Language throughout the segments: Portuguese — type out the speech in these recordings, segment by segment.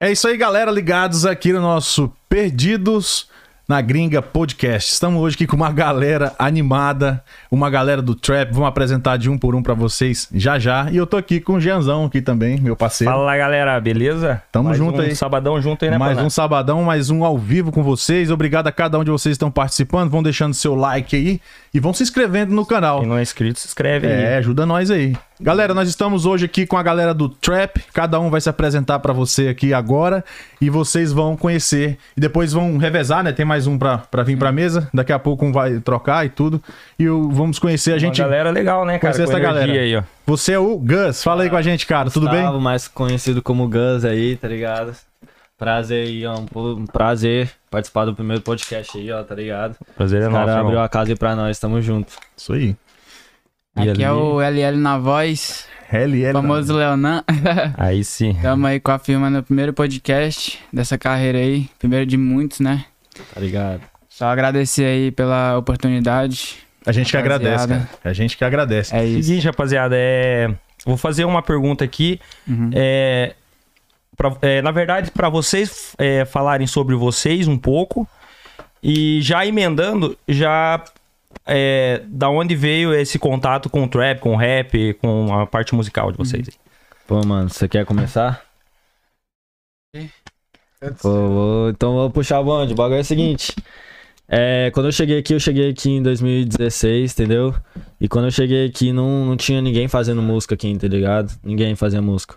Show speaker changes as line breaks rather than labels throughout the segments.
É isso aí, galera, ligados aqui no nosso Perdidos na Gringa Podcast. Estamos hoje aqui com uma galera animada, uma galera do trap. Vamos apresentar de um por um pra vocês já já. E eu tô aqui com o Jeanzão aqui também, meu parceiro.
Fala galera, beleza?
Tamo
mais
junto
um
aí.
Sabadão junto aí, né,
mais
Paná?
um sabadão, mais um ao vivo com vocês. Obrigado a cada um de vocês que estão participando. Vão deixando seu like aí e vão se inscrevendo no canal.
Quem não é inscrito, se inscreve
É,
aí.
ajuda nós aí. Galera, nós estamos hoje aqui com a galera do Trap. Cada um vai se apresentar pra você aqui agora e vocês vão conhecer e depois vão revezar, né? Tem mais um pra, pra vir pra mesa. Daqui a pouco um vai trocar e tudo. E o- vamos conhecer a
Uma
gente.
galera legal, né, cara?
conhecer essa
energia
galera.
aí, ó.
Você é o Gus. Fala aí com a gente, cara. Tudo bem?
Gustavo, mais conhecido como Gus aí, tá ligado? Prazer aí, ó. um pô- Um prazer participar do primeiro podcast aí, ó, tá ligado?
Prazer é
O cara
nosso,
abriu
irmão.
a casa aí pra nós, tamo junto.
Isso aí.
E
Aqui é
ali?
o LL na voz,
LL.
famoso Leonan.
Aí sim.
Tamo aí com a firma no primeiro podcast dessa carreira aí, primeiro de muitos, né?
Tá ligado?
Só agradecer aí pela oportunidade.
A gente que
Rapaziada.
agradece, cara. A gente que agradece.
É isso.
Seguinte, rapaziada, é... Vou fazer uma pergunta aqui.
Uhum.
É... pra- é, na verdade, pra vocês é, falarem sobre vocês um pouco e já emendando, já é, da onde veio esse contato com o trap, com o rap, com a parte musical de vocês. aí?
Pô, mano, você quer começar? Pô, vou- então vou puxar o bonde. O bagulho é o seguinte. É, quando eu cheguei aqui, eu cheguei aqui em 2016, entendeu? E quando eu cheguei aqui, não, não tinha ninguém fazendo música aqui, tá ligado? Ninguém fazia música.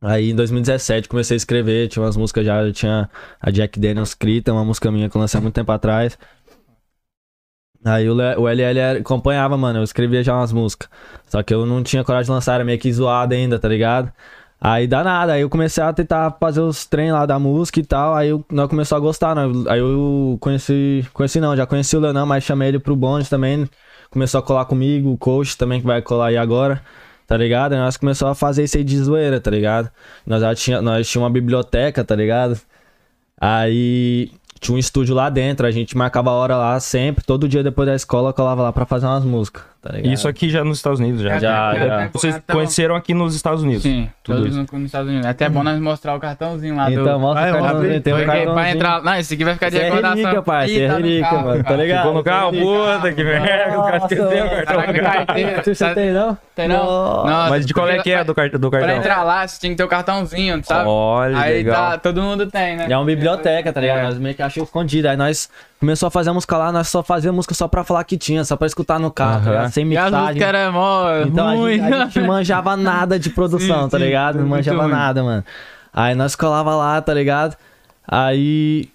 Aí em 2017 comecei a escrever, tinha umas músicas já, eu tinha a Jack Daniels escrita, uma música minha que eu lancei há muito tempo atrás. Aí o, Le- o LL era- acompanhava, mano, eu escrevia já umas músicas. Só que eu não tinha coragem de lançar, era meio que zoado ainda, tá ligado? Aí dá nada, aí eu comecei a tentar fazer os trem lá da música e tal, aí eu, nós começou a gostar, né? Aí eu conheci, conheci não, já conheci o Leonan, mas chamei ele pro bonde também, começou a colar comigo, o coach também que vai colar aí agora, tá ligado? Aí nós começou a fazer isso aí de zoeira, tá ligado? Nós já tinha, nós tinha uma biblioteca, tá ligado? Aí tinha um estúdio lá dentro, a gente marcava a hora lá sempre, todo dia depois da escola eu colava lá pra fazer umas músicas, tá ligado?
Isso aqui já é nos Estados Unidos, já.
já, já.
Vocês conheceram aqui nos Estados Unidos.
Sim,
Tudo
todos no- nos Estados Unidos. É até bom nós mostrar o cartãozinho lá
Então,
do... Tá
mostra
Vai,
o cartão,
abre.
tem um
Porque
cartãozinho.
Vai entrar... Não, isso aqui vai ficar de
Você é
recordação.
rica, pai,
Ih,
você é
tá no
rica,
carro,
mano, tá
cara.
ligado?
Ficou no carro,
Tá ligado?
puta É, que merda. O cara esqueceu o cartão.
Caraca, carteira.
Você
Tá-
tem, não?
Tem não? Nossa,
Mas de qual é que é do, car do
Pra
cartão?
entrar lá, você tinha que ter o cartãozinho, sabe?
Olha,
aí
legal.
tá, todo mundo tem, né?
É uma biblioteca, tá ligado?
É.
Nós meio que achamos escondido. Aí nós começou a fazer a música lá, nós só fazia música só pra falar que tinha, só pra escutar no carro, tá
Aham.
ligado? Sem
E as
mixagem.
músicas eram mó
Então a
ruim.
gente, a gente manjava nada de produção,
Sim,
tá
sim,
ligado? Não
muito
manjava
ruim.
nada, mano. Aí nós colava lá, tá ligado? Aí,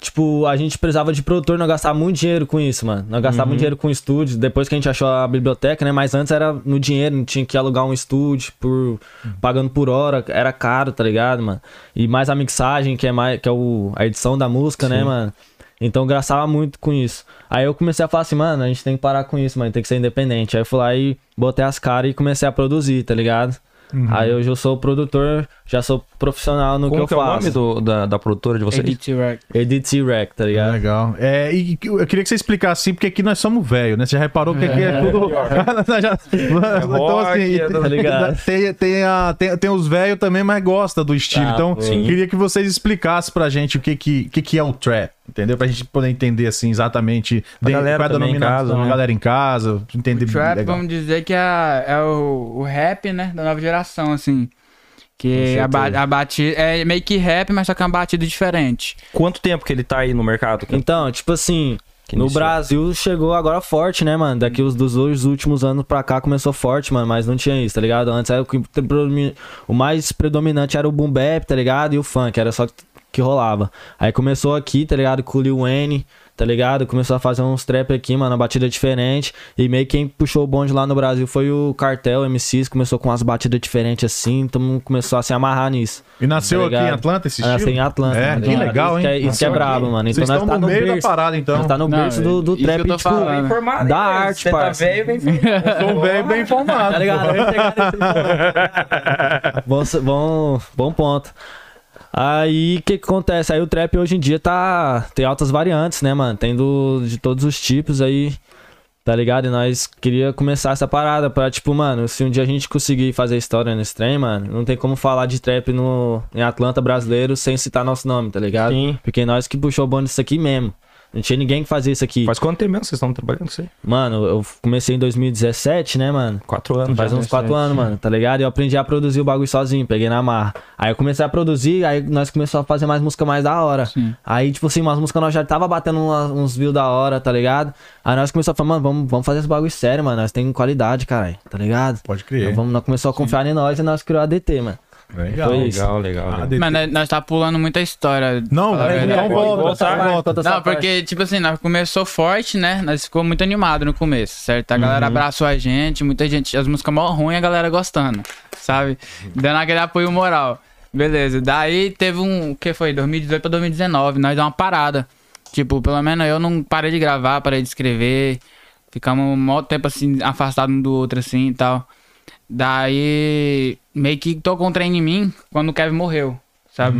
tipo, a gente precisava de produtor, nós gastava muito dinheiro com isso, mano. Nós
Uhum.
gastava muito dinheiro com estúdio, depois que a gente achou a biblioteca, né? Mas antes era no dinheiro, não tinha que alugar um estúdio por pagando por hora, era caro, tá ligado, mano? E mais a mixagem, que é mais que é o, a edição da música, né, mano? Então eu gastava muito com isso. Aí eu comecei a falar assim, mano, a gente tem que parar com isso, mano, tem que ser independente. Aí eu fui lá e botei as caras e comecei a produzir, tá ligado? Aí hoje eu sou produtor, já sou profissional no
Uhum. Como
que
que
eu
é o
faço.
nome do- da, da produtora de vocês?
Edit
Edit Rec, tá ligado?
Legal. É, e que- eu queria que você explicasse assim, porque aqui nós somos velho, né? Você já reparou que aqui é tudo. Nós já- então,
né? É rock,
assim,
é tudo-
Tá ligado?
tem, tem, a- tem- tem os velhos também, mas gosta do estilo.
Ah,
então,
pô.
Tá, Sim.
queria que vocês explicassem pra gente o que, que, que, que é o trap, entendeu? Pra gente poder entender assim exatamente dentro-
galera
qual é a
também em
denominação,
casa, né?
a galera em casa, entender bem
Trap,
legal.
vamos dizer que é, é o, o rap, né? Da nova geração, assim. Que
Com
a, ba-
certeza.
a batida. É meio que rap, mas só que é uma batida diferente.
Quanto tempo que ele tá aí no mercado? Que-
Então, tipo assim,
que
no
iniciou?
Brasil chegou agora forte, né, mano? Daqui os dos dois últimos anos pra cá começou forte, mano, mas não tinha isso, tá ligado? Antes era o, que predomi- o mais predominante era o boom bap, tá ligado? E o funk, era só que, que rolava. Aí começou aqui, tá ligado? Com o Lil Wayne, tá ligado? Começou a fazer uns trap aqui, mano, uma batida diferente. E meio que quem puxou o bonde lá no Brasil foi o Cartel, MCs, começou com umas batidas diferentes assim, todo mundo começou a se amarrar nisso.
E nasceu
Tá
aqui
ligado?
em Atlanta esse estilo?
Nasceu em Atlanta,
É,
tá
que
ligado?
legal,
Isso que é-
hein?
Isso que é brabo, mano. Então
Vocês
nós
estão
tá
no meio da
berço.
parada, então.
Nós tá no
Não,
berço do, do
isso que
trap,
eu tô
tipo,
falando.
Informado,
Da
hein,
arte,
Você tá
parça.
velho, bem
Sou um velho bem informado.
Tá ligado? Vamos chegar nesse ponto. bom, se- bom, bom ponto. Aí o que, que acontece? Aí o trap hoje em dia tá. Tem altas variantes, né, mano? Tem do, de todos os tipos aí. Tá ligado? E nós queria começar essa parada pra, tipo, mano, se um dia a gente conseguir fazer história nesse trem, mano, não tem como falar de trap no, em Atlanta brasileiro sem citar nosso nome, tá ligado?
Sim.
Porque nós que puxou o bonde disso aqui mesmo. Não tinha ninguém que fazia isso aqui.
Faz quanto tempo mesmo vocês estão trabalhando com isso aí?
Mano, eu comecei em 2017, né, mano?
Quatro anos.
Faz
já,
uns
né?
quatro anos, mano, tá ligado? Eu aprendi a produzir o bagulho sozinho, peguei na marra. Aí eu comecei a produzir, aí nós começamos a fazer mais música mais da hora. Aí, tipo assim, umas músicas nós já tava batendo uma- uns views da hora, tá ligado? Aí nós começamos a falar, mano, vamos, vamos fazer esse bagulho sério, mano. Nós temos qualidade, caralho, tá ligado?
Pode crer.
Então, vamos, nós começamos a confiar em nós e nós criou a DT, mano.
Legal.
Foi isso.
Legal, legal. legal.
ADT.
Mas nós- nós tá pulando muita história.
Não,
Fala a
é,
verdade.
então volta, volta, volta.
Não, porque, tipo assim, nós começou forte, né? Nós ficou muito animado no começo, certo? A galera abraçou a gente, muita gente, as músicas mó ruim, a galera gostando, sabe? Dando aquele apoio moral. Beleza, daí teve um, o que foi? 2018 pra 2019, nós deu uma parada. Tipo, pelo menos eu não parei de gravar, parei de escrever. Ficamos um maior tempo assim, afastados um do outro, assim e tal. Daí, meio que tocou um trem em mim quando o Kevin morreu, sabe?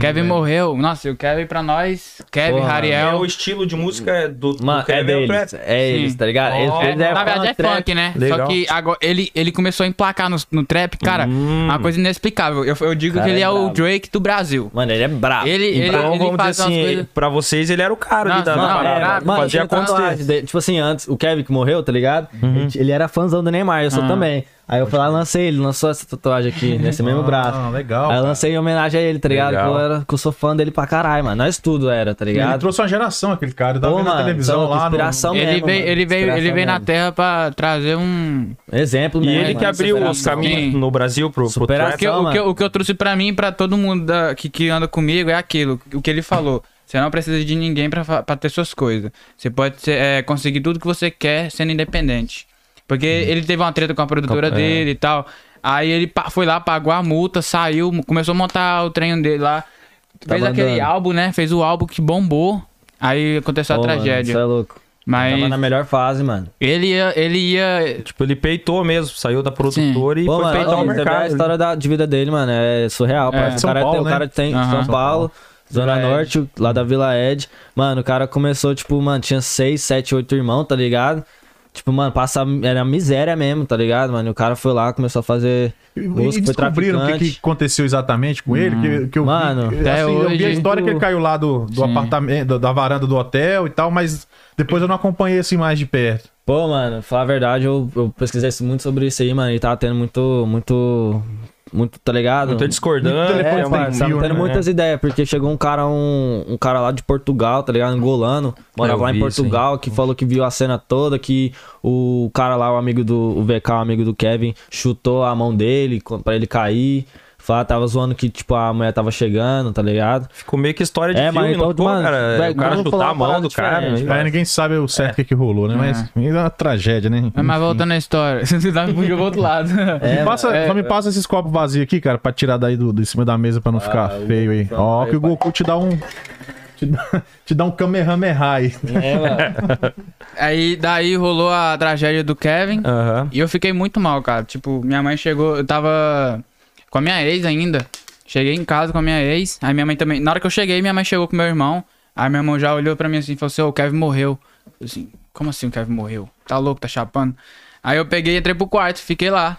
Kevin morreu, nossa, o Kevin pra nós, Kevin,
Porra,
É,
Rariel.
o estilo de música do, do
Mano, é
Kevin o
deles.
trap.
É eles,
Sim.
tá ligado? Eles,
Ó.
eles é
Na verdade é
trap.
funk, né?
Legal.
Só que agora ele, ele começou a emplacar no, no trap, cara,
Hum.
uma coisa inexplicável. Eu, eu digo
Cara,
que ele
é
é, o
brabo.
Drake do Brasil.
Mano, ele é brabo.
Ele, ele,
Então,
ele
vamos
faz
dizer
umas
assim,
coisas.
pra vocês ele era o cara ali
Nossa,
da, da
não,
parada.
era- tá
Mano,
fazia
tinha tatuagem
acontecer. Uhum.
dele. Tipo assim, antes, o Kevin que morreu, tá ligado? Ele- Ele era fãzão do Neymar, eu sou
Ah.
também. Aí eu fui lá, lancei ele, lançou essa tatuagem aqui, nesse mesmo braço.
Ah, legal.
Aí eu lancei em homenagem a ele, tá ligado? Que
Legal.
eu, era, que eu sou fã dele pra caralho, mano. Nós tudo era, tá
Ele
ligado?
trouxe uma geração, aquele cara. Eu tava
Pô,
vendo na
mano,
televisão
então, que
lá. No...
inspiração
Ele,
mesmo,
veio,
mano.
ele veio, ele
Inspiração
veio na
mesmo.
terra pra trazer um.
Exemplo
E
mesmo.
ele que
mano.
abriu os
superação.
caminhos
Sim.
no Brasil pro, pro
Superação.
O que, eu- o, que, eu-
mano.
o que eu trouxe pra mim, e pra todo mundo da- que, que anda comigo, é aquilo. O que ele falou. Você não precisa de ninguém pra, fa- pra ter suas coisas. Você pode ser- é, conseguir tudo que você quer sendo independente. Porque
Uhum.
ele teve uma treta com a produtora
é.
dele e tal. Aí ele pa- foi lá, pagou a multa, saiu, começou a montar o treino dele lá. fez
Tava
aquele
andando.
álbum, né? Fez o álbum que bombou. Aí aconteceu a
Pô, mano,
tragédia.
Isso é louco.
Mas
Tava na melhor fase, mano.
ele ia. Ele ia.
Tipo, ele peitou mesmo, saiu da produtora e
Pô,
foi
mano,
peitar o
ó, você vê
mercado.
a história da, de vida dele, mano, é surreal. parece.
São
o cara,
Paulo,
tem,
né?
o cara é tem
Aham.
São
São
Paulo, Zona
Zona Ed.
Norte, lá da Vila Ed. Mano, o cara começou, tipo, mano, tinha seis, sete, oito irmãos, tá ligado? Tipo, mano, passa, era miséria mesmo, tá ligado, mano? E o cara foi lá, começou a fazer
E, e
música, foi
descobriram o que,
traficante.
que aconteceu exatamente com ele. Que, que eu, vi-
Mano,
assim,
até
eu vi a
hoje-
história que ele caiu lá do, do
Sim.
apartamento, da- da varanda do hotel e tal, mas depois eu não acompanhei assim mais de perto.
Pô, mano, falar a verdade, eu, eu pesquisei muito sobre isso aí, mano, e tava tendo muito, muito, muito, tá ligado?
Tô discordando.
Muito telefone
É,
é,
sem
mano,
mas-
fio,
tava
né?
tendo muitas ideias, porque chegou um cara, um, um cara lá de Portugal, tá ligado? Angolano, morava
Eu
lá em
vi isso,
Portugal, que falou que viu a cena toda, que o cara lá, o amigo do o VK, o amigo do Kevin, chutou a mão dele co- pra ele cair. Fala, tava zoando que, tipo, a mulher tava chegando, tá ligado?
Ficou meio que história de
É, mas
filme,
então,
não ficou,
mano,
cara?
velho,
o cara
vamos
chutar
falar
a mão
uma
do
parada
cara.
diferente,
né?
É.
Aí ninguém sabe o certo que, que rolou, né? Mas é uma tragédia, né?
É, Mas voltando à história. Você dá um jogo outro lado.
Me passa-
é,
só me passa esses copos vazios aqui, cara, pra tirar daí do, de cima da mesa
Ah,
pra não ficar feio aí. Ó, que o Goku te dá um. Te dá, te dá um Kamehameha aí.
é, tá
Aí daí rolou a tragédia do Kevin.
né? Aham.
E eu fiquei muito mal, cara. Tipo, minha mãe chegou, eu tava com a minha ex ainda. Cheguei em casa com a minha ex. Aí minha mãe também. Na hora que eu cheguei, minha mãe chegou com meu irmão. Aí meu irmão já olhou pra mim assim e falou assim: Ô, o Kevin morreu. Eu assim, como assim o Kevin morreu? Tá louco, tá chapando? Aí eu peguei e entrei pro quarto, fiquei lá.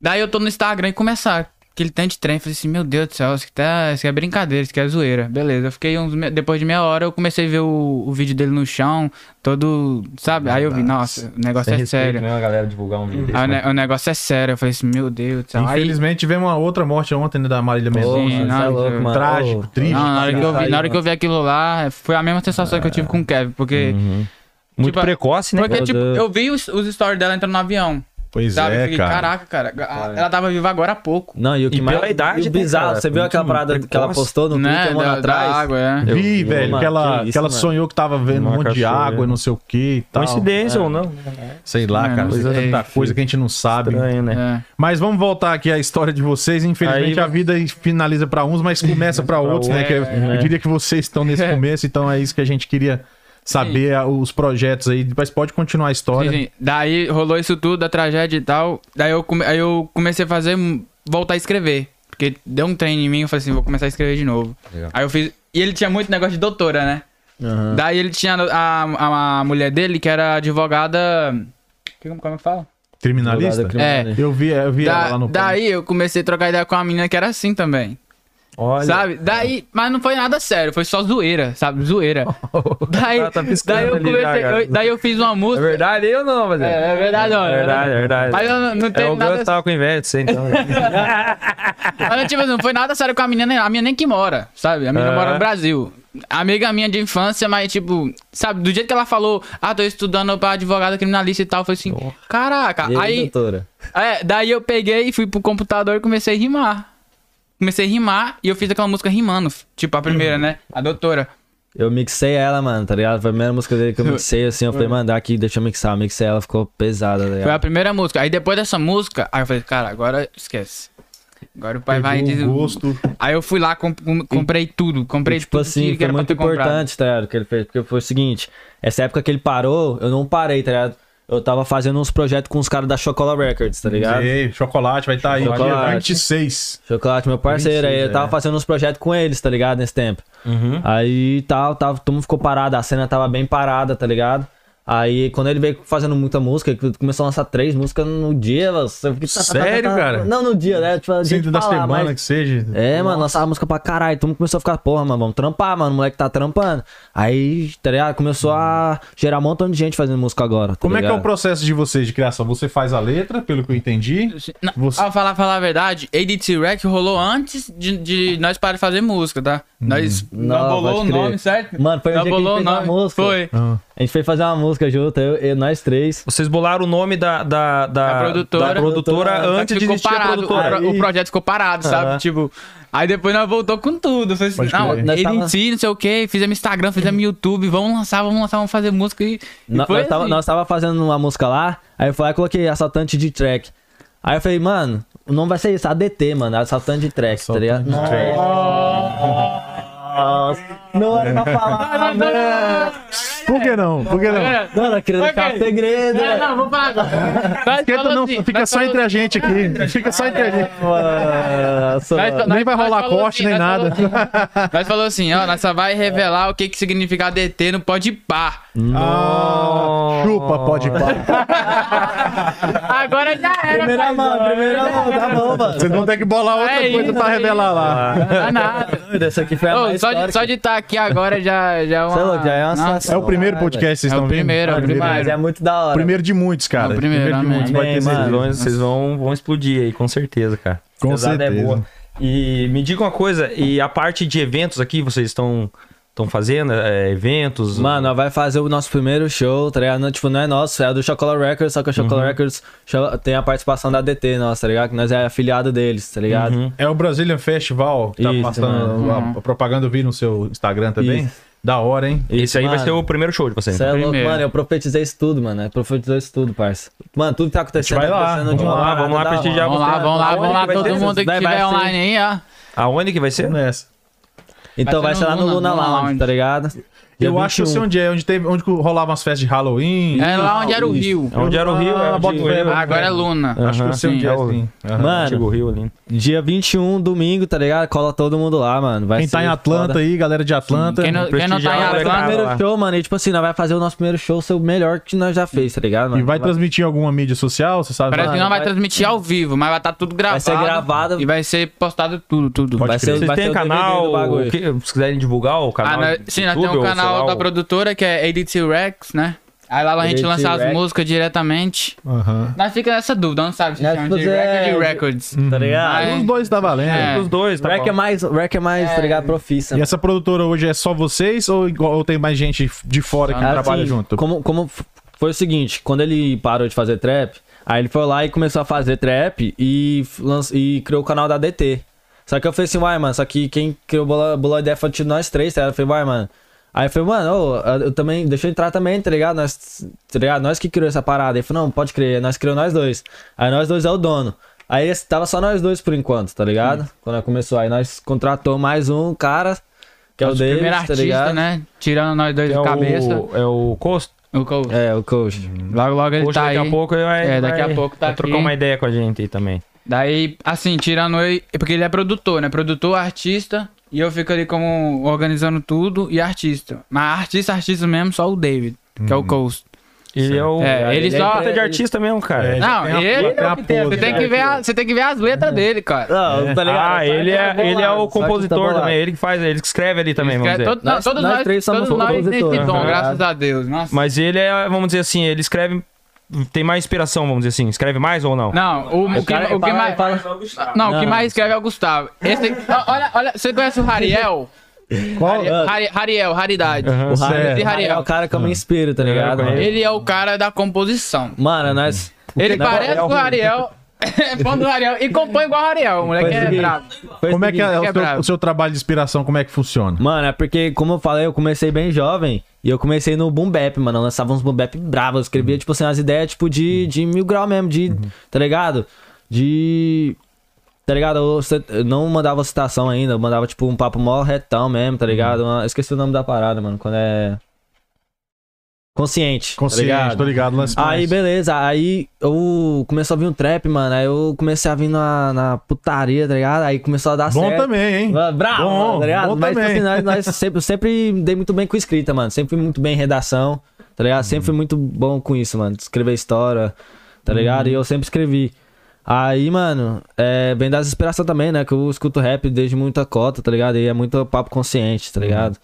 Daí eu tô no Instagram e começar. Aquele tanto de trem, falei assim, meu Deus do céu, isso aqui, tá, isso aqui é brincadeira, isso aqui é zoeira. Beleza, eu fiquei uns. me- Depois de meia hora eu comecei a ver o, o vídeo dele no chão, todo. Sabe? Aí eu vi, nossa, o negócio é sério.
Né, a galera divulgar um vídeo.
Ah, o, ne- o negócio é sério. Eu falei assim, meu Deus do céu. Aí-
Infelizmente tivemos uma outra morte ontem né, da Marília
Pô,
Mendonça.
Sim,
mano,
não,
cê é louco,
eu-
mano.
Trágico,
Ô,
triste.
Não, na hora, que eu vi,
Aí,
na hora que eu vi aquilo lá, foi a mesma sensação que eu tive com o Kevin, porque.
Uhum.
Muito
Tipo,
precoce, né?
Porque,
Meu
tipo,
Deus.
eu vi os, os stories dela entrando no avião.
Pois
Sabe? eu
é,
fiquei,
cara.
caraca, cara. a-
É.
Ela tava viva agora há pouco.
Não, e o que
E
mais.
pela idade,
e o
né,
bizarro,
cara?
você viu aquela
Muito
parada que ela
precoce.
postou no
né?
Twitter um
da,
ano
da
atrás?
água, é.
Eu vi,
Eu-
velho,
mano,
que ela,
que
que ela
isso,
sonhou que tava vendo um
Uma
monte de
cachoeira.
água e não sei o que e tal.
Coincidência ou não?
Sei lá,
É,
cara.
não
Coisa,
sei.
tanta coisa que a gente não sabe.
Estranho, né?
É.
Mas vamos voltar aqui à história de vocês. Infelizmente
Aí-
a vida finaliza pra uns, mas começa pra outros, né? Que eu, eu diria que vocês estão nesse começo, então é isso que a gente queria saber a- os projetos aí. Mas pode continuar a história.
Sim, sim. Daí rolou isso tudo, a tragédia e tal. Daí eu, come- aí eu comecei a fazer, voltar a escrever. Porque deu um treino em mim, eu falei assim, vou começar a escrever de novo. Aí eu fiz. E ele tinha muito negócio de doutora, né?
Aham.
Daí ele tinha a, a, a mulher dele, que era advogada. que- Como, como é que fala?
Tá
Criminalista?
Advogado é criminalista.
Eu vi, eu vi ela lá
Da,
no
daí eu comecei a trocar ideia com uma menina que era assim também.
Olha.
Sabe? Daí, mas não foi nada sério, foi só zoeira, sabe? Zoeira. Daí,
Ah, tá piscando
daí, eu
ali,
comecei,
né, cara?
eu- daí eu fiz uma
É
música.
verdade eu não, mas
É, é verdade, ó.
É verdade, é verdade.
Mas eu não, não
É,
tenho
o
nada.
Gus tava com inveja de você, então.
Mas, não, tipo, não foi nada sério com a menina, a minha nem que mora, sabe? A menina
É.
mora no Brasil. Amiga minha de infância, mas tipo, sabe, do jeito que ela falou, ah, tô estudando pra advogada criminalista e tal, foi assim, caraca.
E aí,
aí,
doutora?
é, daí eu peguei e fui pro computador e comecei a rimar. Comecei a rimar e eu fiz aquela música rimando, tipo a
Uhum.
primeira, né? A doutora.
Eu mixei ela, mano, tá ligado? Foi a primeira música dele que eu mixei, assim, eu falei, mano, dá aqui, deixa eu mixar. Eu mixei ela, ficou pesada, tá
Foi a
ligado?
primeira música. Aí depois dessa música, aí eu falei, cara, agora esquece. Agora o pai vai
um
Pegou
diz-
o gosto.
Aí eu fui lá, com- com- comprei tudo. Comprei
E, tipo
tudo
assim,
que
foi
era pra
muito
ter comprado.
importante, tá ligado? o Que ele fez, porque foi o seguinte, essa época que ele parou, eu não parei, tá ligado? Eu tava fazendo uns projetos com os caras da Chocola Records, tá ligado?
Ei, chocolate vai estar aí, dia
Chocolate.
26.
Chocolate, meu parceiro, aí eu
é.
tava fazendo uns projetos com eles, tá ligado? Nesse tempo.
Uhum.
Aí tal, tava, todo mundo ficou parado, a cena tava bem parada, tá ligado? Aí quando ele veio fazendo muita música, ele começou a lançar três músicas no dia, você fica-
Sério, cara?
Não, no dia, né? Tipo, a gente
Sempre da
falar,
semana
mas-
que seja.
é, mano, lançava música pra caralho. Todo mundo começou a ficar, porra, mano, vamos trampar, mano. O moleque tá trampando. Aí, tá ligado? Começou a gerar um montão de gente fazendo música agora. tá
Como é que é
ligado?
o processo de vocês de criação? Você faz a letra, pelo que eu entendi.
Não,
Você-
ah, falar, falar a verdade, ADT Rec rolou antes de, de nós parar de fazer música, tá?
Hum.
Nós
Não,
não, bolou o
pode crer.
nome, certo?
Mano, foi o
Nós
dia que a gente
bolou
fez
o
uma
nome.
música.
Foi.
Ah.
A gente foi fazer uma música junto, eu, eu- nós três.
Vocês bolaram o nome da, da, da,
Da produtora. Tá
da produtora
Só que
antes de
ficou
existir a
parado,
produtora.
o pro- o projeto ficou parado, sabe? Tipo, aí depois nós voltou com tudo. Foi assim,
Pode
não,
crer.
Nós
ADT,
tava-
não sei o que, fizemos Instagram, fizemos YouTube, vamos lançar, vamos lançar, vamos fazer música e, e
Nó-
foi
nós, tava,
assim.
nós tava fazendo uma música lá, aí eu falei, aí coloquei assaltante de track. Aí eu falei, mano, o nome vai ser isso, ADT, mano, assaltante de track, tá ligado? Não era pra falar, não,
Por que não? Por que não?
Agora-
não era querendo ficar
Ok.
segredo.
Não, não, vou falar agora. Nós
Esquenta
falou
não,
assim,
Tá fica
nós
só
falou-
entre a gente aqui. Fica só entre a gente.
Nossa,
Nós-
Nem
nós-
vai
nós
rolar
falou
corte,
assim,
nem
nós
nada.
falou assim- Nós falou assim, ó, nós só vai revelar o que que significa ADT no pode par.
Ah, chupa, pode parar.
Agora já era.
Primeira
paizão.
mão, primeira mão, tá bom, mano.
Vocês vão ter que bolar outra
É
coisa
isso,
pra
é
revelar lá.
Não dá nada.
é Essa aqui foi a
Ô,
mais
só, de, só de estar aqui agora já, já é uma...
Você é louco, já é uma
Nossa,
É o primeiro podcast que vocês
É o
estão vendo?
primeiro, é o primeiro.
Mas é muito da hora.
Primeiro de muitos, cara.
É o primeiro,
de
amém.
muitos, pode ter
Amém,
certeza.
Vocês
mano.
vão- Vocês vão, vão explodir aí, com certeza, cara.
Com
Pesada
é
certeza.
E me diga uma coisa, e a parte de eventos aqui, vocês estão estão fazendo? é, eventos?
Mano, nós vai fazer o nosso primeiro show, tá ligado? Não, Tipo, não é nosso, é do Chocolate Records, só que o Chocolate Records cho- tem a participação da DT nossa, tá ligado? Que nós é afiliado deles, tá ligado?
É o Brazilian Festival que tá
Isso,
passando a-
Uhum.
a propaganda, eu vi no seu Instagram também. Da hora, hein?
esse aí vai ser
mano.
o primeiro show de vocês. né?
Você é louco,
Primeiro.
mano, eu profetizei isso tudo, mano. Eu profetizei isso tudo, parça. Mano, tudo que tá acontecendo
vai lá,
tá acontecendo
vamos lá,
vamos
parada
lá
da
prestigiar
hora.
Vamos lá, vamos lá, vamos lá,
Vai
todo
ter-
mundo que
vai- vai
estiver
ser-
online aí, ó.
Aonde que vai ser?
Nessa.
Então vai
Vai ser
ser lá
no
no Luna
Luna- Luna
Lounge,
Lounge.
tá ligado? Dia
Eu acho que eu
21.
sei onde é, onde, teve, onde rolavam as festas de Halloween.
É lá onde era o
Isso.
Rio.
Onde era o Rio?
Ah,
era o
bota
antigo
fé,
Rio.
bota
Agora é Luna.
Acho que eu sei
Sim,
onde
é
é,
o-
sim. Aham.
Antigo
Mano,
Rio ali.
dia 21, domingo, tá ligado? Cola todo mundo lá, mano. Vai
Quem tá
ser
em Atlanta
foda.
aí, galera de Atlanta.
Quem não, quem não tá em
prestigiar o
Nosso
Atlanta...
molecada.
primeiro
lá.
show, mano, e tipo assim, nós vai fazer o nosso primeiro show ser o melhor que nós já fez, tá ligado,
E
mano?
vai transmitir em alguma mídia social, você sabe?
Parece que não vai
vai-
transmitir ao vivo, mas vai estar tudo gravado.
ser gravado.
E vai ser postado tudo, tudo.
Pode
Vai
crer.
ser,
Vocês
vai
têm
ser o DVD do
canal,
bagulho.
o que, se quiserem divulgar o
Ah,
canal.
nós-
do
sim, nós
YouTube
temos um
ou sei
canal
lá,
da
o-
produtora que é ADT Rex, né? Aí lá a gente
ADT
lança as
Rex.
músicas diretamente.
Aham.
Nós fica nessa dúvida, não sabe se
Nós
chama de
fazer-
Record ou de Records.
Tá ligado?
Vai.
Os dois tá valendo.
É.
Os dois, tá
Rec é
bom.
mais, rec é mais tá ligado, profissa.
E essa produtora hoje é só vocês ou, igual- ou tem mais gente de fora
Tá
que
Assim,
trabalha junto?
Como, como f- foi o seguinte, quando ele parou de fazer trap, aí ele foi lá e começou a fazer trap e, f- lanç- e criou o canal da DT. Só que eu falei assim, uai, mano, só que quem criou o Bola, Bola Ideia foi tipo nós três, tá ligado? Eu falei, uai, mano. Aí eu falei, mano, ô, eu também, deixa eu entrar também, tá ligado? Nós, tá ligado? Nós que criou essa parada. Ele falou, não, pode crer, nós criou nós dois. Aí nós dois é o dono. Aí esse- tava só nós dois por enquanto, tá ligado? Quando começou. Aí nós contratou mais um cara, que é o
Nosso
David,
primeiro
tá
artista,
ligado?
né? Tirando nós dois
É
de cabeça.
o, é o Coast.
O Cole.
É, o coach.
Logo, logo ele
Coast
tá
daqui
aí.
a pouco vai,
É, daqui a
vai-
pouco tá
vai trocar
aqui.
uma ideia com a gente aí também.
Daí, assim, tirando ele. Porque ele é produtor, né? Produtor, artista. E eu fico ali como organizando tudo e artista. Mas artista, artista mesmo, só o David, que é
Uhum.
o Coast.
Ele é o.
É, ele
é
só-
puta de artista mesmo, cara.
É, já
Não,
tem a-
ele
já tem
é
a
o que tem-
pose,
Uhum.
você, tem
já.
que ver a- você tem que ver as letras dele, cara.
Não, tá ligado?
Ah,
Só
ele
que tá
é, ele é
bolado,
o
só que tá
compositor
bolado.
também, ele que faz, ele que escreve ali também, vamos
Escreve-
dizer.
todo- não,
Nós-
todos
nós
nós,
três somos
todos nós nesse
compositores,
dom,
né?
graças a Deus. Nossa.
Mas ele é, vamos dizer assim, ele escreve. Tem mais inspiração, vamos dizer assim. Escreve mais ou não?
Não, o, o que,
cara
o que
fala-
mais.
fala-
Não, o
Não.
que mais escreve é o Gustavo. Esse- ó, olha, olha, você conhece o Rariel? Ah,
Qual?
Hari- Rariel, raridade.
Aham.
O Harry,
Certo.
o Harry é o cara que eu me inspiro, tá ligado?
Eu conheço.
Ele é o cara da composição.
Mano, nós.
Ele
Não,
parece
é
com
o-
o Rariel. É fã do Rariel e compõe igual o Rariel, o moleque
Foi o
é
seguinte,
brabo.
foi o
Como é que
seguinte.
é o
Que é
seu,
brabo.
o seu trabalho de inspiração, como é que funciona?
Mano, é porque, como eu falei, eu comecei bem jovem. E eu comecei no boom bap, mano. Eu lançava uns boom bap bravos. Eu escrevia, tipo assim, umas ideias, tipo, de, de mil grau mesmo. De,
Uhum.
tá ligado? De... Tá ligado? Eu, cit- eu não mandava citação ainda. Eu mandava, tipo, um papo mó retão mesmo, tá ligado?
Uhum.
Uma- eu esqueci o nome da parada, mano. Quando é... Consciente. tá
Consciente,
ligado?
tô ligado, lance
Aí,
mais.
beleza. Aí eu começou a vir um trap, mano. Aí eu comecei a vir na, na putaria, tá ligado? Aí começou a dar
Bom
certo.
também, hein?
Ah, Bravo,
Bom,
mano, tá ligado?
bom
Mas tipo
também.
assim, nós, nós sempre, eu sempre me dei muito bem com escrita, mano. Sempre fui muito bem em redação, tá ligado? Sempre fui muito bom com isso, mano. Escrever história, tá ligado? E eu sempre escrevi. Aí, mano, é, vem das inspirações também, né? Que eu escuto rap desde muita cota, tá ligado? E é muito papo consciente, tá ligado?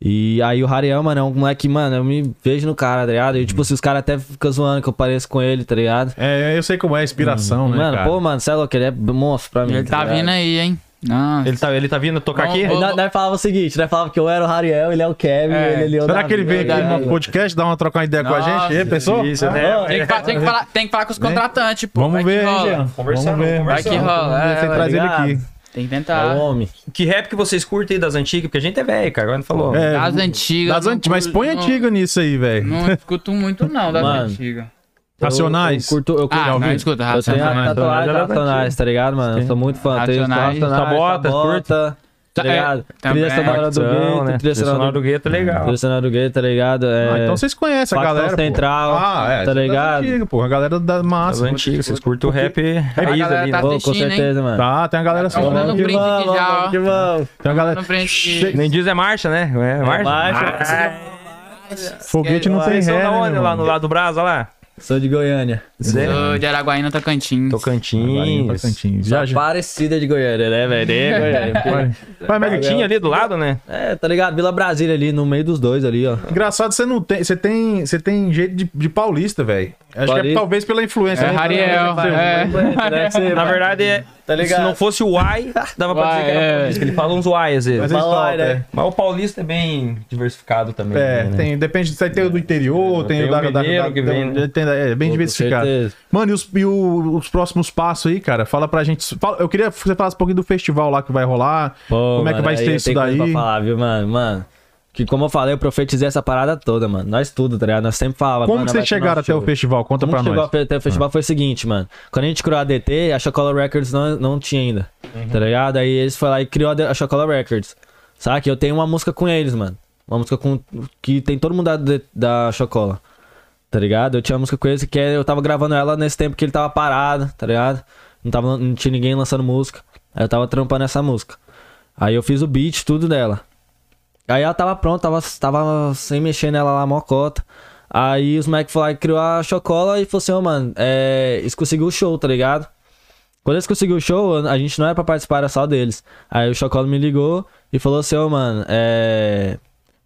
E aí o Rariel, mano, é um moleque, mano, eu me vejo no cara, tá ligado? E tipo, se os caras até ficam zoando que eu pareço com ele, tá ligado?
É, eu sei como é a inspiração, né,
mano,
cara?
pô, mano, sei lá, ele é monstro pra mim.
Ele tá
ligado?
vindo aí, hein? Nossa.
Ele tá, ele tá vindo tocar
Não,
aqui?
não.
Ele, nós, nós falava o seguinte, nós falava que eu era o Rariel, ele é o Kevin,
É.
ele, ele é o
Será que ele veio
Davi,
aqui
tá
no
ligado?
podcast, dar uma trocar uma ideia com a
Nossa,
gente? E aí, pessoal?
Isso,
Ah,
né?
Tem que, fa- tem que falar, tem que falar com os contratantes, pô.
Vamos
vai que
ver, hein,
rola.
Jean?
Conversando,
Vamos ver.
Vai que
conversando.
rola.
Vamos ver se
é,
ele traz ele
ligado?
aqui.
Tem que
É
tentar.
o homem.
Que rap que vocês curtem aí das antigas? Porque a gente é velho, cara. Agora não falou.
É,
Das antigas.
das
não-
antigas, mas põe
não-
antigo nisso aí, velho.
Não escuto muito, não, das
Mano.
antigas.
Racionais? é
Eu, eu curto, eu curto.
Ah, não
ouviu?
escuta,
eu tenho
Racionais.
a tatuagem
Racionais.
Racionais, tá ligado, mano? Eu sou muito fã. Tem
Racionais,
Tá
Sabota,
Sabota, tá
É,
ligado?
também.
Trilha sonora do
Então, né?
Gueto, trilha sonora do
do gueto é legal.
Trilha sonora do Gueto, tá ligado? É,
Ah, então vocês conhecem a
Facção
galera. pô.
Central,
ah, é.
tá
das
ligado?
antigas, pô. A galera da
Das
massa.
antigas, Tá vocês curtem o rap raiz
galera
ali,
tá
né?
Pô, com
assistindo, hein?
certeza, mano.
Tá, tem a galera
Tá mandando
um
que-
print aqui já, ó.
que vamos.
Tem a galera.
Não prende que-
Nem diz é marcha, né? É marcha.
Marcha.
Ah,
Foguete não tem
Vocês são
ré,
da
né,
onde?
meu
Lá
irmão?
no lado do Brasa, lá?
Sou de Goiânia.
Zé.
Sou de Araguaína, Tocantins.
Agora em
Tocantins.
Tocantins. Já, já.
Parecida de Goiânia, né, velho? É, Goiânia. porque-
Vai, Mega,
Tinha ali do lado, né?
É, tá ligado? Vila Brasília ali, no meio dos dois ali, ó.
Engraçado, você não tem. Você tem, você tem jeito de, de paulista, velho. Acho que é
Paulista.
talvez pela influência.
É
né?
Rariel, é.
Deve ser,
Na
mano.
verdade, é-
né? Tá
se
ligado?
não fosse o Y, dava pra dizer
Uai,
que era
é.
paulista. Ele fala uns Y às
Mas
vezes.
eles
Mas lá,
topam,
né?
é.
Mas o paulista é bem diversificado também.
É,
né?
tem, depende, se tem o do interior,
É,
tem,
tem
o
o
da... da, da,
mineiro que vem,
da-
né?
tem da- é bem
Com
diversificado.
certeza.
Mano, e, os, e o- os próximos passos aí, cara? Fala pra gente... fala- eu queria que você falasse um pouquinho do festival lá que vai rolar,
Pô,
como é que
mano,
vai
aí
ser
eu
isso
tenho coisa
daí.
Pra falar, viu, mano? Mano, que como eu falei, eu profetizei essa parada toda, mano. Nós tudo, tá ligado? Nós sempre falava.
Como
mano,
que
vai
vocês
ter
chegaram
nosso
até
show.
o festival? Conta
Como
pra
chegou
nós. Hum.
até- até o festival foi o seguinte, mano. Quando a gente criou a DT, a Chocola Records não, não tinha ainda,
Uhum.
tá ligado? Aí eles foram lá e criou a, de- a Chocola Records. Saca? Eu tenho uma música com eles, mano. Uma música com que tem todo mundo da, D- da Chocola, tá ligado? Eu tinha uma música com eles que é, eu tava gravando ela nesse tempo que ele tava parado, tá ligado? Não, tava, não tinha ninguém lançando música. Aí eu tava trampando essa música. Aí eu fiz o beat, tudo dela. Aí ela tava pronta, tava, tava sem mexer nela lá, mocota. Aí os moleques falaram que criou a chocola e falou assim, ô mano, é, eles conseguiu o show, tá ligado? Quando eles conseguiram o show, a gente não era pra participar, era só deles. Aí o Chocola me ligou e falou assim, ô mano, é...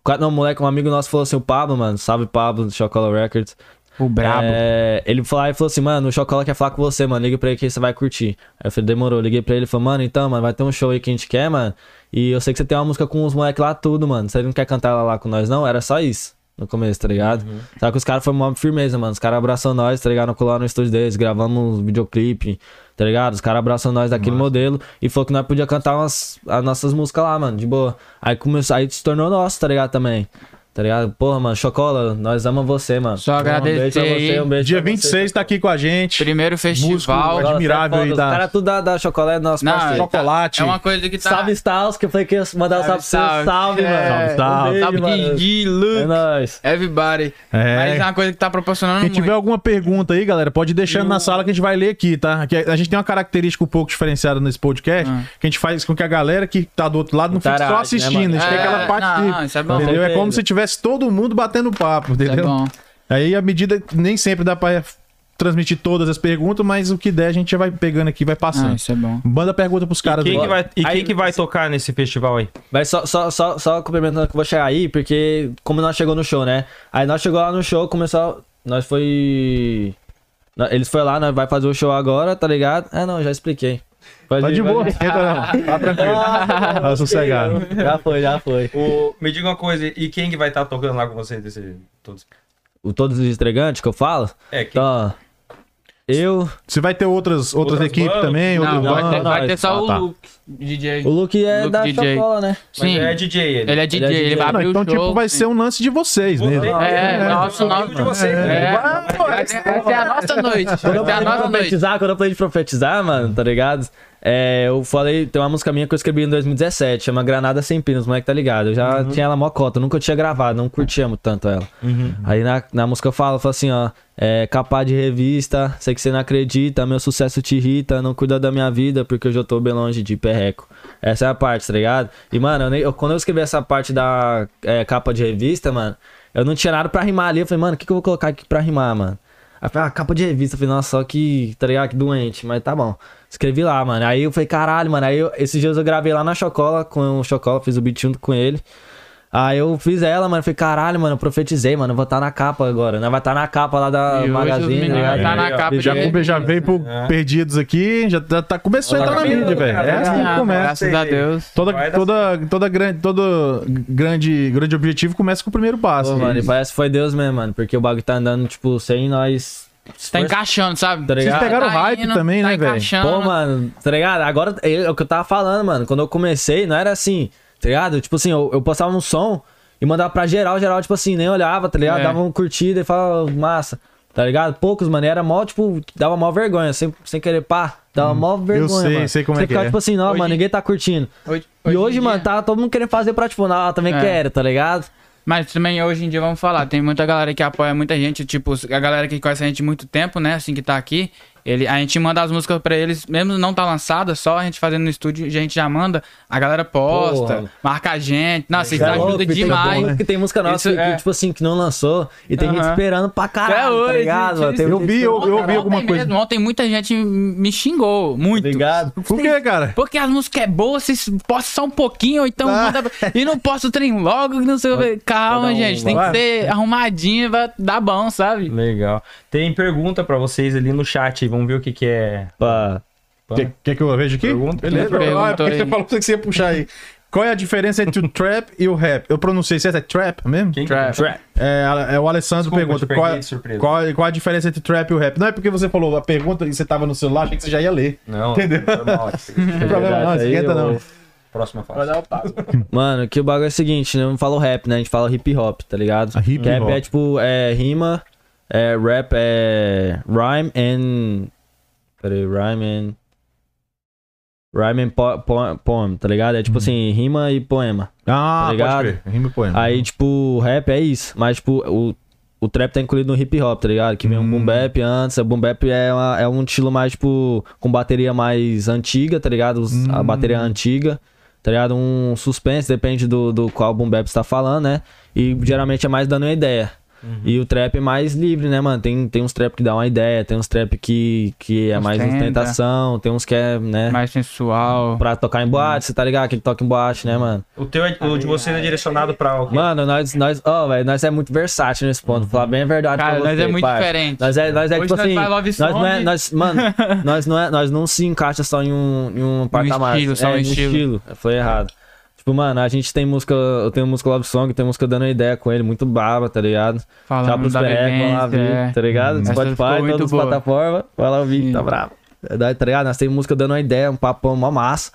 o cara- Não, moleque, um amigo nosso falou assim, o Pablo, mano, salve Pablo, do Chocola Records.
O brabo.
É, ele falou, ele falou assim, mano, o Chocola quer falar com você, mano. Liga pra ele que você vai curtir. Aí eu falei, demorou. Liguei pra ele e falei, mano, então, mano, vai ter um show aí que a gente quer, mano. E eu sei que você tem uma música com os moleques lá tudo, mano. Você não quer cantar ela lá com nós, não? Era só isso. No começo, tá ligado?
Uhum.
Só que os caras foram uma firmeza, mano. Os caras abraçaram nós, tá ligado? Colar no estúdio deles, gravamos um videoclipe, tá ligado? Os caras abraçaram nós daquele modelo e falou que nós podíamos cantar umas, as nossas músicas lá, mano, de boa. Aí começou, aí se tornou nosso, tá ligado? Também. Tá ligado? Porra, mano, Chocola, nós amamos você, mano.
Só
Porra,
agradecer
Um beijo Então, pra
aí.
você, um beijo
Dia
pra você.
26 tá aqui com a gente.
Primeiro festival.
Músico, admirável aí
é Os
da-
caras tudo da, da Chocola é nosso
Não,
parceiro.
Chocolate.
É uma coisa que tá.
Salve Staus, que eu falei que ia mandar um salve,
Salve,
salve, salve,
salve. É.
mano.
Salve,
Um beijo,
Salve,
mano.
Didi,
É
Luke,
nóis.
everybody.
É. tipo
Mas é uma coisa que tá proporcionando
Quem tiver
muito.
alguma pergunta aí, galera, pode ir deixando na sala que a gente vai ler aqui, tá? Que a gente tem uma característica um pouco diferenciada nesse podcast,
Ah.
que a gente faz com que a galera que tá do outro lado não fique
Interage,
só
né,
assistindo.
mano?
a gente tem
É,
aquela parte
não,
de-
não, isso é bom.
entendeu? É
Com
como
certeza.
se tivesse todo mundo batendo papo,
Isso é
entendeu?
bom.
Aí a medida nem sempre dá pra transmitir todas as perguntas, mas o que der a gente já vai pegando aqui, e vai
Ah,
passando.
isso é bom.
Manda pergunta pros caras.
Quem
do-
que vai, e
Aí-
quem que vai tocar nesse festival aí?
Mas só, só, só, só complementando que eu vou chegar aí, porque como nós chegou no show, né? Aí nós chegou lá no show, começou. Nós foi. nó- Eles foram lá, nós vai fazer o show agora, tá ligado? Ah não, já expliquei. Pode
Tá de
ir, pode
boa,
ir.
entra não. Tá tranquilo. Tá sossegado.
Já foi, já foi.
O- me diga uma coisa, e quem que vai estar tocando lá com vocês? Desse, todos?
O Todos os Entregantes que eu falo?
É,
Tá.
quem,
Então. Eu.
Você vai ter outras, outras,
Outras
equipes
bandas?
também?
Não,
outras
vai,
bandas?
ter, vai ter só
Ah, tá.
o Luke, DJ.
O Luke é
Luke
da
DJ.
Chocola, né?
mas
Sim,
é DJ ele.
ele é DJ, ele,
DJ.
vai
Não,
abrir
então,
o show.
tipo, vai ser um lance de vocês mesmo.
Vocês,
É,
né?
nosso,
Eu digo
nosso-
de vocês,
É.
né?
Vai ser vai ser a nossa noite.
Quando eu
Vai ser a
falei de
nossa noite.
profetizar, quando eu falei de profetizar, mano, tá ligado? É, eu falei, tem uma música minha que eu escrevi em 2017, chama Granada Sem Pinos, moleque tá ligado? Eu já tinha ela mocota, nunca tinha gravado, não curtia muito tanto ela. Aí na, na música eu falo, eu falo assim, ó, é, capaz de revista, sei que você não acredita, meu sucesso te irrita, não cuida da minha vida, porque hoje eu tô bem longe de perreco. Essa é a parte, tá ligado? E, mano, eu nem- eu- quando eu escrevi essa parte da é, capa de revista, mano, eu não tinha nada pra rimar ali. Eu falei, mano, o que, que eu vou colocar aqui pra rimar, mano? Aí eu falei, ah, capa de revista. Eu falei, nossa, só que, tá ligado? Que doente, mas tá bom. Escrevi lá, mano. Aí eu falei, caralho, mano. Aí eu- esses dias eu gravei lá na Chocola com o Chocola, fiz o beat junto com ele. Aí eu fiz ela, mano. eu Falei, caralho, mano, eu profetizei, mano. eu Vou estar na capa agora. Nós vai estar na capa lá da
E hoje os
magazine.
meninos
né?
tá na capa
Já,
de-
come- já veio pro
É.
Perdidos aqui, já tá, tá- começou a entrar na mídia, velho. É assim que
Ah,
começa.
Graças a Deus.
Toda,
Vai dar
toda, toda grande, todo grande, grande objetivo começa com o primeiro passo.
Pô, mano, e parece que foi Deus mesmo, mano. Porque o bagulho tá andando, tipo, sem nós.
Tá encaixando, sabe?
Tá ligado?
Vocês pegaram o hype também,
tá
né, velho?
encaixando.
Pô, mano, tá ligado? Agora é o que eu tava falando, mano. Quando eu comecei, não era assim, tá ligado? Tipo assim, eu, eu postava um som e mandava pra geral, geral, tipo assim, nem olhava, tá ligado?
É.
Dava uma curtida e falava, massa, tá ligado? Poucos, mano, e era mó, tipo, dava mó vergonha, sem, sem querer, pá, dava mó vergonha.
Hum, sei,
mano.
sei como é
Você
que
ficava,
é.
tipo assim, não,
Hoje-
mano, ninguém tá curtindo.
Hoje-
e
em
hoje,
dia-
mano, tá todo mundo querendo fazer pra, tipo, não, eu também
É.
quero, tá ligado?
Mas também hoje em dia, vamos falar, tem muita galera que apoia muita gente, tipo, a galera que conhece a gente há muito tempo, né, assim, que tá aqui, ele, a gente manda as músicas pra eles, mesmo não tá lançada, só a gente fazendo no estúdio, a gente já manda, a galera posta,
Porra.
marca a gente, nossa, isso
É louco,
ajuda
porque tem-
demais.
Porque tem música nossa
Isso
que,
é.
tipo assim, que não lançou e tem gente
Aham.
esperando pra
Até
caralho, tá
hoje,
ligado?
gente,
mano? Tem
eu
gente
vi, eu-
esperando pra
eu
caralho,
ouvi alguma
ontem
coisa.
Mesmo, ontem muita gente me xingou, muito.
Tá ligado?
Por que, cara?
Porque as músicas é boa, vocês postam só um pouquinho, ou então manda... E não posta o trem logo, que não sei o que.
Ah.
Calma,
dar um-
gente, tem
vai.
que ser arrumadinho, vai dar bom, sabe?
Legal. Tem pergunta pra vocês ali no chat, vamos ver o que que é.
Pá.
Quer quer que eu vejo aqui?
Pergunta.
Beleza.
Pergunta
Ah, é porque
aí.
você falou que você ia puxar aí. Qual é a diferença entre o trap e o rap? Eu pronunciei certo, é trap mesmo?
Quem?
Trap.
É, a- é, o Alessandro
Desculpa,
pergunta
te peguei
qual, é,
de surpresa.
qual, qual a diferença entre trap e o rap. Não é porque você falou a pergunta e você tava no celular, achei que você já ia ler.
Não,
Entendeu?
normal. assim,
Não tem problema não,
É Aí
esquenta
eu- Tá
não.
Próxima fase.
Mano, que o bagulho é o seguinte, né? Não fala o rap, né? A gente fala hip hop, tá ligado?
A hip
rap
hop.
é tipo, é rima, é rap, é rhyme and... Peraí, rhyme and... Rhyme and po po poem, tá ligado? É tipo
Uhum.
assim, rima e poema.
Ah,
ligado?
pode crer. Rima e poema.
Aí, tipo, rap é isso, mas, tipo, o, o trap tá incluído no hip hop, tá ligado? Que vem um boom bap antes, o boom bap é, uma- é um estilo mais, tipo, com bateria mais antiga, tá ligado? Os- A bateria antiga, tá ligado? Um suspense, depende do, do qual boom bap você tá falando, né? E geralmente é mais dando uma ideia. E o trap é mais livre, né, mano? Tem, tem uns trap que dá uma ideia, tem uns trap que, que é mais
Ostenta.
ostentação, tem uns que é, né,
Mais sensual.
pra tocar em boate, você tá ligado? Que toca em boate, né, mano?
O teu, é- o de vocês é direcionado pra o quê?
Mano, nós, nós, ó, velho, nós é muito versátil nesse ponto, falar bem a verdade
Cara,
pra você,
nós é muito
parça.
diferente.
Nós é, nós é
Hoje
tipo
nós
assim,
faz love
nós não é,
song.
nós, mano, nós não é, nós não se encaixa só em um, em um patamar.
estilo, só
é,
um
em
estilo.
Foi errado. Tipo, mano, a gente tem música, eu tenho música Love Song, tem música dando ideia com ele, muito braba, tá ligado?
Falando
Tchau pros
da
perrecos, vão lá ver,
vivência, é.
tá ligado?
Essa
Spotify,
ficou muito
todas as
boa.
plataformas, vai lá ouvir,
Sim.
tá brabo. É, daí, tá ligado? Nós
Uhum.
temos música dando uma ideia, um papão, uma massa.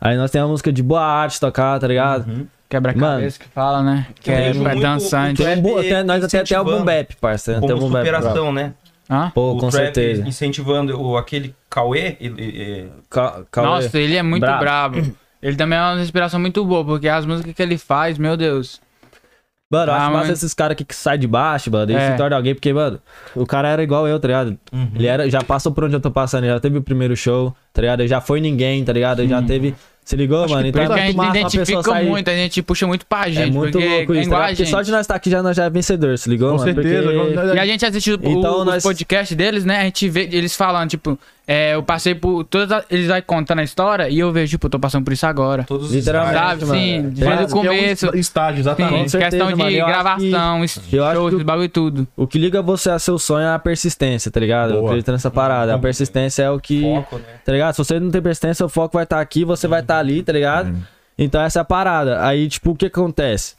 Aí nós temos a música de boate tocar, tá ligado? Que
Quebra-cabeça que fala, né? Que é
Tem
pra
muito-
dançante.
Trap
Tem um bo- tem- nós até até o
incentivando.
Boom Bap, parceiro. Tem
então
Como
o Boom Bap.
superação, né?
Hã?
Pô,
o
Oh, com
trap
certeza.
incentivando o, aquele Cauê. e- e- e-
Ca- Cauê.
Nossa, ele é muito
Brabo.
brabo. Ele também é uma inspiração muito boa, porque as músicas que ele faz, meu Deus.
Mano, eu
Ah,
acho massa
mas-
esses caras aqui que saem de baixo, mano, e
É.
se torna alguém, porque, mano, o cara era igual eu, tá ligado?
Uhum.
Ele era, já passou por onde eu tô passando, ele já teve o primeiro show, tá ligado? Ele já foi ninguém, tá ligado? Ele já teve. Se ligou, mano?
Por
Então
isso que a
muito
gente
massa uma
identifica
pessoa sair-
muito, a gente puxa muito pra
É
gente.
muito
porque
louco
é
isso, tá
igual a
ligado? Porque
gente.
só de nós estar aqui já, nós já é vencedor, se ligou,
Com
mano?
certeza.
Porque...
E a gente assiste o,
Então,
o,
nós-
os podcasts deles, né? A gente vê eles falando, tipo, é, eu passei por. Todas a- eles vai contando a história e eu vejo, tipo, eu tô passando por isso agora.
Todos os
Literalmente,
estágios.
Sabe, sim,
mano.
de-
É,
desde o
Tem algum
começo.
est- Estágio,
Sim,
exatamente.
Tá
certeza,
questão de
mano, eu acho
gravação,
eu acho
show,
que-
esse bagulho e tudo.
O que liga você a seu sonho é a persistência, tá ligado? Eu
Boa.
acredito nessa parada. A persistência é o que.
Foco, né?
Tá ligado? Se você não tem persistência, o foco vai estar aqui, você vai estar ali, tá ligado? Então essa é a parada. Aí, tipo, o que acontece?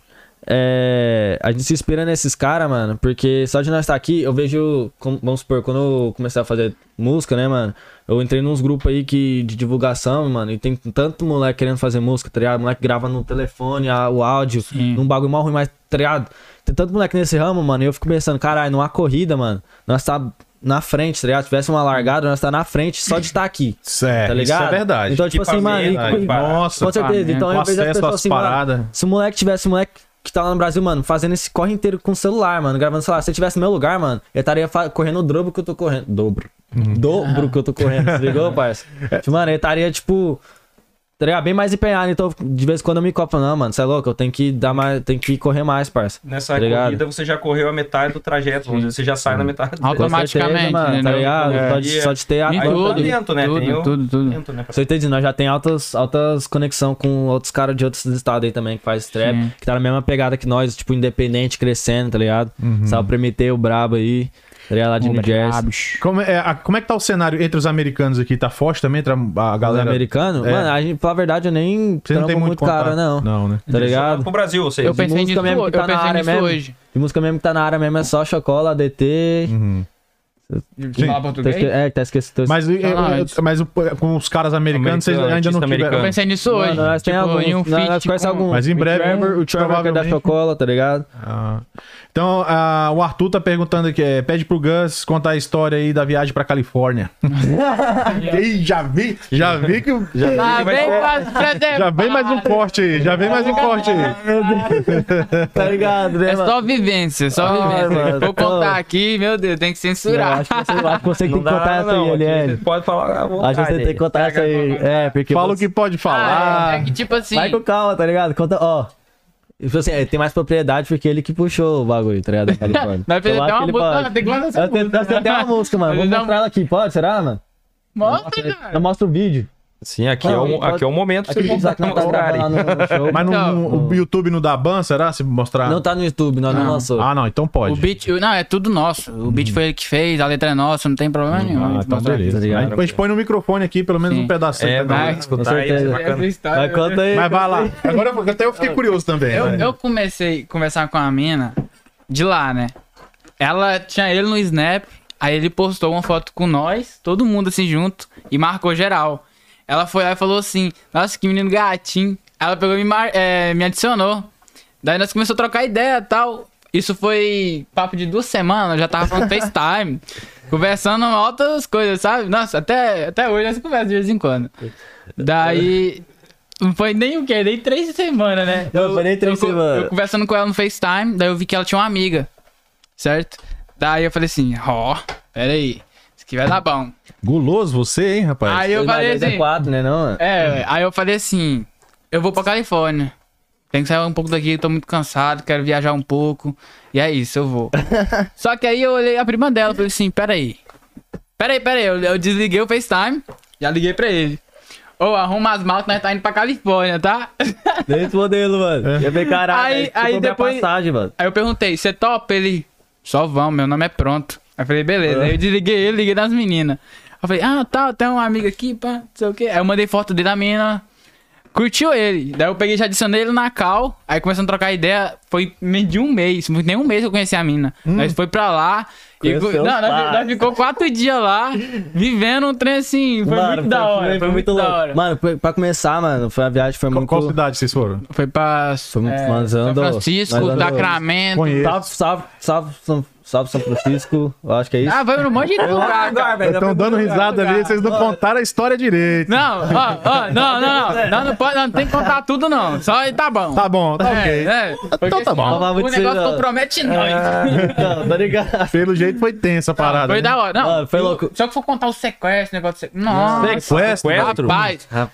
É, a gente se inspira nesses caras, mano, porque só de nós estar aqui, eu vejo, com- vamos supor, quando eu comecei a fazer música, né, mano? Eu entrei nos grupos aí que, de divulgação, mano, e tem tanto moleque querendo fazer música, tá ligado? Moleque grava no telefone a- o áudio, num bagulho mal ruim, mas, tá ligado? Tem tanto moleque nesse ramo, mano, e eu fico pensando, caralho, numa corrida, mano, nós tá na frente, tá ligado? Tivesse uma largada, nós tá na frente só de estar aqui.
Certo,
Tá
isso
ligado?
é verdade.
Então, tipo assim, mano, e-
Verdade.
e-
Nossa,
com certeza.
né?
Então
Com
eu vejo as
acesso
pessoas
às
assim, mano,
paradas.
se o moleque tivesse, o moleque que tá lá no Brasil, mano, fazendo esse corre inteiro com o celular, mano, gravando celular. Se eu tivesse no meu lugar, mano, eu estaria fa- correndo o dobro que eu tô correndo. Dobro.
Hum.
Dobro que eu tô correndo, se ligou, parça? Tipo, Mano, eu estaria, tipo, estaria bem mais empenhado. Então, de vez em quando eu me copo, não, mano, você é louco, eu tenho que dar mais, tenho que correr mais, parça.
Nessa
Tá ligado?
corrida você já correu a metade do trajeto, vamos dizer, você já sai na metade.
Com certeza,
Automaticamente,
mano, tá
entendeu?
ligado?
É.
Só, de, só de ter a
Em
Aí
tudo,
tá dentro, né?
tudo,
Tem o-
tudo, tudo.
Dentro, né?
Você entende? Nós já tem altas, altas conexão com outros caras de outros estados aí também que faz trap,
Sim.
que tá na mesma pegada que nós, tipo, independente, crescendo, tá ligado?
Uhum.
Salve Prometeu, brabo aí, tá ligado? Lá de New Jersey.
Como é, a- como é que tá o cenário entre os americanos aqui? Tá forte também entre a, a
Galera,
galera?
americano?
É.
Mano, a gente, pra verdade, eu nem
Você não tem muito, contato.
cara, não.
Não, né?
Tá ligado?
Pro Brasil, ou seja,
Eu pensei
música
nisso,
mesmo
ho-
que tá
eu
na
pensei
área
nisso
mesmo.
hoje.
De música mesmo que tá na área mesmo é só Chocola, ADT.
De
Tá
falar
esque...
português?
É, tá esquecido.
Uhum. Mas, eu- eu-
antes.
mas o- com os caras americanos, vocês
Americano,
ainda não
artista
tiveram.
Eu
americano.
pensei nisso hoje.
nós tem
tipo,
alguns.
em um
nós- nós
feat
conhece
com-
algum.
Mas em
O
breve,
Trevor, o Trevor que é da
provavelmente-
Chocola, tá ligado?
Ah. Então, ah, o Arthur tá perguntando aqui, é, pede pro Gus contar a história aí da viagem pra Califórnia. Ih, já vi, já vi que... Já,
Ah, vem pra- pra
já vem mais um corte aí, já vem mais um corte aí.
Tá ligado, né,
É só vivência, só
Ah,
vivência.
mano,
Vou contar
não.
aqui, meu Deus, tem que
Não,
censurar.
acho que você, acho que você que tem que contar essa aí, Eliane.
Pode falar à
Acho que
vontade.
você tem que contar essa aí. É, porque.
Fala o
você-
que pode
Ah,
falar.
é que tipo assim.
Vai com calma, tá ligado? Conta, ó. E, tipo assim, ele tem mais propriedade porque ele que puxou o bagulho, tá ligado? da Califórnia.
Nós fizemos
Eu acho
até uma
que ele
música,
pode.
tem que mandar essa
Eu tenho- Nós temos até uma música, mano.
Nós
Vamos
fizemos-
mostrar ela aqui, pode? Será, mano?
Mostra,
Eu
cara.
mostro o vídeo.
Sim, aqui é o, aqui é o momento
Aqui
que
o
vocês
Isaac não tá
mostrarem.
gravando lá no show.
Mas no,
Então-
o YouTube não dá ban, será? Se mostrar...
Não tá no YouTube, nós não, lançou.
Ah, não, então pode.
O beat, não, é tudo nosso. O beat
Hum.
foi ele que fez, a letra é nossa, não tem problema nenhum.
Ah,
Vamos
então
mostrar.
beleza.
Tá ligado?
Aí depois põe no microfone aqui, pelo menos
Sim.
um pedacinho.
É,
pra galera.
vai
Com
escutar aí,
certeza.
é bacana.
Mas conta aí.
Mas vai lá. Agora eu- até eu fiquei curioso também.
Eu,
né?
eu comecei a conversar com a mina de lá, né? Ela tinha ele no Snap, aí ele postou uma foto com nós, todo mundo assim junto, e marcou geral. Ela foi lá e falou assim: Nossa, que menino gatinho. Ela pegou e me, mar- eh, me adicionou. Daí nós começamos a trocar ideia e tal. Isso foi papo de duas semanas, eu já tava falando FaceTime, conversando altas coisas, sabe? Nossa, até, até hoje nós conversamos de vez em quando. Daí. Não foi nem o quê? Nem três semanas, né?
Não, foi nem três
eu, co-
semanas.
Eu conversando com ela no FaceTime, daí eu vi que ela tinha uma amiga, certo? Daí eu falei assim, ó, peraí, isso aqui vai dar bom.
Guloso você, hein, rapaz?
Aí eu
Dois mais
falei
dois é
assim,
quatro, né, não? mano?
é, aí eu falei assim, eu vou pra Califórnia. Tem que sair um pouco daqui, eu tô muito cansado, quero viajar um pouco. E é isso, eu vou. Só que aí eu olhei a prima dela, falei assim, peraí. Peraí, peraí, eu, eu desliguei o FaceTime, já liguei pra ele. Ô, arruma as malas que nós tá indo pra Califórnia, tá?
Desse modelo, mano. Eu falei, caralho.
Aí-
aí
aí
comprou minha
depois-
passagem, mano.
Aí eu perguntei, você topa? Ele, só vão, meu nome é pronto. Aí eu falei, beleza.
É.
Aí eu desliguei ele, liguei nas um meninas. Eu falei, ah, tá, tem uma amiga aqui, pá, não sei o quê. Aí eu mandei foto dele da menina. curtiu ele. Daí eu peguei, já adicionei ele na cal. Aí começamos a trocar ideia. Foi meio de um mês. Foi nem um mês que eu conheci a mina. Nós foi pra lá. E,
Hum. Conheceu
cu- não,
os
nós, nós
pais.
ficou quatro dias lá, vivendo um trem assim. Foi muito da hora. Foi, muito, da
um louco.
hora.
Mano, pra, pra começar, mano, foi a viagem foi
Qual,
muito.
qual cidade vocês foram?
Foi pra
Foi muito mano,
É, São
andou- nós
Francisco,
andou-
Sacramento.
Conheço.
Salve, salve, salve, São- salve São Francisco. Eu acho que é isso.
Ah, foi um monte de lugar, cara.
Estão dando risada ali, vocês não contaram a história direito.
Não, ó, ó, não, não, não, não, não, pode, não tem que contar tudo não, só aí tá bom.
Tá bom, tá ok.
É, é,
tá
porque
bom. É.
senão
Tava
O
muito
negócio
cedo.
compromete nós.
Não, tá ligado.
Pelo jeito foi tensa a parada.
Tá, Foi
né?
da hora, não.
Ah, foi louco.
Só que for contar o sequestro, o negócio do sequestro. Nossa,
Sequestro.
Sequestro?
rapaz. é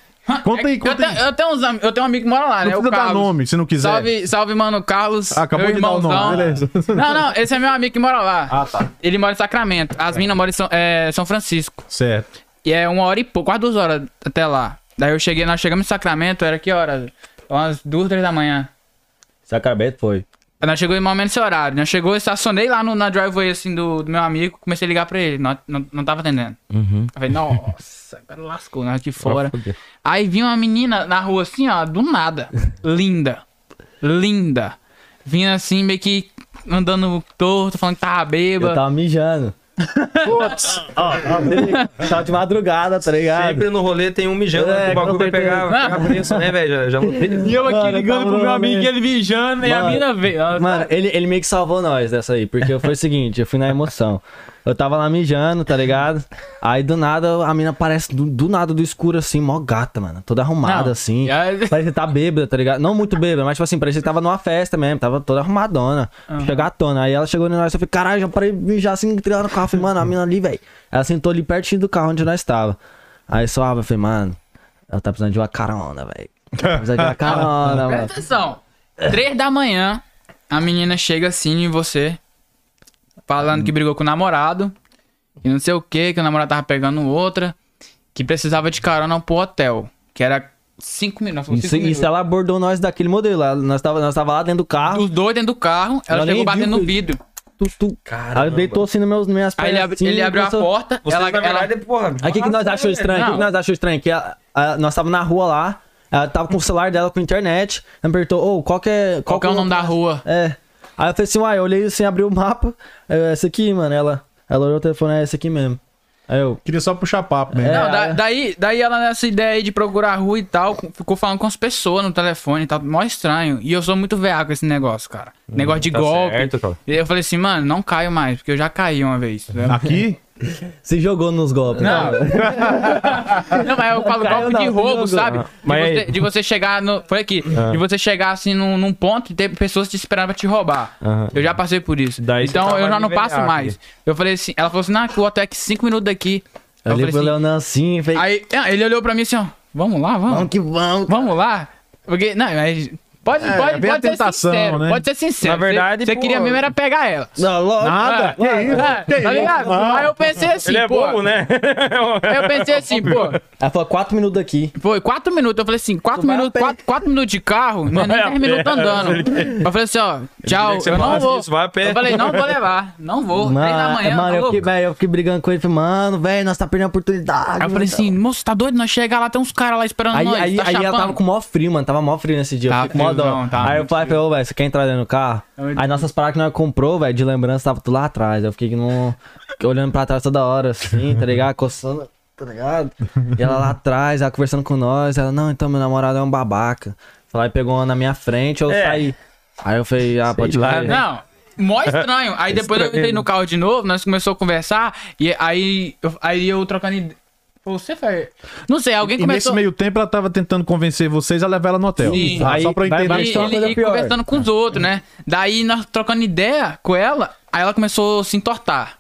Conta aí,
Eu
conta aí.
tenho, eu, tenho uns am- eu tenho um amigo que mora
Não
lá, né? O
precisa dar
Carlos.
nome, se não quiser.
Salve, salve, mano, Carlos.
Ah, acabou
meu
de dar o nome,
irmãozão.
beleza.
Não, não, esse é meu amigo que mora lá.
Ah, tá.
Ele mora em Sacramento. As minas moram em São, é, São Francisco.
Certo.
E é uma hora e pouco, quase duas horas até lá. Daí eu cheguei, nós chegamos em Sacramento, era que hora? Umas duas, três da manhã.
Sacramento foi.
Nós chegou em mais ou menos esse horário. Nós chegou, eu estacionei lá no, na driveway, assim, do, do meu amigo. Comecei a ligar pra ele. Não, não, não tava atendendo. Eu falei, nossa, agora lascou, nós aqui fora. Aí vinha uma menina na rua, assim, ó, do nada. Linda. Linda. Vinha assim, meio que andando torto, falando que tava
Eu
bêbada.
tava mijando.
Putz.
Ó, ó, dele- tava de madrugada, tá ligado?
Sempre no rolê tem um mijando,
É,
o bagulho
com
vai
certeza.
pegar, vai pegar preço, né, velho? Já, já
E eu aqui
Mano, eu
ligando
tava
pro
no
meu amigo,
momento.
ele mijando, e a
Mano,
mina veio. Ela-
Mano, ele, ele meio que salvou nós dessa aí, porque foi o seguinte, eu fui na emoção. Eu tava lá mijando, tá ligado? Aí do nada a mina aparece do, do nada do escuro assim, mó gata, mano. Toda arrumada
Não.
assim.
E aí-
Parece que tá bêbada, tá ligado? Não muito bêbada, mas tipo assim, parecia que tava numa festa mesmo. Tava toda arrumadona. Chegou gatona. Aí ela chegou em nós, eu falei, caralho, já parei de mijar assim, trilhando no carro. Eu Falei, mano, a mina ali, velho. Ela sentou ali pertinho do carro onde nós tava. Aí suave, eu falei, mano, ela tá precisando de uma carona, velho. Tá precisando de uma carona, mano.
Presta atenção. Três da manhã, a menina chega assim em você, falando que brigou com o namorado, e não sei o que, que o namorado tava pegando outra, que precisava de carona pro hotel, que era cinco minutos. nós falamos
Isso,
cinco
isso é
minutos.
ela abordou nós daquele modelo. ela- Nós tava, nós tava lá dentro do carro.
Os dois dentro do carro, ela
Ela
chegou
nem
batendo
viu
no
que-
vidro.
Tu, tu. Ela deitou assim nas meus- minhas
Aí ele,
pernas.
abri-
assim,
ele abriu a
começou-
porta,
Você,
ela,
na
ela,
verdade, porra.
Aí o que, que nós
massa,
achou
né,
estranho? O que, que
Não.
nós achou estranho? Que a- a- nós tava na rua lá, ela tava com o celular dela com internet. Ela me perguntou, ô, qual que é.
qual que é o nome da rua?
É. Aí eu falei assim, uai, eu olhei assim, abri o mapa. é, Essa aqui, mano. Ela, ela olhou o telefone, é essa aqui mesmo. Aí eu.
Queria só puxar papo, né?
Não,
É,
da-
é.
daí, daí ela nessa ideia aí de procurar a rua e tal, com- ficou falando com as pessoas no telefone e tal, mó estranho. E eu sou muito veaco com esse negócio, cara. negócio de
tá
golpe.
certo, cara.
E eu falei assim, mano, não caio mais, porque eu já caí uma vez. né?" entendeu?
Aqui?
Se jogou nos golpes. né?
Não. não, mas eu falo
Não caiu
golpe de
não,
roubo,
jogou.
sabe? De,
Mas
você,
aí- Ah.
de você chegar no. Foi aqui. De você chegar assim num, num ponto e ter pessoas te esperando pra te roubar. Eu já passei por isso.
Daí você
então
tá
eu já
mais
não passo
velhaco.
mais. Eu falei assim, ela falou assim, não, que o hotel é 5 minutos daqui.
Eu
Eu
olhei pro
falei assim,
Leonan assim, falei,
aí ah, ele olhou pra mim assim, ó, vamos lá, vamos.
vamos que vamos.
Vamos lá? Porque, não, mas. Pode,
É,
pode,
vem a
pode ser
tentação,
sincero,
né?
Pode ser sincero.
Na verdade,
você
pô-
queria mesmo era pegar ela.
Não, logo.
Nada. que isso?
Ah,
que
É. tá
isso? Ah.
ligado?
Não.
Aí eu pensei assim,
Ele é
pô.
bobo, né?
Eu pensei assim, pô,
Ela falou, quatro minutos daqui.
foi quatro minutos. Eu falei assim, quatro
Tu vai a
minutos,
pé.
quatro, quatro minutos de carro, não
Vai
é nem
a pé,
dez minutos andando.
não sei o
Eu falei assim, ó, tchau,
que você
eu não
falasse
vou.
isso, vai a pé.
Eu falei, não vou levar, não vou. Três da manhã,
mano,
tá
eu
louco?
fiquei, velho, eu fiquei brigando com ele, falei, mano, velho, nós tá perdendo a oportunidade.
Aí eu falei
mano.
assim, moço, tá doido? Nós chegar lá, tem uns caras lá esperando
Aí,
nós.
aí,
tá
aí ela
chapando.
tava com mó frio, mano. Tava mó frio nesse dia.
Tá
eu fiquei com mó dó.
friozão, tá
aí eu
muito
falei, ô, velho, você quer entrar dentro do carro?
Muito
Aí nossas paradas que nós comprou, velho, de lembrança, tava tudo lá atrás. Eu fiquei no... fiquei olhando pra trás toda hora, assim, tá ligado? Coçando, tá ligado? E ela lá atrás, ela conversando com nós. Ela, não, então meu namorado é um babaca. Falei, pegou uma na minha frente, eu
É.
saí. Aí eu falei, ah, pode
lá,
crer.
né?
Não, mó estranho. Aí depois
É
eu
Estranho.
entrei no carro de novo, nós começamos a conversar, e aí eu, aí eu trocando ideia. Você foi. Não sei,
E
alguém
nesse
começou.
meio tempo ela tava tentando convencer vocês a levar ela no hotel.
Sim.
Ah, só
Aí
pra eu
vai-
entender.
vai-
E,
Isso é uma
ele-
coisa
e
pior. É.
conversando com os outros, né? Daí nós trocando ideia com ela, aí ela começou a se entortar.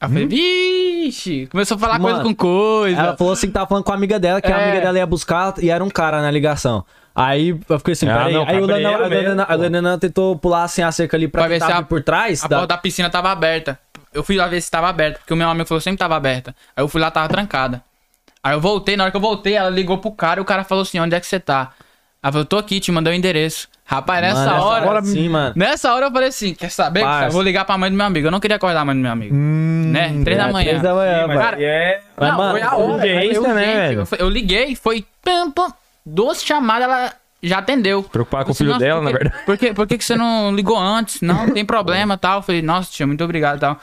Aí eu falei, vixe, começou a falar
Hum? Mano,
coisa com coisa.
Ela falou assim que tava falando com a amiga dela, que a
É.
amiga dela ia buscar e era um cara na ligação. Aí eu fiquei assim,
Ah,
peraí.
não,
aí o
cabreiro
Lenan- a
mesmo,
Lenan- a
pô.
Lenan tentou pular assim a cerca ali pra,
Pra ver
tentar
se a-
vir por trás.
A
da-
porta tá da piscina tava aberta. Eu fui lá ver se tava aberta, porque o meu amigo falou que sempre tava aberta. Aí eu fui lá, tava trancada. Aí eu voltei, na hora que eu voltei, ela ligou pro cara e o cara falou assim: onde é que você tá? Ela falou, tô aqui, te mandei o endereço. Rapaz, nessa
Mano, nessa
hora.
hora, sim, mano.
Nessa hora eu falei assim: quer saber?
Parça.
Eu vou ligar pra mãe do meu amigo. Eu não queria acordar a mãe do meu amigo. né? Três da
É,
manhã.
três da manhã,
Mas
mano.
Cara,
é.
Mas, mano,
foi a hora.
urgência,
eu,
né,
gente,
velho?
eu, eu liguei, foi. Pam, pam. duas chamadas ela já atendeu.
Preocupada com o
Eu falei,
filho dela,
"Nossa, por
na
que-
verdade."
Por que, por que, que você não ligou antes? Não, não tem problema tal. Eu falei, nossa, tia, muito obrigado tal.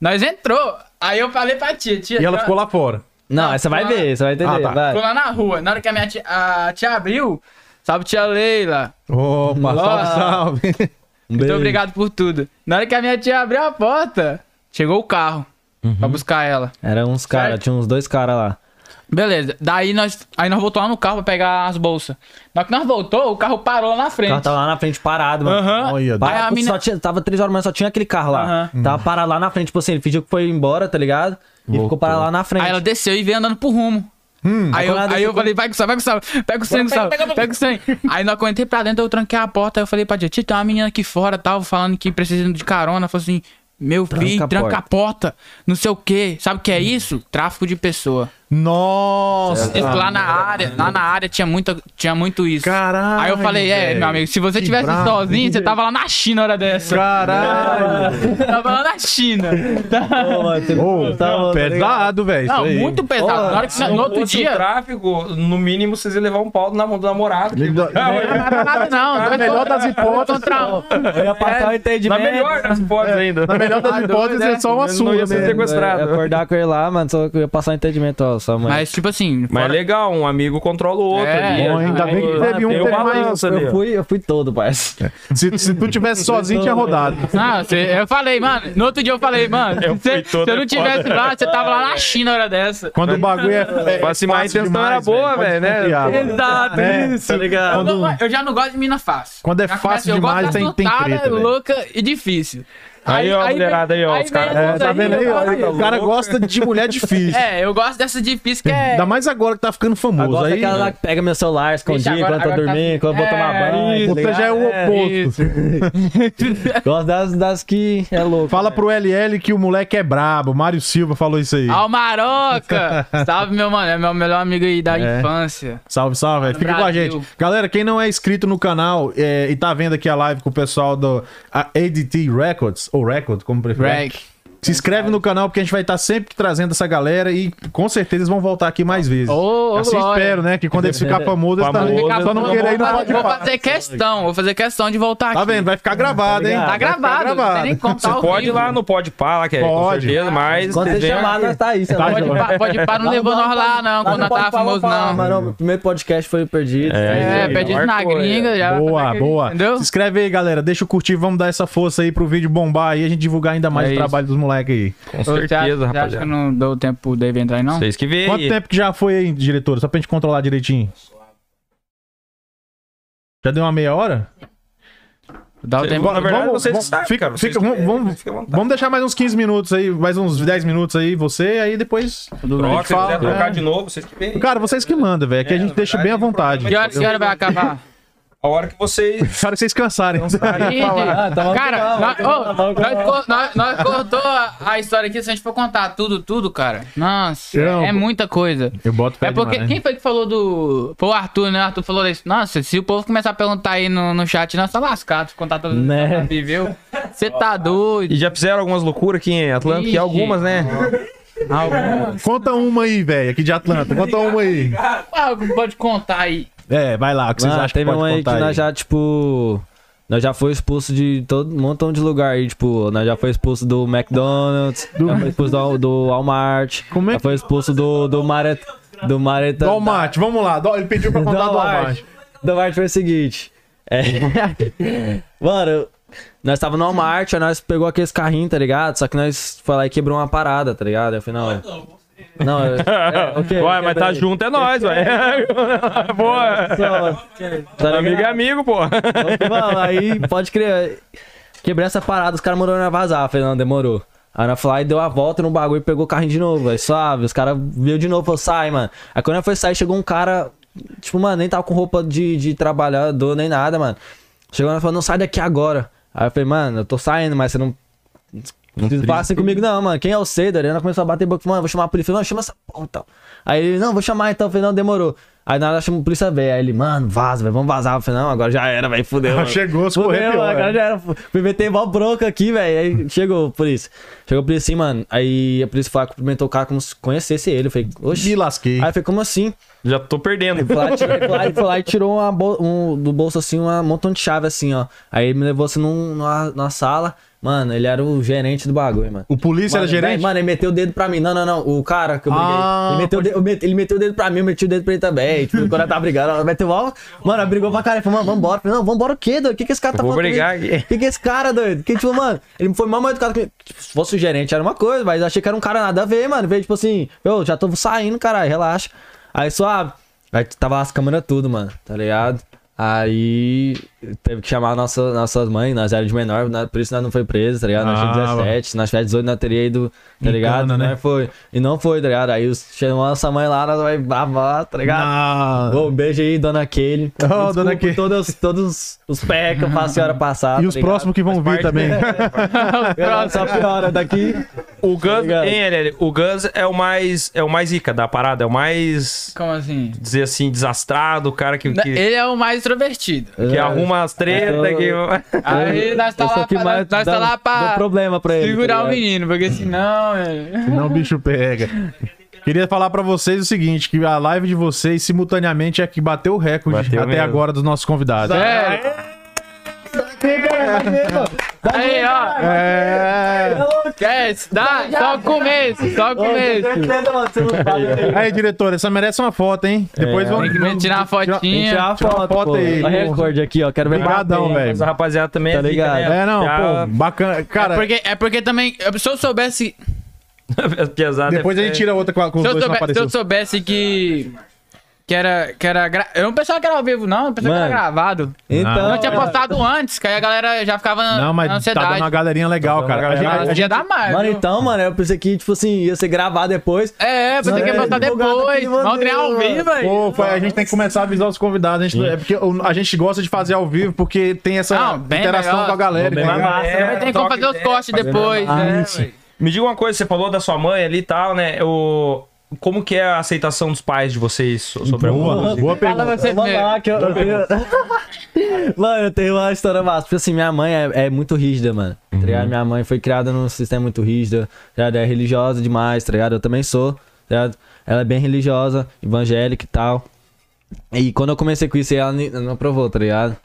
Nós entrou. Aí eu falei pra tia, tia.
E ela
tá-
ficou lá fora.
Não, essa vai ver, você vai entender.
Ah, tá.
vai.
Ficou lá na rua. Na hora que a minha tia, a tia abriu, salve tia Leila.
Opa,
Nossa.
salve, salve.
Um
Muito
beijo.
obrigado por tudo. Na hora que a minha tia abriu a porta, chegou o carro
Uhum.
pra buscar ela.
Era uns caras,
Certo.
tinha uns dois caras lá.
Beleza. Daí nós, aí nós voltamos lá no carro pra pegar as bolsas. Na hora que nós voltou, o carro parou lá na
O
frente.
carro tava lá na frente parado, mano.
Aham.
Olha,
Para-
Aí a
putz,
mina-
só tinha, tava três horas, mas só tinha aquele carro lá. Tava parado lá na frente. Tipo assim, ele pediu que foi embora, tá ligado? E ficou parado lá na frente.
Aí ela desceu e veio andando pro rumo. aí eu,
quando ela
aí
desceu,
eu falei, vai Gustavo, vai Gustavo, pega o Gustavo, Gustavo, pega o Gustavo. Aí nós correntei pra dentro, eu tranquei a porta, aí eu falei pra tia, tia, tem uma menina aqui fora, tal, falando que precisa de carona. Ela Falou assim, meu filho,
a
tranca a porta, não sei o quê. Sabe o que é isso? Tráfico de pessoa.
Nossa.
lá na área, lá na área tinha muito, tinha muito isso.
Caralho,
Aí eu falei, é,
velho,
meu amigo, se você
que
tivesse
brabo,
sozinho, você
velho."
tava lá na China na hora dessa.
Caralho.
tava lá na tá China.
Ô, mano, você-
Ô,
tá, mano, tá ligado?
pesado, velho. isso
Não,
aí.
muito pesado.
Porra,
na hora que, no outro
Fosse o
dia,
tráfego, no mínimo, vocês iam levar um pau na mão do namorado. tipo, tá,
Ele dá- né?
Não, é nada não.
Na
dois
melhor
contra-
das hipóteses,
contra um.
Eu ia passar o
Na
entendimento.
tá melhor das hipóteses ainda.
Na É, tá melhor das hipóteses,
né?
é só uma
Não ia
surra
ser
mesmo.
sequestrado.
Eu ia é, acordar com ele lá, mano, só que eu ia passar o entendimento, ó, sua mãe.
Mas, tipo assim,
Mas é
fora-
legal, um amigo controla o outro.
É.
ali,
Bom,
ainda
ajuda o
bem que
outro.
teve um,
Tem
teve
uma
é
mais-
balança ali,
eu
ó.
fui, eu fui todo, parceiro.
Se, se tu tivesse sozinho, tinha rodado.
Não, cê- eu falei, mano. No outro dia eu falei, mano,
Eu
se
fui
se eu
todo
não tivesse lá, você tava lá na China na hora dessa.
Quando o bagulho é. é
Mas, assim, mas a
fácil
intenção era boa,
pode
velho, né?
desconfiar, mano.
Exato,
É, tá ligado?
Eu, não-
Quando-
eu já não gosto de mina fácil.
Quando é
Já
fácil
eu gosto
demais,
da
tem- tem
surtada,
treta, velho.
louca e difícil.
Aí, ó, a mulherada aí, ó, os caras-
É, tá vendo aí?
eu gosto-
O cara gosta de mulher difícil.
É, eu gosto dessa difícil que é.
Ainda mais agora que tá ficando famoso.
Agora é
Aí, né?
aquela lá que pega meu celular escondido
Vixe, agora-
enquanto eu
agora tá-
dormir, enquanto eu vou tomar
É,
banho. tá
você
ligado?
já é o
isso.
oposto.
Gosto das, das que é louco.
Fala pro LL que o moleque é brabo. Mário Silva falou isso aí.
Ó, o Maroca! Salve, meu mano. É meu melhor amigo aí da
É.
infância.
Salve, salve. velho. Fica com a
Brasil.
gente. Galera, quem não é inscrito no canal é, e tá vendo aqui a live com o pessoal do a ADT Records, ou Record, como preferir.
Rec.
Se inscreve no canal porque a gente vai estar sempre trazendo essa galera e com certeza eles vão voltar aqui mais vezes.
Ô, ô,
assim
glória.
espero, né? Que quando eles ficar famosos, eles
Famoso,
tá... só não
Vou
querer aí não
fazer-
pode
Vou
falar.
fazer questão, vou fazer questão de voltar aqui.
Tá vendo? Vai ficar gravado, hein?
Tá
Vai ficar
gravado, não tem nem como, tá ao
Pode ir
vivo.
lá no Pode Pá, lá, que é com
Pode.
certeza, mas.
Quando você
é
vem
chamar,
um-
aqui.
nós tá aí, você
Tá,
vai.
Pode parar, pode parar, não levou nós lá, não, quando nós tava famoso, não.
Mano, meu primeiro podcast foi o perdido. tá
É,
Aí,
perdido na
marcou,
gringa já. né,
Boa, boa.
Entendeu?
Se inscreve aí, galera. Deixa o curtir, vamos dar essa força aí pro vídeo bombar aí e a gente divulgar ainda mais
É
o
isso.
trabalho dos moleques aí.
Com
Ô, você acha-
certeza,
você acha que
rapaziada.
não deu tempo pro Dave entrar aí, não?
Vocês que veem.
Quanto
aí.
tempo que já foi aí, diretor? Só pra gente controlar direitinho. Já deu uma meia hora?
Dá o tempo.
Na verdade,
Vamos-
vocês
vamos-
sabem,
fica-
cara. Vocês
fica- um-
que veem,
vamos-
fica à vontade.
Vamos deixar mais uns 15 minutos aí, mais uns 10 minutos aí, você, aí depois.
Troca, se
fala,
quiser trocar
é.
de novo, vocês que veem.
Cara, vocês que mandam, velho. Aqui
É,
a gente
na
deixa
verdade,
bem à
o problema
vontade.
Que hora, que hora vai acabar?
A hora que vocês.
Cara, vocês cansarem.
Ih,
tava
Cara,
legal,
nós-
tava
ô,
legal, tava
nós co- nós- nós cortou a- a história aqui, se a gente for contar tudo, tudo, cara. Nossa,
Não,
é muita coisa.
Eu boto fé
É porque
demais. né?
quem foi que falou do. Foi o Arthur, né? O Arthur falou isso. Nossa, se o povo começar a perguntar aí no, no chat, nós tá lascado contar todas as
Né?
histórias que viveu. Você tá doido.
E já fizeram algumas loucuras aqui em Atlanta, que
Ixi.
algumas, né?
Algo,
Conta uma aí, velho, aqui de Atlanta. Conta uma aí.
algo Ah, pode contar aí.
É, vai lá, o que vocês
Mano,
acham que
teve um
pode
aí que
contar aí?
nós já, tipo. Nós já foi expulso de todo um montão de lugar aí, tipo, nós já foi expulso do McDonald's, já foi expulso do, do Walmart,
Como é
já
que-
foi expulso do, do Mareta. Do Mareta.
Do Almate, vamos lá. Do- Ele pediu pra
Do
contar do
Walmart.
Almate.
Do Walmart foi o seguinte. É... Mano, nós tava no Walmart, aí nós pegou aqueles carrinhos, tá ligado? Só que nós foi lá e quebrou uma parada, tá ligado? Eu falei, não. Não, eu... é, ok,
Ué, mas tá
quebrei.
junto é nós, ué. Boa.
Só- Tá
Amigo é
ligado?
amigo, pô.
Mano, aí pode crer. Quebrei essa parada, os caras mandaram nós vazar. Falei, não, demorou. Aí nós foi lá e deu a volta no bagulho e pegou o carrinho de novo, velho. Suave, os caras veio de novo, falou, sai, mano. Aí quando nós foi sair, chegou um cara, tipo, mano, nem tava com roupa de, de trabalhador nem nada, mano. Chegou e falou, não sai daqui agora. Aí eu falei, mano, eu tô saindo, mas você não. Não fala assim comigo, não, mano. Quem é o Cedar? Aí nós começou a bater boca, mano, vou chamar a polícia. Eu Falei, não, chama essa porra, tal. Aí ele, não, vou chamar então. Eu Falei, não, demorou. Aí na hora chama a polícia velha. Aí ele, mano, vaza, velho, vamos vazar. Eu falei, não, agora já era, velho, fudeu. mano.
Chegou, se correr,
Fudeu,
pior,
agora
né?
já era. O inventei mó bronca aqui, velho. Aí chegou a polícia. Chegou a polícia assim, mano. Aí a polícia foi lá, cumprimentou o cara como se conhecesse ele. Eu falei, oxe.
Me lasquei.
Aí eu falei, como assim?
Já tô perdendo.
Foi lá, tirou- foi lá- foi lá e tirou uma bol- um- do bolso assim um montão de chave assim, ó. Aí ele me levou assim num- numa, numa sala. Mano, ele era o gerente do bagulho, mano.
O polícia era
mano,
gerente?
velho, Mano, ele meteu o dedo pra mim. Não, não, não. O cara que eu briguei.
Ah,
ele, meteu o dedo- eu met- ele meteu o dedo pra mim, eu meti o dedo pra ele também. Tipo, quando ela tava brigando, ela meteu mal. Mano, ela brigou pra cara. Ele falou, mano, vambora. Eu falei, não, vambora o quê, doido? O que, que esse cara tá
Vou
falando?
brigar
comigo?
aqui.
O que, que esse cara, doido? Que, tipo, mano, ele foi mal mais educado que. Tipo, se fosse o gerente, era uma coisa, mas eu achei que era um cara nada a ver, mano. Veio, tipo assim, eu já tô saindo, caralho, relaxa. Aí suave. Aí tava as câmeras tudo, mano, tá ligado? Aí teve que chamar nossa, nossas mães, nós éramos de menor, nós- por isso nós não foi preso, tá ligado? Nós
Ah,
tínhamos 17, nós tivemos 18, nós teria ido, tá
Em
ligado?
cana, né?
Nós foi. E não foi, tá ligado? Aí os- chamou nossa mãe lá, nós vai bravar, tá ligado?
Ah,
Ô, um beijo aí, dona Kelly.
Ô,
Desculpa
dona Kelly.
Todos, todos os pés que eu faço a senhora passar.
e
tá
os
ligado?
próximos que vão vir
parte
também.
Eu só piora daqui.
O Guns,
Tá ligado?
hein, LL? O Guns é o mais é o mais rica da parada, é o mais
Como assim?
dizer assim desastrado, o cara que
Na-
que,
Ele é o mais introvertido.
que arruma as tretas
Então, Eu-
que
Aí nós tá
Eu sou
lá
o que
pra,
mais
nós tá
dá- um-
lá
dá
pra
problema pra ele.
segurar
tá
o
ligado?
menino, porque senão. é-
Senão o bicho pega. Queria falar pra vocês o seguinte, que a live de vocês simultaneamente é a que bateu o recorde
Bateu
até
mesmo.
agora dos nossos convidados.
Sério? Aí, ó.
É.
Quer se dá? Só o começo, só É o
Ô,
começo.
você entenda, mano, você não fala aí.
É. Aí, diretor, essa merece uma foto, hein?
É.
Depois vamos.
Tem que tirar uma
Tem que tirar
fotinha.
a
Tira uma
foto,
foto
pô.
aí.
Olha o recorde aqui, ó. Quero ver
Obrigadão,
bater.
velho.
Mas a rapaziada também né?
Tá
rica,
ligado?
É, não,
Já-
pô, bacana. Cara,
É porque, é porque também, se eu soubesse
As piazadas é-
depois a gente tira outra com, a- com os
Se eu,
dois que não
soube- se
apareceu.
eu soubesse que. Que era. Que era gra- Eu não pensava que era ao vivo, não. Eu pensava
Mano.
que era gravado.
Então,
Não,
Eu tinha postado antes, que aí a galera já ficava na,
Não, mas
na
tá dando
ansiedade.
uma galerinha legal, cara. A gente-
Mas
a gente-
ia dar mais.
Mano,
viu?
então, mano, eu pensei que, tipo assim, ia ser gravar depois.
É, é, pensei que ia
Mano,
postar
advogado aqui
depois.
mandou,
Vamos treinar ao
mano.
vivo, velho.
Pô, foi- a gente tem que começar a avisar os convidados. A gente, é porque o- a gente gosta de fazer ao vivo porque tem essa
Não, bem
interação
melhor.
com a né? galera.
Bem
entendeu?
melhor.
É,
Também tem como
troca
fazer os
ideia,
cortes
fazer
depois,
nada.
né?
Ah, sim.
velho?
Me diga uma coisa, você falou da sua mãe ali e tal, né? O... Como que é a aceitação dos pais de vocês so- sobre a
Boa,
música?
boa
Fala
pergunta.
você
Vamos
mesmo.
lá, que eu, eu tenho... Mano, eu tenho uma história massa. Porque assim, minha mãe é, é muito rígida, mano. Tá ligado? Minha mãe foi criada num sistema muito rígido. Tá ligado? É religiosa demais, tá ligado? Eu também sou, tá ligado? Ela é bem religiosa, evangélica e tal. E quando eu comecei com isso, aí, ela ni- não aprovou, tá ligado?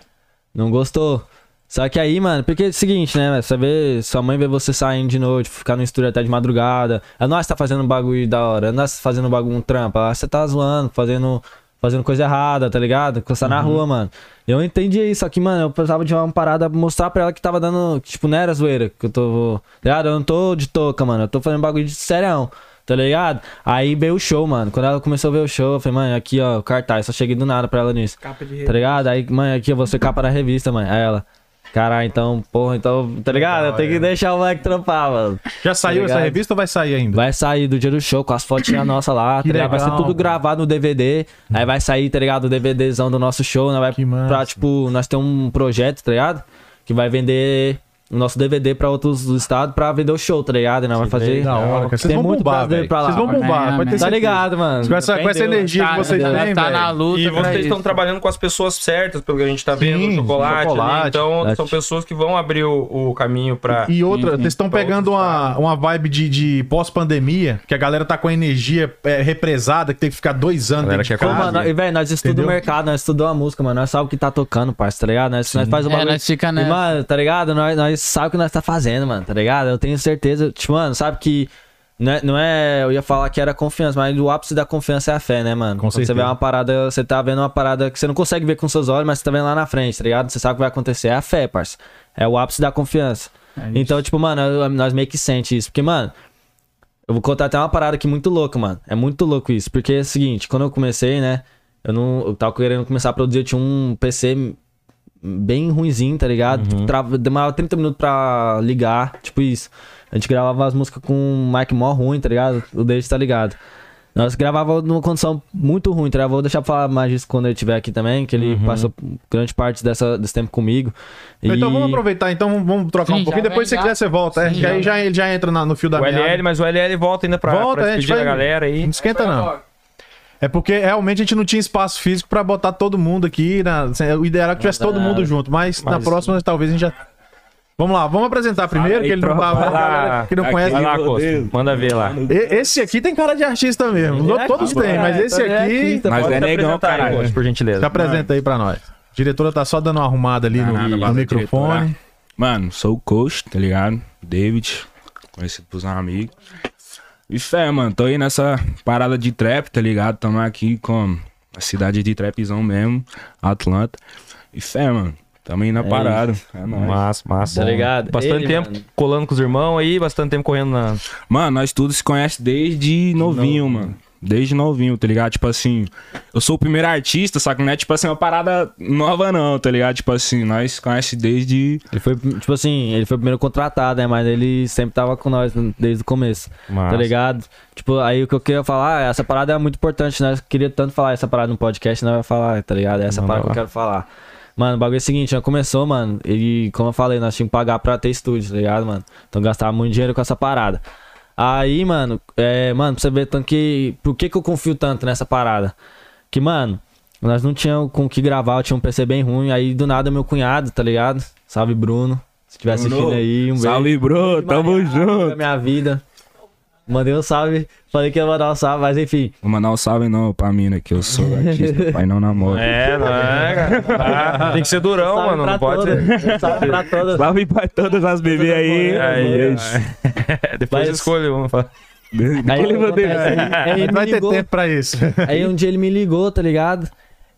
Não gostou. Só que aí, mano, porque é o seguinte, né? velho? Você vê, sua mãe vê você saindo de noite, ficar no estúdio até de madrugada. Ela, nossa, tá fazendo um bagulho da hora. Nossa, fazendo um bagulho, um trampa. Ah, Você tá zoando, fazendo, fazendo coisa errada, tá ligado? Você tá na rua, mano. Eu entendi isso, só que, mano, eu precisava de uma parada pra mostrar pra ela que tava dando, que, tipo, não era zoeira. Que eu tô, tá ligado? Eu não tô de touca, mano. Eu tô fazendo bagulho de serião. Tá ligado? Aí veio o show, mano. Quando ela começou a ver o show, eu falei, mano, aqui, ó, o cartaz. Só cheguei do nada pra ela nisso. Tá ligado? Aí, mãe, aqui eu vou ser capa da revista, mãe. Aí ela. Caralho, então, porra, então, tá ligado? Eu tenho que deixar o moleque trampar, mano.
Já saiu essa
ligado?
revista ou vai sair ainda?
Vai sair do dia do show com as fotinhas nossas lá, tá
Que
ligado? Vai ser
legal,
tudo
mano.
gravado no DVD. Aí vai sair, tá ligado? O DVDzão do nosso show. Né? Vai
Que massa.
pra, tipo, nós temos um projeto, tá ligado? Que vai vender o nosso DVD pra outros estados pra vender o show, tá ligado? E nós vai fazer.
Da hora, cara. Vocês
Tem
vão
muito
bombar,
brasileiro
velho.
pra lá,
Vocês vão
mano.
bombar,
É,
pode ter
mano.
Tá
certeza.
ligado, mano? né?
Com essa, com essa
Entendeu?
energia
Tá,
que vocês
tá
têm,
na
velho.
luta.
E
pra
vocês
isso.
estão trabalhando com as pessoas certas, pelo que a gente tá vendo,
Sim,
o chocolate,
chocolate.
ali. Então,
Chocolate.
são pessoas que vão abrir o, o caminho pra...
E outra, vocês estão
Pra
pegando
outros
uma, uma vibe de, de pós-pandemia, que a galera tá com a energia é, represada, que tem que ficar dois anos
Galera
dentro de
quer
Pô,
casa.
mano, e velho, nós estudamos
Entendeu?
o mercado, nós estudamos a música, mano. Nós sabemos o que tá tocando, parça, tá ligado? Nós, nós faz o
É,
bagulho.
nós fica
E,
nessa.
mano, tá ligado? Nós, nós sabemos o que nós tá fazendo, mano, tá ligado? Eu tenho certeza. Tipo, mano, sabe que. Não é, não é- eu ia falar que era confiança, mas o ápice da confiança é a fé, né, mano?
Com
Quando você vê
certeza.
uma parada, você tá vendo uma parada que você não consegue ver com seus olhos, mas você tá vendo lá na frente, tá ligado? Você sabe o que vai acontecer, é a fé, parça. É o ápice da confiança.
É
então, tipo, mano, eu- nós meio que sente isso, porque, mano, eu vou contar até uma parada aqui muito louca, mano. É muito louco isso. Porque é o seguinte, quando eu comecei, né? Eu não. Eu tava querendo começar a produzir, eu tinha um PC bem ruinzinho, tá ligado?
Uhum.
Trava- demorava 30 minutos pra ligar, tipo isso. A gente gravava as músicas com um mic mó ruim, tá ligado? O David tá ligado. Nós gravava numa condição muito ruim, tá ligado? Vou deixar pra falar mais disso quando ele estiver aqui também, que
Uhum.
ele passou grande parte dessa, desse tempo comigo.
Então
E-
vamos aproveitar, então vamos- vamos trocar
Sim,
um
já
pouquinho.
vai
Depois, se
já.
quiser, você volta. é,
Sim,
que aí
já.
já, ele já entra na- no fio da
O LL,
meada.
mas o LL volta ainda pra,
Volta,
pra
a gente
despedir
vai-
da galera aí.
Não esquenta, não. É porque realmente a gente não tinha espaço físico pra botar todo mundo aqui. na- O ideal era que tivesse todo mundo junto, mas, na
Mas-
próxima talvez a gente já. Vamos lá, vamos apresentar primeiro, que ele não
tropa, vai lá.
tá. Que não conhece.
Vai lá, Costa.
Deus.
Manda ver lá.
E- Esse aqui tem cara de artista mesmo. Todos têm,
É,
mas esse tá aqui. tá
Mas é negão, caralho.
Por
Se
gentileza.
apresenta aí pra nós. A diretora tá só dando uma arrumada ali no,
Nada,
no
bala,
microfone.
diretora. Mano, sou o coach, tá ligado? David, conhecido um pros amigos. Isso é, mano, tô aí nessa parada de trap, tá ligado? Tamo aqui com a cidade de trapzão mesmo, Atlanta. Isso é, mano, tamo aí na parada. É nóis.
Massa, massa.
Tá ligado?
Bastante
Ele,
tempo
mano.
colando com os irmãos aí, bastante tempo correndo na.
Mano, nós tudo se conhece desde novinho, mano. Desde novinho, tá ligado? Tipo assim, eu sou o primeiro artista, saca? Não é tipo assim uma parada nova, não, tá ligado? Tipo assim, nós se conhece desde.
Ele foi, tipo assim, ele foi o primeiro contratado, né? Mas ele sempre tava com nós desde o começo.
Massa.
Tá ligado? Tipo, aí o que eu queria falar, essa parada é muito importante, né? Eu queria tanto falar essa parada no podcast, não vai falar, tá ligado? É essa
Manda
parada que
lá.
eu quero falar. Mano, o bagulho é o seguinte, já começou, mano. E como eu falei, nós tínhamos que pagar pra ter estúdio, tá ligado, mano? Então gastava muito dinheiro com essa parada. Aí, mano, é, mano, pra você ver tanto que. Por que, que eu confio tanto nessa parada? Que, mano, nós não tínhamos com o que gravar, eu tinha um PC bem ruim. Aí do nada meu cunhado, tá ligado? Salve, Bruno. Se tiver assistindo aí, um beijo.
Salve, bro, tamo
Maria,
junto.
da minha vida. Mandei um salve, falei que ia mandar um salve, mas enfim.
Vou mandar um salve não pra mina, que eu sou artista, pai não namora.
É, não é, cara. Ah, Tem que ser durão,
salve
mano.
pra
Não pode
todas,
ser.
um salve pra todas.
Salve pra todas as bebês aí.
Aí,
Isso.
aí. Depois
Mas-
escolhe um.
Aí,
Ele mandou-
acontece, aí, aí
né?
Não
ele me
vai ter
ligou,
tempo pra isso.
aí um dia ele me ligou, tá ligado?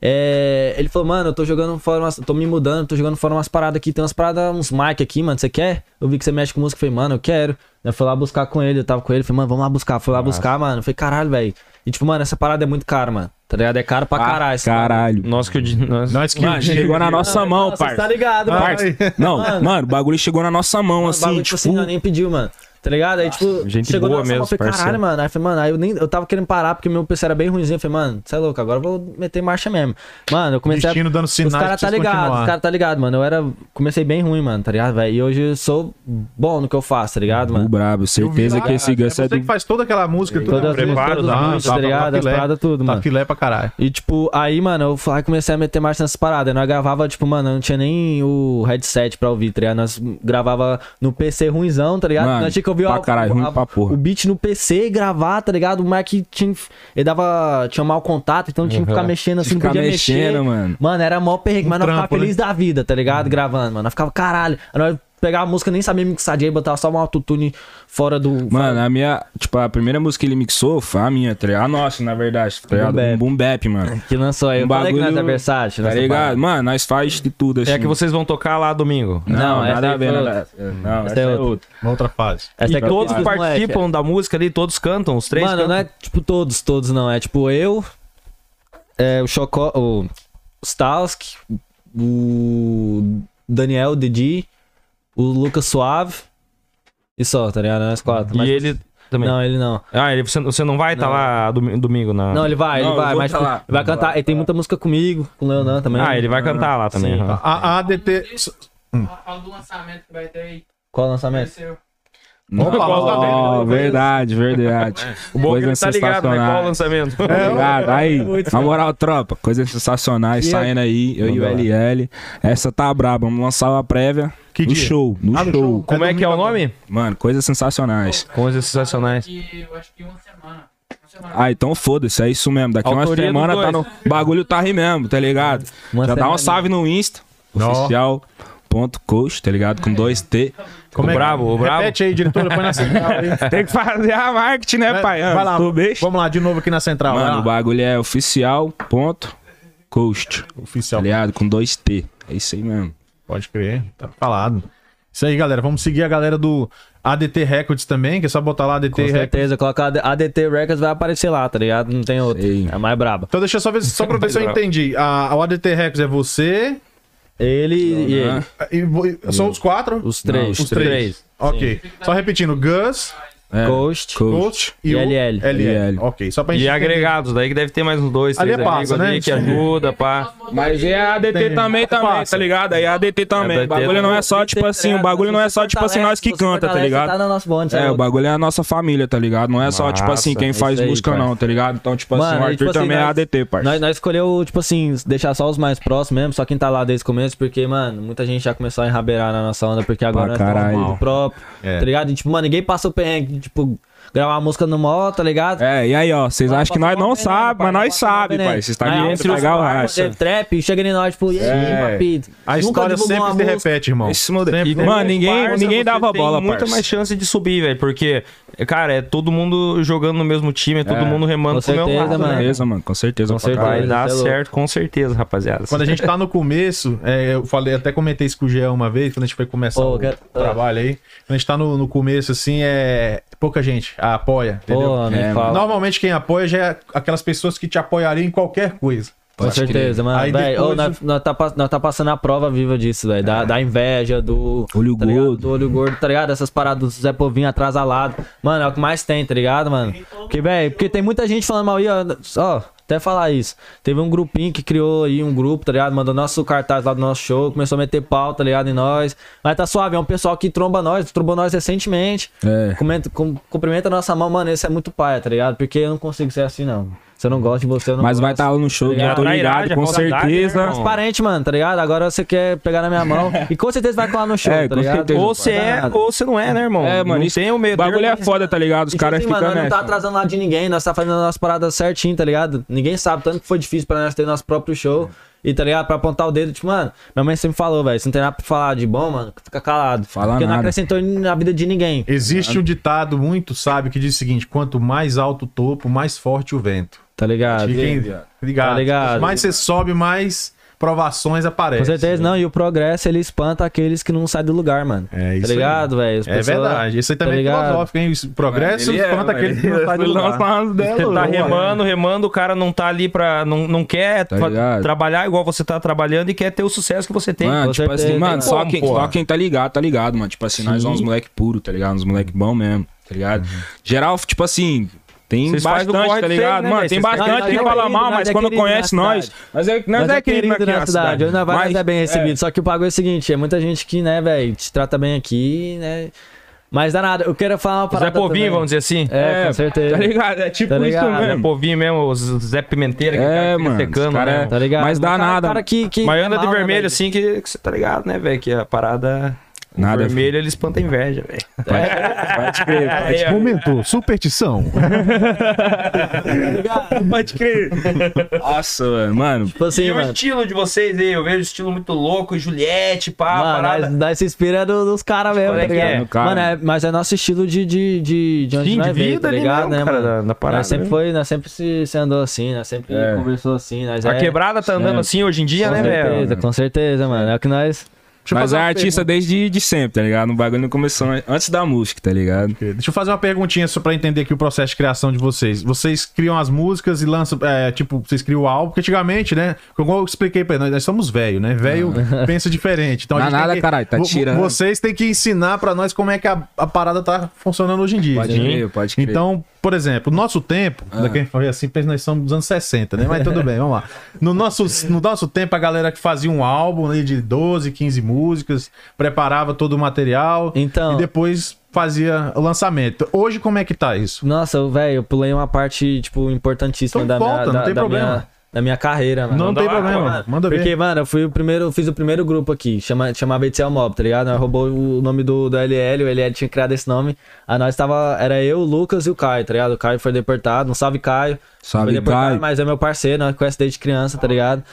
É, ele falou, mano, eu tô jogando fora umas, tô me mudando, tô jogando fora umas paradas aqui, tem umas paradas, uns mic aqui, mano, você quer? Eu vi que você mexe com música, eu falei, mano, eu quero. Eu fui lá buscar com ele, eu tava com ele, falei, mano, vamos lá buscar, fui lá buscar, mano, eu falei, caralho, velho. E tipo, mano, essa parada é muito cara, mano, tá ligado? É caro pra
Ah,
caralho. esse
Caralho.
Nossa, que eu. di- Nossa.
Nós que.
Mano, chegou na nossa mão,
Nossa, você tá
parça.
ligado, mano?
Parça. Não, mano, o bagulho chegou na nossa mão,
Mano, o bagulho,
assim,
tipo assim,
tipo.
nós nem pediu, mano. Tá ligado? Aí, tipo,
gente
chegou
boa
na nossa mão,
mesmo,
eu falei,
parceiro.
caralho, mano. Aí, eu falei, mano, aí eu, nem, eu tava querendo parar porque meu PC era bem ruimzinho. Eu falei, mano, você é louco, agora eu vou meter marcha mesmo. Mano, eu comecei
Destino
a...
dando sinais
é- Os
pra
caras tá
vocês
ligado,
continuar.
os caras tá ligado, mano. Eu era... Comecei bem ruim, mano, tá ligado, velho? E hoje eu sou bom no que eu faço, tá
Uhum.
ligado,
O
mano?
brabo, certeza que esse Gus
é
é
você
do.
que faz toda aquela música, tudo
Todas as
preparo,
todos
dá,
os beats,
dá,
tá
dá
ligado? As
filé,
paradas tudo,
tá
mano.
filé pra caralho.
E, tipo, aí, mano, eu fui lá e comecei a meter marcha nessas paradas. Nós gravava, tipo, mano, eu não tinha nem o headset pra ouvir, tá ligado? Nós gravava no PC ruimzão, tá ligado?
Mano,
nós tinha que ouvir
pra
a-
caralho, ruim
a-
pra porra.
o beat no PC e gravar, tá ligado? O Mark tinha. Ele dava. Tinha mau contato, então tinha que ficar mexendo assim, não
Ficar
podia mexer.
mexendo, mano. Uhum.
Mano, era mó perrengue, mas nós
trampo,
ficava feliz da vida, tá ligado? Gravando, mano. Nós ficava, caralho. Aí Nós pegava a música, nem sabia mixar direito, botava só um autotune fora do.
Mano, a minha. Tipo, a primeira música que ele mixou foi a minha, tá ligado? A nossa, na verdade, tá ligado?
Boom
Um boom bap, mano.
que lançou aí.
Um
eu falei que nós é
bagulho-
versátil,
Tá
nessa
ligado?
parada.
Mano, nós faz de tudo assim.
É a que vocês vão tocar lá domingo.
Não,
Não, essa
nada
aí
a ver,
foi
nada. Não, essa
é
é
outra.
outra.
Uma outra fase.
Essa
E
aqui é
todos
dos moleque,
participam da música ali, todos cantam, os três
Mano,
cantam.
não é tipo todos, todos não. É tipo eu, é, o Chocó, o Stalsk, o Daniel, o Didi, o Lucas Suave e só, tá ligado? Nós quatro.
E ele também.
Não, ele não.
Ah, ele, você, você não vai estar tá lá domi- domingo na.
Não, ele vai, ele
Não, eu
vai,
vou
mas
tá
tipo,
lá.
ele vai cantar. Ele tem muita música comigo, com o Leonan também.
Ah, ele vai cantar lá também.
Sim.
aham.
Tá. A, a ADT. s-
Fala do lançamento que vai ter aí.
Qual o lançamento?
Seu.
Opa,
tá
Opa,
verdade, verdade.
O bom é que ele tá ligado, né? Qual o lançamento? É
Tá ligado? Aí, na moral, tropa, coisas sensacionais saindo aí, eu e o LL. Essa tá braba, vamos lançar uma prévia
Que
no
dia?
show, no
Ah, no
show.
show.
Como é que é o nome?
Mano, coisas sensacionais.
Coisas sensacionais.
Daqui, eu acho que uma semana. Uma semana.
Ah, então foda-se, é isso mesmo. Daqui uma
Autoria dos
semana tá no.
dois.
Bagulho tá aí mesmo, tá ligado?
Uma
Já dá
semana.
uma salve no Insta,
Ó.
oficial.coach, tá ligado? Com dois T.
Como é que-
brabo, o brabo.
Repete aí, diretora, põe na central aí.
Tem que fazer a marketing, né, pai?
Vai lá,
Tu beijo.
vamos lá, de novo aqui na central. vai
Mano,
Tá lá.
o bagulho é oficial.coach, tá
Oficial.
ligado? Com dois T. É isso aí mesmo.
Pode crer, tá falado. Isso aí, galera. Vamos seguir a galera do ADT Records também, que é só botar lá ADT
Com
Records.
certeza, coloca ADT Records, vai aparecer lá, tá ligado? Não tem outro.
Sei.
É mais braba.
Então deixa eu só ver, só pra ver se eu entendi. A, o ADT Records é você
Ele e
Ah,
ele.
e vo- e- são os quatro?
Os três.
Não, os
Os três. Ok. Só repetindo, Gus,
É.
Coast,
Coach e,
E
o
LL.
LL. Ok, só pra gente.
E
entender.
agregados, daí que deve ter mais uns dois,
Ali
três
é passa,
amigos
né?
ali que ajuda, pá.
Mas é a ADT
Entendi.
também, também,
Passa.
tá ligado? Aí a ADT também.
É,
O bagulho não é só,
tá
tipo assim, o bagulho não é só, tipo assim, nós que canta, tá ligado?
Tá no nosso bonde,
É, o bagulho é a nossa família, tá ligado? Não é só, tipo assim,
Massa,
quem
é
faz
isso aí,
música
parça.
não, tá ligado? Então, tipo assim, o
Mano, e,
Arthur
tipo assim,
também é
nós-
ADT, parça.
Nós, nós escolheu, tipo assim, deixar só os mais próximos mesmo, só quem tá lá desde o começo, porque, mano, muita gente já começou a enrabeirar na nossa onda, porque agora nós
caralho.
temos um próprio,
É.
tá ligado? E, tipo, mano, ninguém passa o perrengue, tipo, gravar a música no mó, tá ligado?
É, e aí, ó, vocês acham que nós não
Passa mó
sabe, mas
veneno,
nós
passa mó
sabe,
veneno. é um
pai. Vocês tá
Aí,
vindo
entre os
pagar o
caras,
racha.
teve trap, chega em nós, tipo, e
É.
aí, papito?
A história
divulgou
sempre
uma
se
música.
repete, irmão.
Esse modelo.
Sempre
E,
tem-
mano, ninguém,
Parça,
ninguém
você
dava
tem
bola,
muita
parça.
mais chance de subir, velho, porque, cara, é todo mundo jogando no mesmo time, é todo mundo remando
com
um
pro meu lado.
certeza,
né?
Com
mano.
certeza, mano, com certeza.
Com
pra caralho.
Vai
Isso
dar
é louco.
certo, com certeza, rapaziada.
Quando a gente tá no começo, é, eu falei, até comentei isso com o Gel uma vez, quando a gente foi começar
Pô,
o
quero-
trabalho aí. Quando a gente tá no, no começo, assim, é. Pouca gente apoia, entendeu?
Pô, nem
É,
fala.
Normalmente quem apoia já é aquelas pessoas que te apoiariam em qualquer coisa.
Com certeza, mano.
Aí
Véi,
depois-
ô, nós, nós tá, pass- nós tá passando a prova viva disso, velho. Da, da inveja, do.
É. Olho
tá ligado?
gordo.
Do olho gordo, tá ligado? Essas paradas do Zé Povinho atrasalado. Mano, é o que mais tem, tá ligado, mano? Porque, velho, porque tem muita gente falando mal aí, ó. ó, até falar isso. Teve um grupinho que criou aí um grupo, tá ligado? Mandou nosso cartaz lá do nosso show, começou a meter pau, tá ligado? Em nós. Mas tá suave, é um pessoal que tromba nós, trombou nós recentemente.
É.
Comenta, com- cumprimenta a nossa mão, mano. Esse é muito paia, tá ligado? Porque eu não consigo ser assim, não. Se eu não gosto de você, eu não
Mas
gosto.
vai tá estar lá no show,
ligado?
já tô
Trairagem,
ligado, com
falsidade, né,
certeza.
irmão?
transparente, mano, tá ligado? Agora você quer pegar na minha mão e com certeza vai colar no show,
É,
tá
com
ligado?
certeza.
Ou você é, ou você não é, né, irmão?
É, mano,
não
isso
tem o medo.
O bagulho é foda, tá ligado? Os
Os caras
caras
assim, mano,
ficam
nós não tá
nessa.
atrasando lá de ninguém, nós tá fazendo as paradas certinho, tá ligado? Ninguém sabe, tanto que foi difícil pra nós ter nosso próprio show. E tá ligado? Pra apontar o dedo, tipo, mano, minha mãe sempre falou, velho, se não tem nada pra falar de bom, mano, fica calado.
Fala
Porque não
nada.
acrescentou na vida de ninguém.
Existe um ditado muito sábio que diz o seguinte: quanto mais alto o topo, mais forte o vento.
Tá ligado?
Fiquem ligados.
Tá ligado.
Mais você sobe, mais provações aparecem.
Com certeza,
né?
não. E o progresso, ele espanta aqueles que não saem do lugar, mano.
É isso
Tá
aí.
ligado, velho? As
É
pessoas-
verdade. Isso aí
tá
também é
ligado?
filosófico, hein? Isso- Progresso
Ele é,
espanta
mano,
aquele que
ele-
não sai do
ele
lugar.
lança umas delas,
Você tá
mano.
remando, remando, o cara não tá ali pra. Não, não quer
Tá
fa-
ligado?
trabalhar igual você tá trabalhando e quer ter o sucesso que você tem.
Mano,
com
tipo
certeza,
assim,
tem
mano, só
como,
quem,
porra.
só quem tá ligado, tá ligado, mano. Tipo assim, nós somos uns moleque puro, tá ligado? Uns moleque bom mesmo, tá ligado? Geral, tipo assim, tem
Vocês fazem o
bastante,
corre
tá
de
ligado?
vocês, né,
mano,
velho?
tem
Vocês
querem-
bastante
Nós
quem
é
fala
querido,
mal,
nós
mas
é
quando
querido na
conhece nós.
cidade.
Nós é, nós
Nós
é querido
aqui
aqui
na né, cidade. Hoje na Vara
mas-
é bem recebido. Só que o bagulho é o seguinte: é muita gente que, né, velho, te trata bem aqui, né? Mas dá nada. Eu quero falar uma
Zé
parada.
Povinho,
também.
é vamos dizer assim.
É, com certeza.
Tá ligado? É tipo
Tá ligado,
isso
Zé
mesmo.
Povinho mesmo, o Zé Pimenteira que
É,
fica
mano.
secando,
os cara
né?
é-
Tá ligado?
Mas dá
cara-
nada.
Cara que, que
Mas anda de
fala, É,
vermelho,
velho.
assim, que, que você tá ligado, né, velho? Que a parada. o
Nada,
vermelho, ele espanta a inveja, velho.
tá
Tipo,
Pode crer,
É,
Aí, ó.
Comentou, superstição.
assim.
pode crer. Nossa, velho, mano.
Tipo assim,
e o
mano.
estilo de vocês aí, eu vejo o estilo muito louco, Juliette, pá,
Mano,
parada.
nós, nós se inspira do- dos caras mesmo,
Como é
tá
que
ligado?
é?
No cara.
Mano, é- mas é nosso estilo de, de, de, de onde
Sim,
nós
de
veio,
vida
tá
ali
ligado,
mesmo,
né,
cara,
mano?
da- da parada,
nós sempre
né?
foi, nós sempre se, se andou assim, nós sempre
É.
conversou assim, nós
A
é-
quebrada tá andando assim hoje em dia,
com
né,
certeza,
velho?
Com certeza, mano. É o que nós.
Deixa eu
Mas
fazer
é
uma
artista desde de sempre, tá ligado? O bagulho não começou antes da música, tá ligado?
Deixa eu fazer uma perguntinha só pra entender aqui o processo de criação de vocês. Vocês criam as músicas e lançam, é, tipo, vocês criam o álbum, porque antigamente, né? Como eu expliquei pra nós, nós somos velho, né? Velho pensa diferente. Então a
Não
gente
é
tem
nada,
que-
caralho, tá
vo-
tirando.
Vocês têm que ensinar pra nós como é que a, a parada tá funcionando hoje em dia.
Pode
né?
crer, pode crer. Ah.
Então, por exemplo, nosso tempo, da quem foi assim, pensa que nós somos dos anos 60, né? Mas tudo bem, vamos lá. No nosso, no nosso tempo, a galera que fazia um álbum ali de 12, 15 músicas, preparava todo o material
Então-
e depois fazia o lançamento. Hoje, como é que tá isso?
Nossa, eu, velho, eu pulei uma parte, tipo, importantíssima
Então
da,
volta,
minha,
não
da,
tem
da
problema.
minha da minha carreira, mano.
Não,
manda
tem
lá,
problema,
mano.
manda ver.
Porque, mano, eu fui o primeiro, eu fiz o primeiro grupo aqui, chama, chamava ETL Mob, tá ligado? Nós roubou o nome do, do LL, o LL tinha criado esse nome. A nós tava, era eu, o Lucas e o Caio, tá ligado? O Caio foi deportado, um salve Caio.
Salve,
foi deportado,
Caio.
mas é meu parceiro, nós conhecemos desde criança, tá ligado?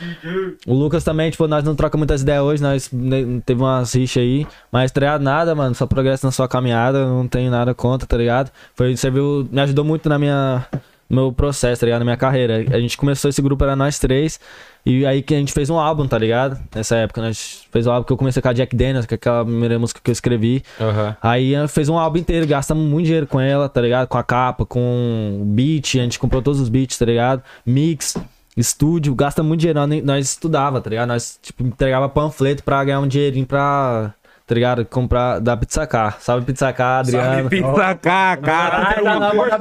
O Lucas também, tipo, nós não trocamos muitas ideias hoje, nós ne- teve umas rixas aí, mas tá ligado? Nada, mano, só progresso na sua caminhada, eu não tenho nada contra, tá ligado? Foi, serviu, me ajudou muito na minha, no meu processo, tá ligado? Na minha carreira. A gente começou esse grupo, era nós três, e aí que a gente fez um álbum, tá ligado? Nessa época, nós fez um álbum que eu comecei com a Jack Daniels, que é aquela primeira música que eu escrevi.
Aham.
Aí eh, fez um álbum inteiro, gastamos muito dinheiro com ela, tá ligado? Com a capa, com o beat, a gente comprou todos os beats, tá ligado? Mix, estúdio, gasta muito dinheiro. Nós, nem- nós estudava, tá ligado? Nós, tipo, entregava panfleto pra ganhar um dinheirinho pra tá ligado? Comprar da Pizza K. Salve Pizza K, Adriano.
Pizza K, cara.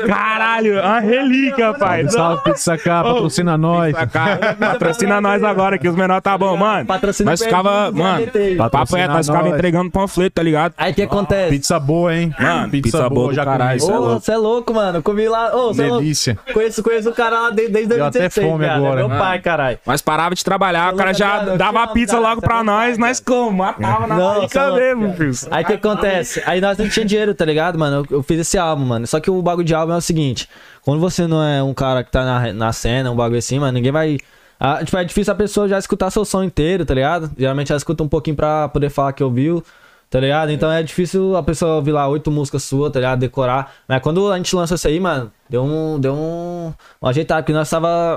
Caralho, uma relíquia, pai.
Salve, Pizza K, patrocina nós.
Pizza K. Patrocina nós agora, que os menores tá bom, mano.
Patrocina
Nós
o
ficava,
Perdidos,
mano,
Galeteiros.
papo é,
Patrocina
nós ficava
nós.
entregando panfleto, tá ligado?
Aí o que acontece?
Pizza boa, hein?
Mano, pizza boa do caralho,
comi.
cê é
Ô,
louco.
você é louco, mano. Comi lá. Ô, você é louco.
Delícia.
Conheço, conheço o cara lá desde, desde
Deu até
2016,
fome
cara.
agora,
É Meu
mano.
pai, caralho.
Nós parava de trabalhar, o cara já
Cara, eu
dava a
te amo,
pizza
cara,
logo
você é
pra
meu
nós,
pai,
nós como? Matava na
Não, você é
barriga
louco,
mesmo, filho.
Aí o que acontece? Aí nós não tinha dinheiro, tá ligado, mano? Eu, eu fiz esse álbum, mano. Só que o bagulho de álbum é o seguinte: quando você não é um cara que tá na, na cena, um bagulho assim, mano, ninguém vai. Ah, tipo, é difícil a pessoa já escutar seu som inteiro, tá ligado? Geralmente ela escuta um pouquinho pra poder falar que ouviu, tá ligado? Então é difícil a pessoa ouvir lá oito músicas suas, tá ligado? Decorar. Mas quando a gente lançou isso aí, mano, deu um. Deu um. um ajeitado, porque nós tava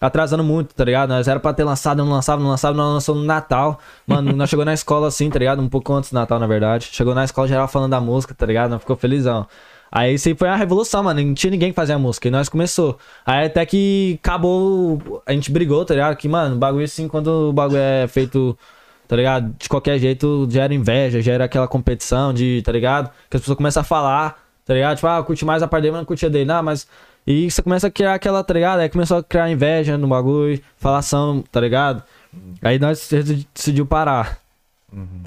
atrasando muito, tá ligado? Nós era pra ter lançado, não lançava, não lançava, nós lançamos no Natal. Mano, nós chegou na escola assim, tá ligado? Um pouco antes do Natal, na verdade. Chegou na escola geral falando da música, tá ligado? Nós ficou felizão. Aí isso aí foi uma revolução, mano. Não tinha ninguém que fazia música. E nós começou. Aí até que acabou. A gente brigou, tá ligado? Que, mano, o bagulho assim, quando o bagulho é feito tá ligado? De qualquer jeito gera inveja, gera aquela competição de, tá ligado? Que as pessoas começam a falar, tá ligado? Tipo, ah, eu curti mais a parte dele, mas não curti a dele, não, mas. E você começa a criar aquela, tá ligado? Aí começou a criar inveja no bagulho, falação, tá ligado? Aí nós decidi- decidiu parar.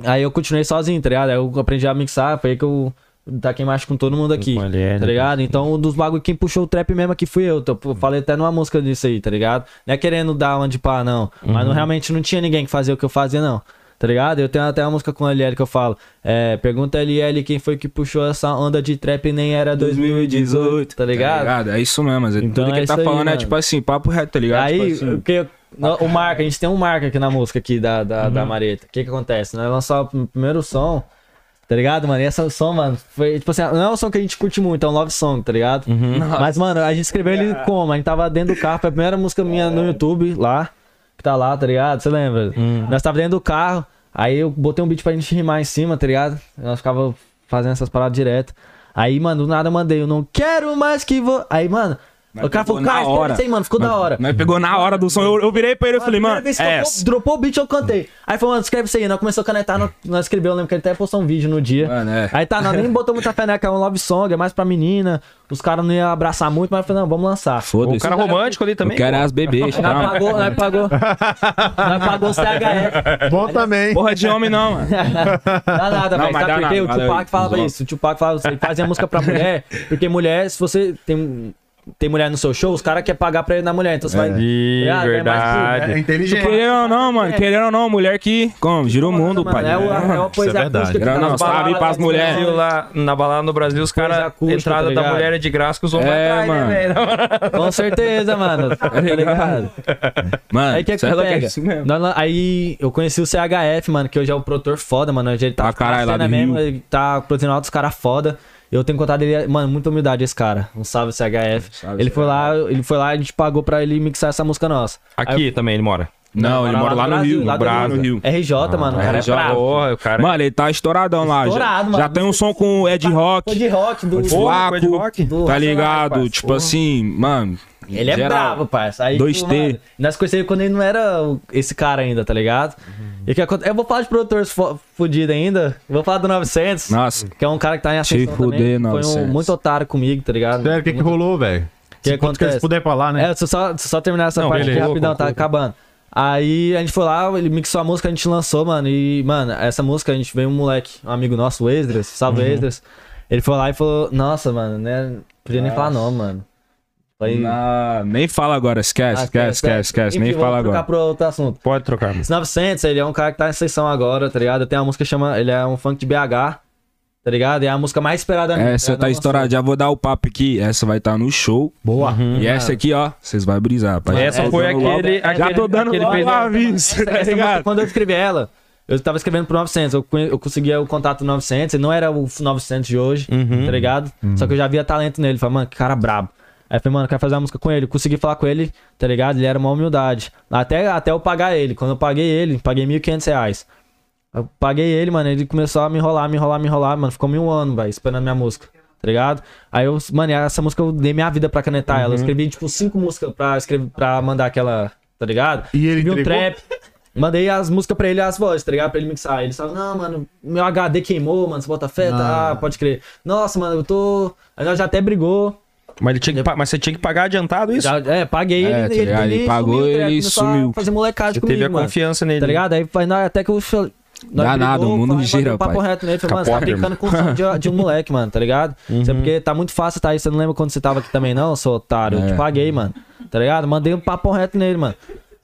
Aí eu continuei sozinho, tá ligado? Aí eu aprendi a mixar, foi aí que eu taquei mais com todo mundo aqui,
Com ele, é,
tá
né?
ligado? Então, um dos bagulho, quem puxou o trap mesmo aqui fui eu. Tô- Eu falei até numa música disso aí, tá ligado? Não é querendo dar uma de pá, não. Mas
Uhum.
não, realmente não tinha ninguém que fazia o que eu fazia, não. Tá ligado? Eu tenho até uma música com a LL que eu falo. É, pergunta a LL quem foi que puxou essa onda de trap e nem era 2018, tá ligado?
É isso mesmo, mas
Então
tudo que
é
ele tá
isso aí,
falando é
mano.
tipo assim, papo reto, tá ligado?
Aí,
tipo assim,
o que- no- o marca, a gente tem um marca aqui na música aqui da, da,
Uhum.
da Mareta. O que que acontece? Nós lançamos o primeiro som, tá ligado, mano? E esse som, mano, foi tipo assim, não é um som que a gente curte muito, é um love song, tá ligado?
Uhum.
Mas, mano, a gente escreveu ele como? A gente tava dentro do carro, foi a primeira música minha no YouTube lá, que tá lá, tá ligado? Você lembra?
Uhum.
Nós tava dentro do carro, aí eu botei um beat pra gente rimar em cima, tá ligado? Nós ficava fazendo essas paradas direto. Aí, mano, do nada eu mandei, eu não quero mais que vou. Aí, mano, o cara
pegou
falou,
na
cara,
hora.
espera isso aí, mano, ficou da hora.
Nós pegou na hora do som, eu, eu virei pra ele e
A
falei,
primeira
mano,
vez que
é
tocou-
essa.
dropou o beat, eu cantei. Aí falou, mano, escreve isso aí. Nós começou a canetar, nós, nós escreveu, eu lembro que ele até postou um vídeo no dia.
Mano, é.
Aí tá, nós nem botou muita fé, né? Que é um love song, é mais pra menina. Os caras não iam abraçar muito, mas eu falei, não, vamos lançar.
Foda-se.
O cara romântico ali
Eu
também.
quero é as bebês,
Nós
tá?
pagou, nós pagou. nós pagou o CHF.
Bom também.
Porra de homem não, mano.
Dá nada,
Não,
velho. Sabe por
mas dá
quê?
nada,
O
valeu aí.
Tupac falava
Zoou.
isso. O Tupac falava isso. Ele fazia música pra mulher. Porque mulher, se você tem, tem mulher no seu show, os caras querem pagar pra ir na mulher. Então você vai.
Ih,
Ah, é mais
É
verdade.
inteligente.
Querendo ou não, mano, querendo ou não, mulher que, como, gira o mundo,
Mano,
pai.
é, uma, é uma
Isso é
poesia
verdade.
acústica que
Não,
tá
não,
nas
sabe,
baladas,
pras
né?
mulheres.
Brasil lá, na balada no Brasil, os
Coisa
caras,
acústica, tá
entrada da
ligado?
mulher é de graça que os homens
É,
vai atrás, né, velho?
Com certeza, mano. Tá ligado?
Mano,
Aí que é que
cê é louco, é
pega?
isso mesmo.
Nós lan- aí eu conheci o CHF, mano, que hoje é o produtor foda, mano. Hoje ele tá
Ah, caralho,
na
lá
cena
do Rio.
ele tá produzindo altos caras foda. Eu tenho contado ele, mano, muita humildade esse cara. Um salve CHF.
Salve,
ele foi lá, ele foi lá e a gente pagou pra ele mixar essa música nossa.
Aqui também ele mora.
Não, ele mora lá no Rio, Ah, no Bra- no Rio.
RJ, mano. o cara é
RJ,
brabo.
Porra, o cara.
Mano, ele tá estouradão lá. já,
Estourado, mano.
já tem um som com o Ed
Foi
Rock,
de rock do.
Porra,
Flaco,
Ed Rock.
do-
tá ligado? Tipo
Porra.
assim, mano.
Ele é
geral.
bravo, parça. Aí,
2T.
mano, Nós conhecemos quando ele não era o- esse cara ainda, tá ligado?
Uhum.
E o que acontece? Eu vou falar de produtores fo- fudidos ainda. Eu Vou falar do 900.
Nossa,
Que é um cara que tá em ascensão também. Foi
fuder,
um
900.
muito otário comigo, tá ligado?
Sério, o que, que rolou, velho?
que
Se- quanto que
acontece?
eles puder falar, né?
É, se eu só, se eu só terminar essa
Não,
parte aqui
beleza.
rapidão, tá acabando. Aí a gente foi lá, ele mixou a música, a gente lançou, mano. E, mano, essa música a gente veio um moleque, um amigo nosso, o Esdras,
Uhum.
salve Esdras. Ele foi lá e falou, nossa, mano, né? Podia nem falar não, mano. Falei,
na- nem fala agora, esquece,
ah,
esquece, esquece, esquece, nem
Enfim, vamos
fala
trocar
agora.
pro outro assunto.
Pode trocar, mano.
Esse 900, ele é um cara que tá em sessão agora, tá ligado? Tem uma música que chama. Ele é um funk de BH, tá ligado? E é a música mais esperada minha,
Essa
ligado?
tá estourada, já vou dar o papo aqui. Essa vai estar tá no show.
Boa.
Hum.
e essa aqui, ó, vocês vão brisar, pai.
Essa foi
dando logo-
aquele.
Já tô dando
aquele
logo
fez-
o aviso, tá
Essa música,
ligado?
quando eu escrevi ela, eu tava escrevendo pro 900, eu, conhe- eu conseguia o contato do 900, ele não era o 900 de hoje,
Uhum.
tá ligado? Só que eu já via talento nele, falei, mano, que cara brabo. Aí eu falei, mano, eu quero fazer uma música com ele. Eu consegui falar com ele, tá ligado? Ele era uma humildade. Até, até eu pagar ele. Quando eu paguei ele, paguei 1.500 reais. Eu paguei ele, mano, ele começou a me enrolar, me enrolar, me enrolar, mano. Ficou meio ano, velho, esperando minha música, tá ligado? Aí eu, mano, essa música eu dei minha vida pra canetar
Uhum.
ela. Eu escrevi, tipo, cinco músicas pra, escrever, pra mandar aquela, tá ligado?
E ele
Escrevi um
entregou?
trap. Mandei as músicas pra ele, as vozes, tá ligado? Pra ele mixar. Ele falou, não, mano, meu HD queimou, mano, você bota fé, tá? Ah, pode crer. Nossa, mano, eu tô... Aí nós já até brigou.
Mas, ele tinha que, pa- mas você tinha que pagar adiantado isso?
Já, é, paguei
É,
ele,
tá
ele,
ligado? Ele
ele
pagou,
tá ligado?
ele
Começou a
sumiu.
Fazer molecagem
Você
comigo,
teve a
mano.
confiança nele.
Tá ligado? Aí foi, nós- até que eu. falei- nós
Dá nada, o mundo
falei,
gira,
mandei um papo
pai.
reto nele, falei, mano, você tá
Capota,
brincando com o sonho de, de um moleque, mano, tá ligado? Isso é porque tá muito fácil, tá aí. Você não lembra quando você tava aqui também, não, seu otário? Eu te
É.
paguei, mano. Tá ligado? Mandei um papo reto nele, mano.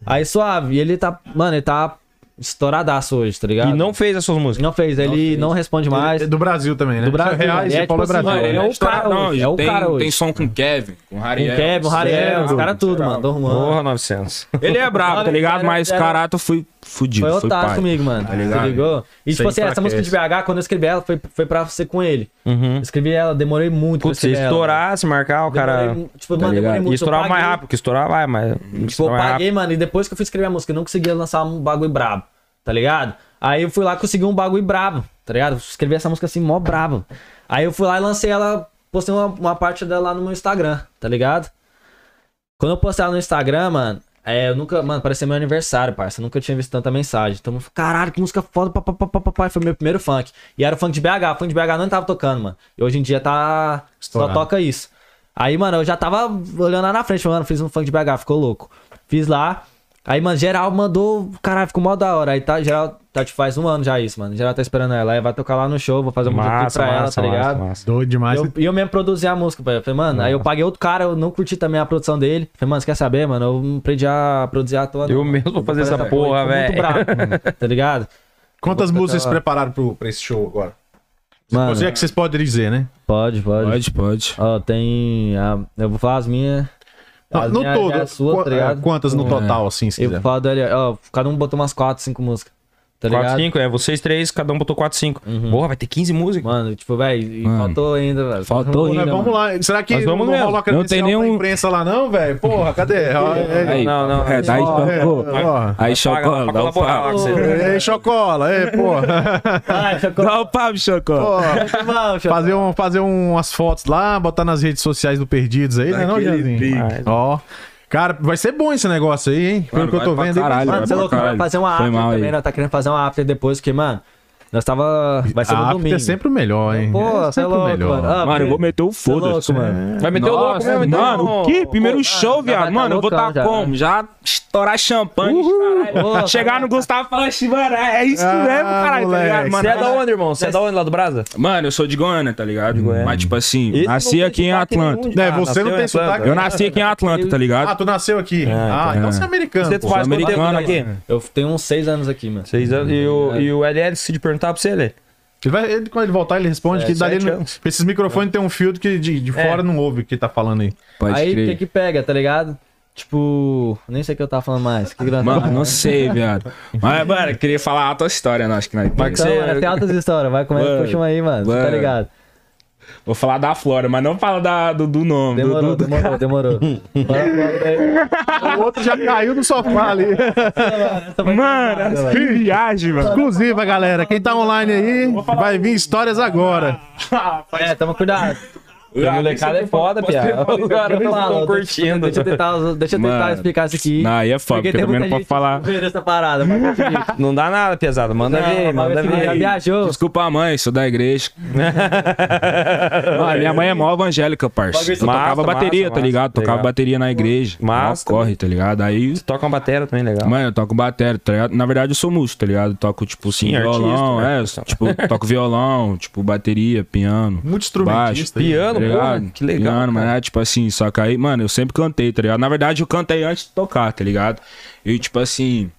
Aí suave. E ele tá. Mano, ele tá estouradaço hoje, tá ligado?
E não fez as suas músicas.
Não fez, ele não responde mais.
É do Brasil também, né?
Do Brasil,
Isso é
mano.
Reais,
É
você falou
tipo assim,
Brasil.
mano, ele é
né?
o cara hoje. É o
tem,
cara hoje.
tem é som com Kevin, com
Com
Rariel.
o Kevin, o Rariel, os
Zero.
caras tudo, mano. Dom Juan.
Porra, 900.
Ele é brabo, tá ligado? Mas
Era-
Carato foi fudido.
Foi
Foi,
otário
pai.
comigo, mano.
tá
ligado?
Você ligou? E
Isso
tipo assim,
aí
essa música de BH, quando eu escrevi ela, foi, foi pra ser com ele.
Uhum.
Escrevi ela, demorei muito pra
Putz, se
escrever ela.
estourar, se marcar, o cara.
né, Demorei, tipo, mano, demorei
ligado?
E
muito.
estourar
eu
mais
paguei-
rápido, porque estourar vai, mas.
Tipo, eu
estourar mais
paguei, mano, e depois que eu fui escrever a música, eu não conseguia lançar um bagulho brabo, tá ligado? Aí eu fui lá e consegui um bagulho brabo, tá ligado? Eu Escrevi essa música assim, mó brabo. Aí eu fui lá e lancei ela, postei uma, uma parte dela lá no meu Instagram, tá ligado? Quando eu postei ela no Instagram, mano, é, eu nunca, mano, parecia meu aniversário, parça. Eu nunca tinha visto tanta mensagem. Então, eu falei, caralho, que música foda, papapá. Foi meu primeiro funk. E era o funk de BH, o funk de BH não tava tocando, mano. E hoje em dia tá.
Estourado.
Só toca isso. Aí, mano, eu já tava olhando lá na frente, falei, mano, fiz um funk de BH, ficou louco. Fiz lá. Aí, mano, geral mandou. Caralho, ficou mó da hora. Aí tá, geral, tá, tipo, faz um ano já isso, mano. Geral tá esperando ela. Aí vai tocar lá no show, vou fazer um
rápido. Massa,
videoclipe pra ela,
massa,
tá ligado?
massa, massa.
Doido
E
demais.
eu, e eu mesmo produzi a música, pai. Eu falei, mano, aí eu paguei outro cara, eu não curti também a produção dele. Falei, mano, você quer saber, mano? Eu não aprendi a produzir à toa.
Eu
não.
mesmo vou fazer essa
Foi
porra,
muito
velho.
brabo, mano, tá ligado?
Quantas
Vou
músicas
botar-
vocês prepararam pro, pra esse show agora?
Mano,
Você é que vocês podem dizer, né?
pode, pode.
Pode, pode.
Ó, tem. a- eu vou falar as minhas.
Não,
as
no
minhas-
todo.
é a sua,
qua-
tá ligado?
Quantas no total, assim, se
Eu
quiser?
vou falar do LL. Ó, cada um botou umas 4, 5 músicas. Tá ligado? Uhum.
4, 5, é. Vocês três, cada um botou 4, 5. Porra, vai ter 15 músicas.
Mano, tipo, velho,
Mano.
faltou ainda, velho.
Faltou
Pô,
ainda.
nós vamos
mano.
lá. Será que
Nós vamos
não
mesmo.
rola
Não tem
credencial pra
nenhum-
imprensa lá, não, velho? Porra, cadê?
Aí,
Não, não,
É,
é,
dá aí,
Ó, é,
pô.
ó.
Aí,
Paga
Chocola,
pra
dá o
colaborar lá
papo.
com você.
Ei, chocola, ei, porra.
Ai, chocolate.
Dá o papo, Chocola.
Não, chocolate.
Fazer, um, fazer umas fotos lá, botar nas redes sociais do Perdidos aí, né? Não,
Daquele
Janzinho?
pique.
Mas- Ó. Cara, vai ser bom esse negócio aí, hein? Pelo
Mano,
que eu tô
vai pra
vendo aí.
caralho,
Mano,
vai
Mano, você é
pra
louco, nós
caralho.
vamos fazer uma
Foi
after
mal aí.
também, nós tá querendo fazer uma after depois, porque, mano, nós tava. Vai ser
a
no
after
domingo.
é sempre o melhor, hein?
Pô,
é
você é
sempre o
louco,
melhor.
mano. Ah,
Mano, eu vou meter o
Você é louco,
foda-se.
mano.
Vai meter o louco,
Nossa,
né? Vai meter
mano,
o-
que primeiro show,
vai
viado.
tá
Mano, eu vou
loucão
tá
já,
como? Já estourar champanhe, caralho.
Ô,
Chegar no Gustavo e falar assim, mano, é isso
Ah,
mesmo, caralho, tá
moleque.
ligado?
Você
Mano,
é da onde, irmão? Você é da onde lá do Brasa?
Mano, eu sou de Goiânia, tá ligado? Mas, tipo assim,
Esse
nasci
não tem
aqui em
sotaque
Atlanta.
nenhum.
É,
Ah,
você
nasceu
não
em
tem
Atlanta.
sotaque.
Eu nasci aqui em Atlanta, tá
Ah,
ligado?
tu nasceu aqui. Ah, então
é.
você é americano.
Você
pô.
faz quanto tempo
americano,
aqui?
Eu tenho uns seis anos aqui, mano.
Seis anos. E o, e o LL, se te perguntar pra você, ele.
Ele vai- ele- quando ele voltar, ele responde que dali
É, sete
não-
anos.
esses microfones tem um filtro que de, de fora não ouve o que tá falando aí.
Pode
Aí o que
crer.
que pega, tá ligado? Tipo, nem sei o que eu tava falando mais. O Que que nós tava
Mano,
falando?
não sei, viado. Mas, mano, eu queria falar a tua história, não, acho que não.
Então,
você-
mano, tem altas histórias, vai como é que
Mano,
puxa uma aí, mano. Você Tá
mano.
ligado?
Vou falar da Flora, mas não fala da, do, do nome. do-
Demorou,
do- do-
demorou, demorou. Bora, bora, bora.
O outro já caiu do sofá ali.
Mano, que viagem, mano.
Exclusiva, galera. Quem tá online aí, vai vir histórias agora.
É, toma cuidado. tá?
A molecada é foda, piá. Os caras
Eu
estão
falo, deixa-
curtindo.
Deixa eu tentar, deixa eu tentar
Mano.
explicar isso aqui.
Não, aí é foda, porque
tem
também não
muita
pode
gente
falar.
que vê essa parada, mas continua.
Não dá nada, pesado. Manda
Não,
ver,
mas
manda
assim,
esse já
ver.
viajou.
Desculpa, mãe, sou da igreja. Mano, minha mãe é mó evangélica, parça. Eu
Massa,
tocava bateria,
massa,
tá ligado?
massa,
Tocava
legal.
bateria na igreja.
Massa.
Mó corre, tá ligado? Aí,
Toca uma bateria também, legal.
mano, eu toco bateria, tá ligado? Na verdade, eu sou músico, tá ligado? Eu toco, tipo, assim,
Sim, artista,
violão,
né?
é. eu, Tipo, toco violão, tipo, bateria, piano.
Muito instrumentista.
Baixo,
tá
piano,
ligado?
porra, que legal,
Piano, mas
cara.
é tipo assim, só que aí, mano, eu sempre cantei, tá ligado? Na verdade, eu cantei antes de tocar, tá ligado? E tipo assim,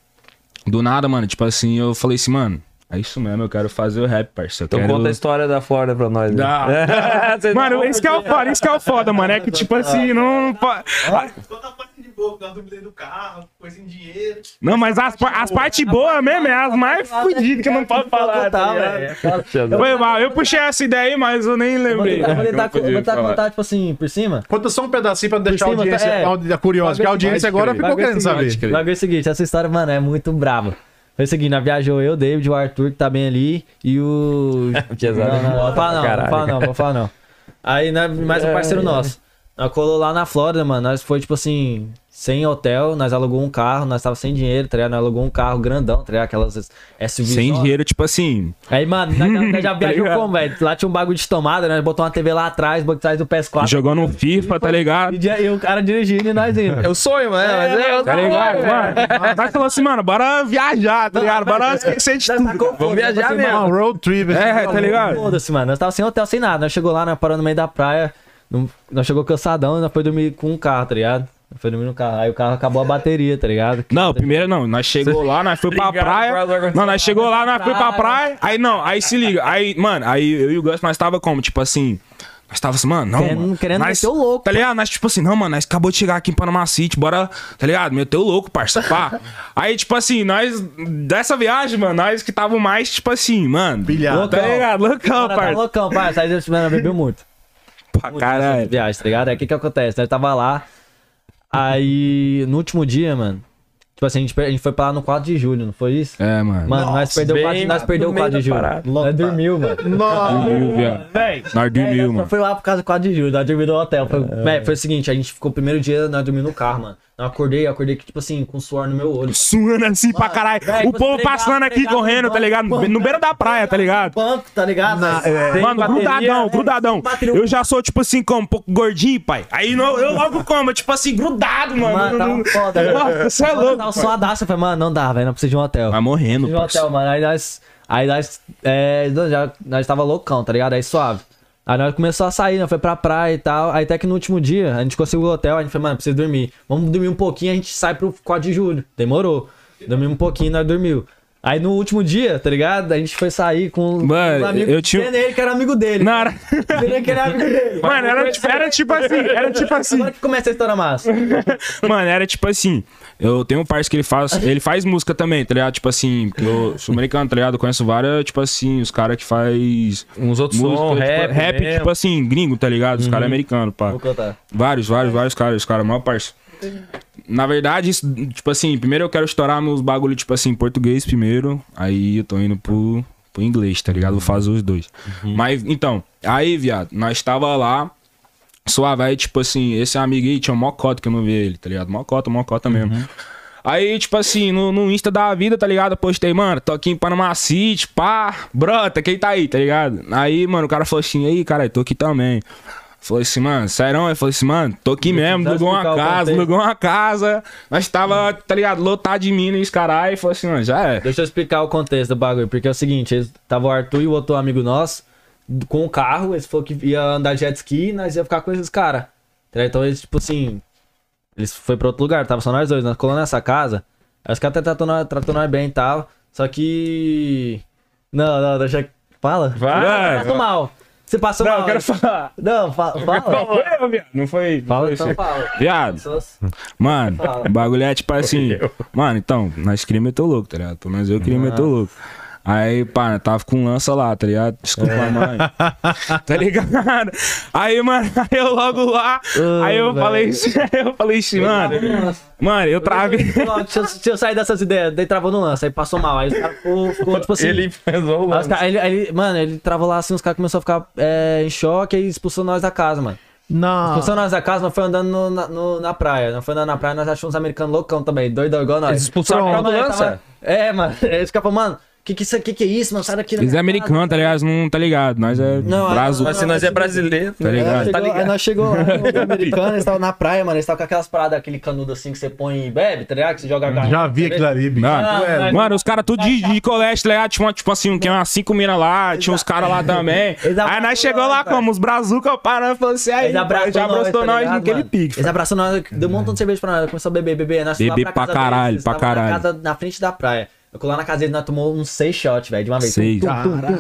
do nada, mano, tipo assim, eu falei assim, mano, é isso mesmo, eu quero fazer o rap, parceiro.
Então
quero...
conta a história da Flórida pra nós. né?
Dá.
Você
Mano,
não-
esse que é o foda, esse que é o foda, mano. É que tipo assim, não. não
Ah,
po- Ah.
Toda a parte tá de boa, eu duvidei do carro, coisa em dinheiro.
Não, mas as, pa- as partes boas mesmo, é as mais fodidas que não pode falar, tá ligado? Foi mal, eu puxei essa ideia aí, mas eu nem
Vou
lembrei.
tentar, vou tentar,
Eu
vou
não podia
tentar
né? falar.
contar, tipo assim, por cima.
Conta só um pedacinho pra deixar
cima,
a audiência
tá- é.
audi- curiosa, porque a audiência agora ficou
Bagulho
querendo
seguinte,
saber.
O bagulho é o seguinte, essa história, mano, é muito braba. Foi o seguinte, nós viajou eu, David, o Arthur, que tá bem ali, e o... não,
Pesado.
não, não, vou falar não,
Caralho.
vou falar não, né, vou falar
É.
não. Aí, nós- mais um parceiro nosso. Nós colou lá na Flórida, mano, nós foi, tipo assim, sem hotel, nós alugou um carro, nós tava sem dinheiro, tá ligado? Nós alugou um carro grandão, tá ligado? Aquelas SUV.
Sem dinheiro, tipo assim.
Aí, mano, nós, já- nós já viajou
ligado?
como, velho? Lá tinha um bagulho de tomada, né? Botou uma TV lá atrás, banco atrás do PS4.
Jogando um FIFA, tá ligado?
E, dia- e o cara dirigindo e nós indo.
É o sonho, mano. mas é-
Tá ligado? Mano, tá falando assim, mano, bora viajar, tá ligado? Bora esquecer de tudo.
Vamos viajar mesmo.
Uma road trip.
assim,
É, tá ligado?
Foda-se, mano. Nós tava sem hotel, sem nada. Nós chegou lá, nós paramos no meio da praia. não- Nós chegou cansadão e nós foi dormir com um carro, tá ligado? Nós foi dormir no carro. Aí o carro acabou a bateria, tá ligado?
Não, primeiro não, nós chegou lá, nós foi pra
Obrigado,
praia.
brother,
Não, nós chegou lá, nós foi pra praia. Aí não, aí se liga. Aí, mano, aí eu e o Gus, nós tava como? Tipo assim. Nós tava assim, mano, não.
Querendo-
mano,
querendo
nós,
meter o louco.
Tá ligado? Nós, tipo assim, não, mano, nós acabou de chegar aqui em Panama City, bora, tá ligado? Meter o louco, parça. Pá. aí, tipo assim, nós, dessa viagem, mano, nós que tava mais, tipo assim, mano.
Pilhado.
Tá ligado? Loucão,
Cara, tá
parça.
loucão, parça. Aí eles mano, bebeu muito.
Pra caralho.
Viagem, tá ligado? Aí o que que acontece? Nós tava lá. Aí, no último dia, mano. Tipo assim, a gente, per- a gente foi pra lá no 4 de julho, não foi isso?
É, mano.
Mano, nós perdeu, o
bem
4, nós
no
perdeu o
meio
4 de
da
julho.
parada.
Nós dormiu, mano.
Dormiu, viado. Nós dormiu,
Só
mano.
foi lá por causa do 4 de julho, nós dormimos no hotel. Foi, Véi, foi o seguinte, a gente ficou o primeiro dia, nós dormimos no carro, mano. Eu acordei, eu acordei, tipo assim, com suor no meu olho.
Suando assim pra caralho.
velho,
O povo
pregado,
passando aqui
pregado,
correndo, tá ligado?
pregado,
No beira da praia, tá ligado?
Banco, tá ligado? Sem
Mano,
bateria,
grudadão,
né?
grudadão.
Bateria-
Eu já sou, tipo assim, como, um pouco gordinho, pai. Aí não, eu logo como, tipo assim, grudado, mano.
Mano, tava
Não-
foda, né? Tá um
não-
velho.
Nossa, Você é
Mano,
louco.
Tava suadaço, eu falei, mano, não dá, velho, não precisa de um hotel.
Vai morrendo,
Precisa de um hotel, mano. Aí nós, aí nós, é, nós já, nós tava loucão, tá ligado? Aí suave. Aí nós começou a sair, né? Foi pra praia e tal. Aí até que no último dia, a gente conseguiu o hotel, a gente falou, mano, precisa dormir. Vamos dormir um pouquinho, a gente sai pro 4 de julho. Demorou. Dormimos um pouquinho, nós dormiu. Aí no último dia, tá ligado? A gente foi sair com
Mano, eu tinha- um-
Vendo ele que era amigo dele.
Não, era...
Vendo que era amigo dele.
Mano, era, tipo- era tipo assim, era tipo assim.
Agora que começa a história massa.
Mano, era tipo assim. Eu tenho um parceiro que ele faz. Ele faz música também, tá ligado? Tipo assim, porque eu sou americano, tá ligado? Eu conheço vários, tipo assim, os caras que faz.
Uns outros
música,
sons,
tipo,
rap.
rap
mesmo.
tipo assim, gringo, tá ligado? Os caras americanos, pá.
Uhum. Vou contar.
Vários, vários, vários caras, os caras, maior parça. Na verdade, isso, tipo assim, primeiro eu quero estourar meus bagulho, tipo assim, em português primeiro, aí eu tô indo pro, pro inglês, tá
Uhum.
ligado? Vou fazer os dois. Mas, então, aí, viado, nós tava lá, suave, aí, tipo assim, esse amigo aí tinha um mocota que eu não vi ele, tá ligado? Mocota, mocota mesmo.
Uhum.
Aí, tipo assim, no, no Insta da vida, tá ligado? Eu postei, mano, tô aqui em Panama City, pá, brota, quem tá aí, tá ligado? Aí, mano, o cara falou assim, aí, cara, tô aqui também. Falou assim, mano, sério? Eu falei assim, mano, tô aqui mesmo,
precisava
alugou uma
explicar o
casa,
contexto.
alugou uma casa. Nós tava, tá ligado, lotado de minas, caralho. Falou assim, mano, já é.
Deixa eu explicar o contexto do bagulho, porque é o seguinte, eles, tava o Arthur e o outro amigo nosso d- com o carro, eles falaram que ia andar de jet ski e nós ia ficar com esses caras. Então eles, tipo assim, eles foi pra outro lugar, tava só nós dois, nós colamos nessa casa, aí os caras até tratou nós, tratou nós bem e tal, só que... Não, não, deixa... Fala.
Vai,
Você passou
vai.
mal. Você passou
Não,
mal.
eu quero falar.
Não, fa- fala.
Não foi, viado. Não foi.
Fala, então fala.
Viado. Mano, o bagulho é tipo assim. Mano, então, nós queríamos meter o louco, tá ligado? Pelo menos eu queria
Ah.
meter o louco. Aí, pá, eu tava com lança lá, tá ligado? Desculpa,
É.
mãe. Tá ligado? Aí, mano, aí eu logo lá. aí eu
Ah, velho.
falei assim, aí eu falei assim, mano. Mano, eu travei.
Não, Deixa eu, deixa eu sair dessas ideias. Daí travou no lance, aí passou mal. Aí os caras ficou, ficou, tipo assim.
Ele fez o
Aí os
lance.
cara- aí Tá, ele, aí ele- mano, ele travou lá assim, os caras começaram a ficar é, em choque e expulsou nós da casa, mano.
Não.
Expulsou nós da casa, nós foi andando no- na, no- na praia. Nós foi andando na praia, nós achamos uns americanos loucão também, doidão igual nós.
Eles expulsaram por causa do
Mano, ele
lança?
tava- É, mano. Eles ficaram, falando, mano, que que, isso, que que é isso, mano? Sai daqui. da
Eles é
minha casa.
americano, tá ligado? Não tá ligado. Nós é
Não,
brazo.
não,
Mas se nós é brasileiro,
Tá
Aí nós
ligado?
chegou- aí nós chegou lá, os americanos, eles estavam na praia, mano. Eles estavam com aquelas paradas, aquele canudo assim que você põe e bebe, tá ligado? Que você joga a garrafa.
Já vi aquilo ali, bicho. é
Mano,
Ué,
mano, os caras tudo de, de colégio, tá ligado? Tinha uma, tipo assim, um- tinha umas cinco minas lá, tinha uns caras lá também.
Eles
Aí nós chegou lá
abraçaram,
como? Os brazuca parando e falou assim, aí,
Eles
pai,
abraçou
já abraçou
tá
nós
ligado,
naquele
mano?
pique.
Eles abraçou nós, deu um montão de cerveja pra nós, começou a beber, beber. Nós fomos lá
É. Beber pra
casa deles,
caralho,
eles
pra
estavam
caralho.
Na, casa, na frente da praia. Eu colar na casa deles, nós tomamos uns seis shots, velho, de uma vez.
Seis.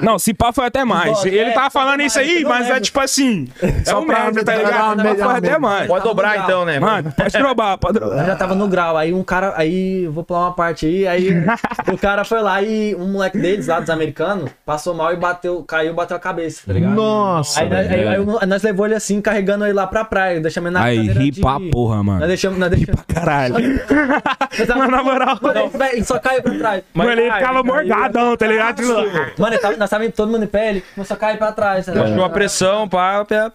Não, se pá foi até mais.
Bom,
Ele
é,
tava
foi
falando
até
isso aí,
mais, eu não
mas é
lembro.
tipo assim, só
um
pra
merda,
tá
tá
ligado?
ligado?
Mas Foi até
Melhor
mais.
Pode dobrar então, né?
Mano, pode drobar, pode
Eu
drobar.
já tava no grau, aí um cara, aí vou pular uma parte aí, aí o cara foi lá e um moleque deles lá dos americanos passou mal e bateu, caiu, bateu a cabeça, tá ligado?
Nossa.
Aí, nós- aí- aí nós- nós levou ele assim, carregando ele lá pra praia, deixamos ele na
Aí,
cadeira
ri
de-
pra porra, mano.
Nós deixamos, nós deixamos.
Caralho.
nós tava-
Mas na moral,
Mano, ele- velho, ele só caiu pra trás.
mano, ele
Ai,
ficava
ele caiu.
morgadão, tá ligado?
Mano, ele tava- nós tava todo mundo em pele, começou a cair pra trás. Tá ligado?
Baixou a pressão, pá, pá.
É.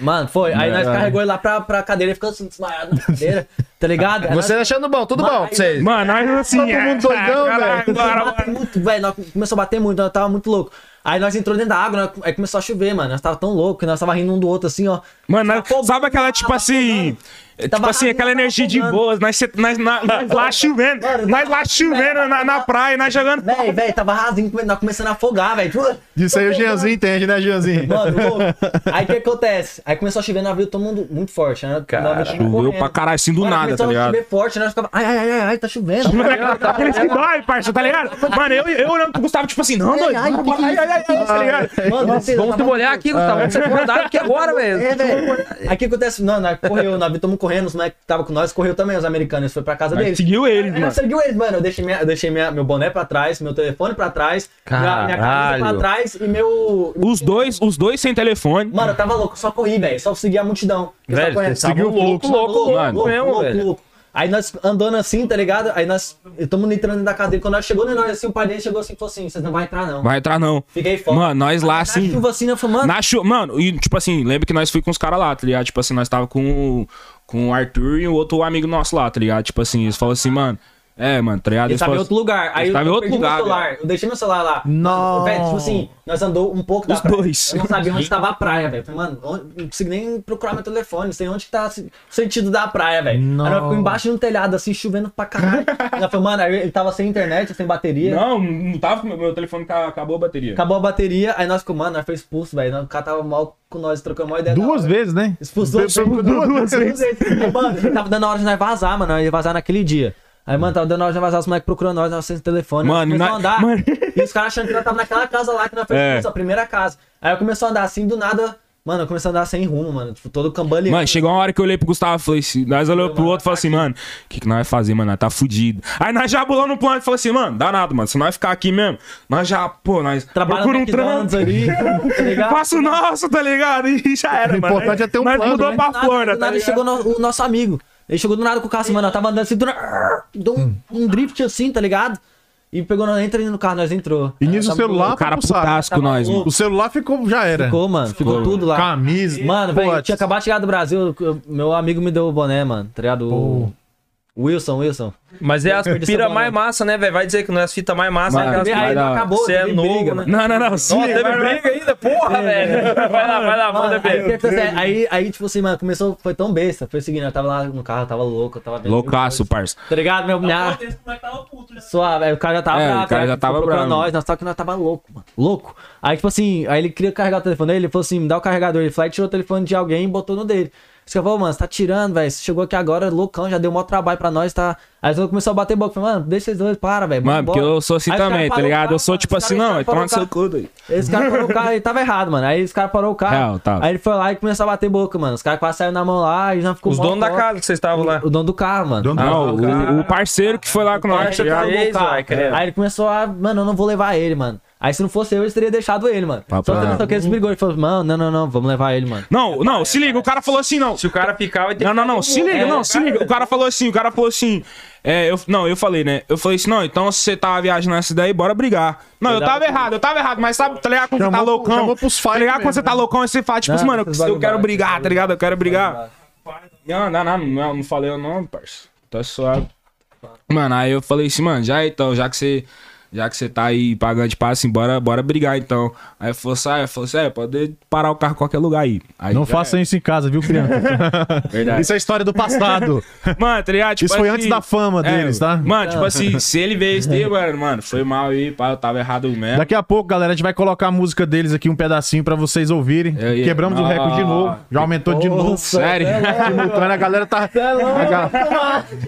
Mano, foi. Aí nós carregou ele lá pra, pra cadeira, ele ficou assim, desmaiado na cadeira. Tá ligado? Era-
é
Vocês achando bom, tudo bom pra vocês.
Mano, nós assim.
Todo mundo doidão, velho.
Começou a bater muito, velho. nós Começou a bater muito, nós tava muito louco. Aí nós entrou dentro da água, nós- aí começou a chover, mano. Nós tava tão louco que nós tava rindo um do outro assim, ó.
Mano, nós-
Tava
sabe aquela, tipo
afogando,
assim. é,
né? Tava
Tipo assim, aquela
afogando,
energia de
afogando.
boas. Nós, se- nós, na- nós lá chovendo.
Mano,
Nós lá chovendo na, na praia, nós jogando.
Véi, véi, tava rasinho, come- nós começando a afogar, velho.
Disso aí o Jeanzinho entende, né, Jeanzinho?
Mano, louco. Aí o que acontece? Aí começou a chover, nós viu todo mundo muito forte, né? Cara,
Choveu pra caralho, assim do nada, tá ligado?
Começou a chover forte, nós ficava, ai, ai, ai, ai, tá chovendo.
Aqueles que dói, parça, tá ligado? Mano, eu, eu olhando pro Gustavo, tipo assim, não, doido.
Ai, ai,
bora, Ai, ai, ai, ai, tá ligado?
Mano, vocês-
Vamos te molhar aqui,
tá
Gustavo. Vamos ser mandado aqui agora, velho.
É, velho. Aí o que acontece? Não, nós correu, nós estamos correndo, os moleques que tava com nós, correu também, os americanos, foi pra casa deles.
Seguiu eles,
Aí nós
mano.
seguiu eles, mano. Eu deixei, minha, eu deixei minha- meu boné pra trás, meu telefone pra trás, minha, minha camisa pra
Caralho.
trás e meu.
Os dois, os dois sem telefone.
Mano, eu tava louco, só corri, velho. Só segui a multidão. Eu só
Velho,
corri,
você
tava
seguiu o fluxo.
louco, louco,
mano.
louco,
Mesmo,
louco,
velho.
louco. Aí nós andando assim, tá ligado? Aí nós estamos entrando dentro da cadeia. Quando nós chegou, né, nós assim, o pai dele chegou assim e falou assim: vocês não vão entrar, não.
Vai entrar, não.
Fiquei fora.
Mano, nós lá, assim-
Na chuva assim, né? Eu falei, mano,
Na chu... Mano, e tipo assim, lembra que nós fui com os caras lá, tá ligado? Tipo assim, nós tava com, o- com o Arthur e o outro amigo nosso lá, tá ligado? Tipo assim, eles falaram assim, mano. É, mano, tá ligado?
Ele tava em
falam-
outro lugar. Aí
Ele
eu
tava em outro
perdi
lugar,
meu celular. Eu deixei meu celular lá. Não. Velho, tipo assim, nós andou um pouco da
Os
praia.
dois.
Eu não sabia onde tava a praia, velho. Falei, Mano, onde- não consigo nem procurar meu telefone. Não sei onde que tá o sentido da praia, velho. Aí nós ficamos embaixo de um telhado, assim, chovendo pra caralho. Ela falou, mano, aí ele tava sem internet, sem bateria.
assim, Não, não tava com meu, meu telefone, ca- acabou a bateria.
Acabou a bateria, aí nós ficamos, mano, nós foi expulso, velho. O cara tava mal com nós, trocando uma ideia.
Duas vezes, né?
Expulsou
Duas- duas vezes.
Mano, tava dando a hora de nós vazar, mano. Nós ia vazar naquele dia. Aí, mano, tava dando a hora de nós vazar, os moleques procurando nós, nós sem telefone. nós
Mano,
começamos
na-
a andar.
mano.
E os caras achando que nós tava naquela casa lá que nós foi
É.
expulso, a primeira casa. Aí eu comecei a andar assim, do nada. Mano, eu comecei a andar sem rumo, mano. Tipo, todo cambaleando.
Mano, chegou uma hora que eu olhei pro Gustavo e falei assim, nós olhamos pro outro e falamos assim, mano, o que, que nós vai fazer, mano? Nós tá fudido. Aí nós já bolamos no plano e falou assim, mano, dá nada, mano. Se nós ficar aqui mesmo, nós já, pô, nós
Trabalha no
procura um
McDonald's
trampo.
ali, tá ligado?
Faça o nosso, tá ligado? E já era,
O
mano.
importante é ter um
nós
plano,
mudou
né?
pra
nada,
Flórida,
do
tá
nada
ligado?
chegou no- o nosso amigo. Ele chegou do nada com o carro, mano. Eu tava andando assim, do nada, deu um, um drift assim, tá ligado? E pegou, nós entra no carro, nós entrou.
E nisso o celular,
O cara
pro saco.
putasco com nós, mano.
O celular ficou, já era.
Ficou, mano. Ficou tudo lá.
Camisa.
Mano, velho, eu
potes.
tinha acabado de chegar do Brasil, eu- meu amigo me deu o boné, mano, tá ligado? O- Wilson, Wilson.
Mas é as pira mais massa, né, velho? Vai dizer que não é as fitas mais massa, né?
Mano,
Aquelas
vai
fitas-
Aí
dar-
não acabou,
Você é
teve
novo,
briga,
né?
mano.
Não, não, não. Sim,
Nossa, teve briga ainda, porra, velho. Vai lá, vai lá, manda
Mano, aí, o
ver.
que acontece? aí, aí, tipo assim, mano, começou, foi tão besta, foi o seguinte, eu tava lá no carro, eu tava louco, eu tava... bem-
Loucaço, parça.
Tá ligado, meu? Minha...
Desse moleque tava puto, né?
Suave, aí o cara já tava
É,
bravo, né?
o cara já
ficou
tava
procurando
bravo.
nós, nós, só que nós tava louco, mano, louco. Aí, tipo assim, aí ele queria carregar o telefone dele, ele falou assim, me dá o carregador. Ele falou, aí tirou o telefone de alguém e botou no dele. Esse cara falou, mano, você tá tirando, velho, você chegou aqui agora, loucão, já deu maior trabalho pra nós, tá... Aí eles começou a bater boca, falei, mano, deixa esses dois, para, velho,
Mano, porque
bora."
eu sou assim
Aí os
também,
caras
tá
parou o
ligado?
carro,
Eu sou
mano,
tipo
os
assim,
caras-
não,
os caras
toma no seu
parou o
cu, doido.
carro. Esse cara parou o carro, ele tava errado, mano. Aí os caras parou o carro.
Real, tava.
Aí ele foi lá e começou a bater boca, mano. Os caras quase saíram na mão lá e já ficou
Os
mó
donos da
foda.
casa que vocês estavam lá.
O dono do carro, mano.
Dono do
Não, o, o parceiro que é. foi lá com nós, tá
parceiro
ligado?
que Três, vai, credo.
Aí ele começou a, mano, eu não vou levar ele, mano. Aí se não fosse eu, eles teriam deixado ele, mano.
Papo
só, que,
reto.
só que eles brigou, ele falou, mano, não, não, não, vamos levar ele, mano.
Não, não, se liga, o cara falou assim, não.
Se o cara picar, vai ter
Não, não, não, se liga,
É,
não, se liga. O cara falou assim, o cara falou assim. É, eu, não, eu falei, né? Eu falei assim, não, então se você tava viajando nessa daí, bora brigar. Não, eu tava errado, eu tava errado, mas sabe, tá ligado quando você tá
Chamou pro-
loucão?
chamou pros
tá
fight
ligado quando
mesmo, né?
você tá loucão, aí você fala, tipo, assim,
Não,
mano,
esses
eu
bagulho
quero
bate,
brigar, tá ligado? Eu quero brigar.
bate.
Não, não, não, não, não falei o nome, parça. Tá suave. Mano, aí eu falei assim, mano, já então, já que você. Já que você tá aí pagando de passe, bora, bora brigar então. Aí eu falei assim, ah, eu falei assim, é, pode parar o carro em qualquer lugar aí. aí
Não
já
façam isso em casa, viu, criança?
Verdade.
isso é história do passado.
Mano, tá ligado? Tipo
Isso foi antes da fama deles, tá?
Mano,
Ah.
tipo assim, se ele
É.
vê isso daí, mano, mano, foi mal aí, pá, eu tava errado mesmo.
Daqui a pouco, galera, a gente vai colocar a música deles aqui, um pedacinho pra vocês ouvirem.
Eu ia-
Quebramos o recorde de novo. Já aumentou de novo. É,
Sério?
Simultâneo, a galera tá.
é
A, ga-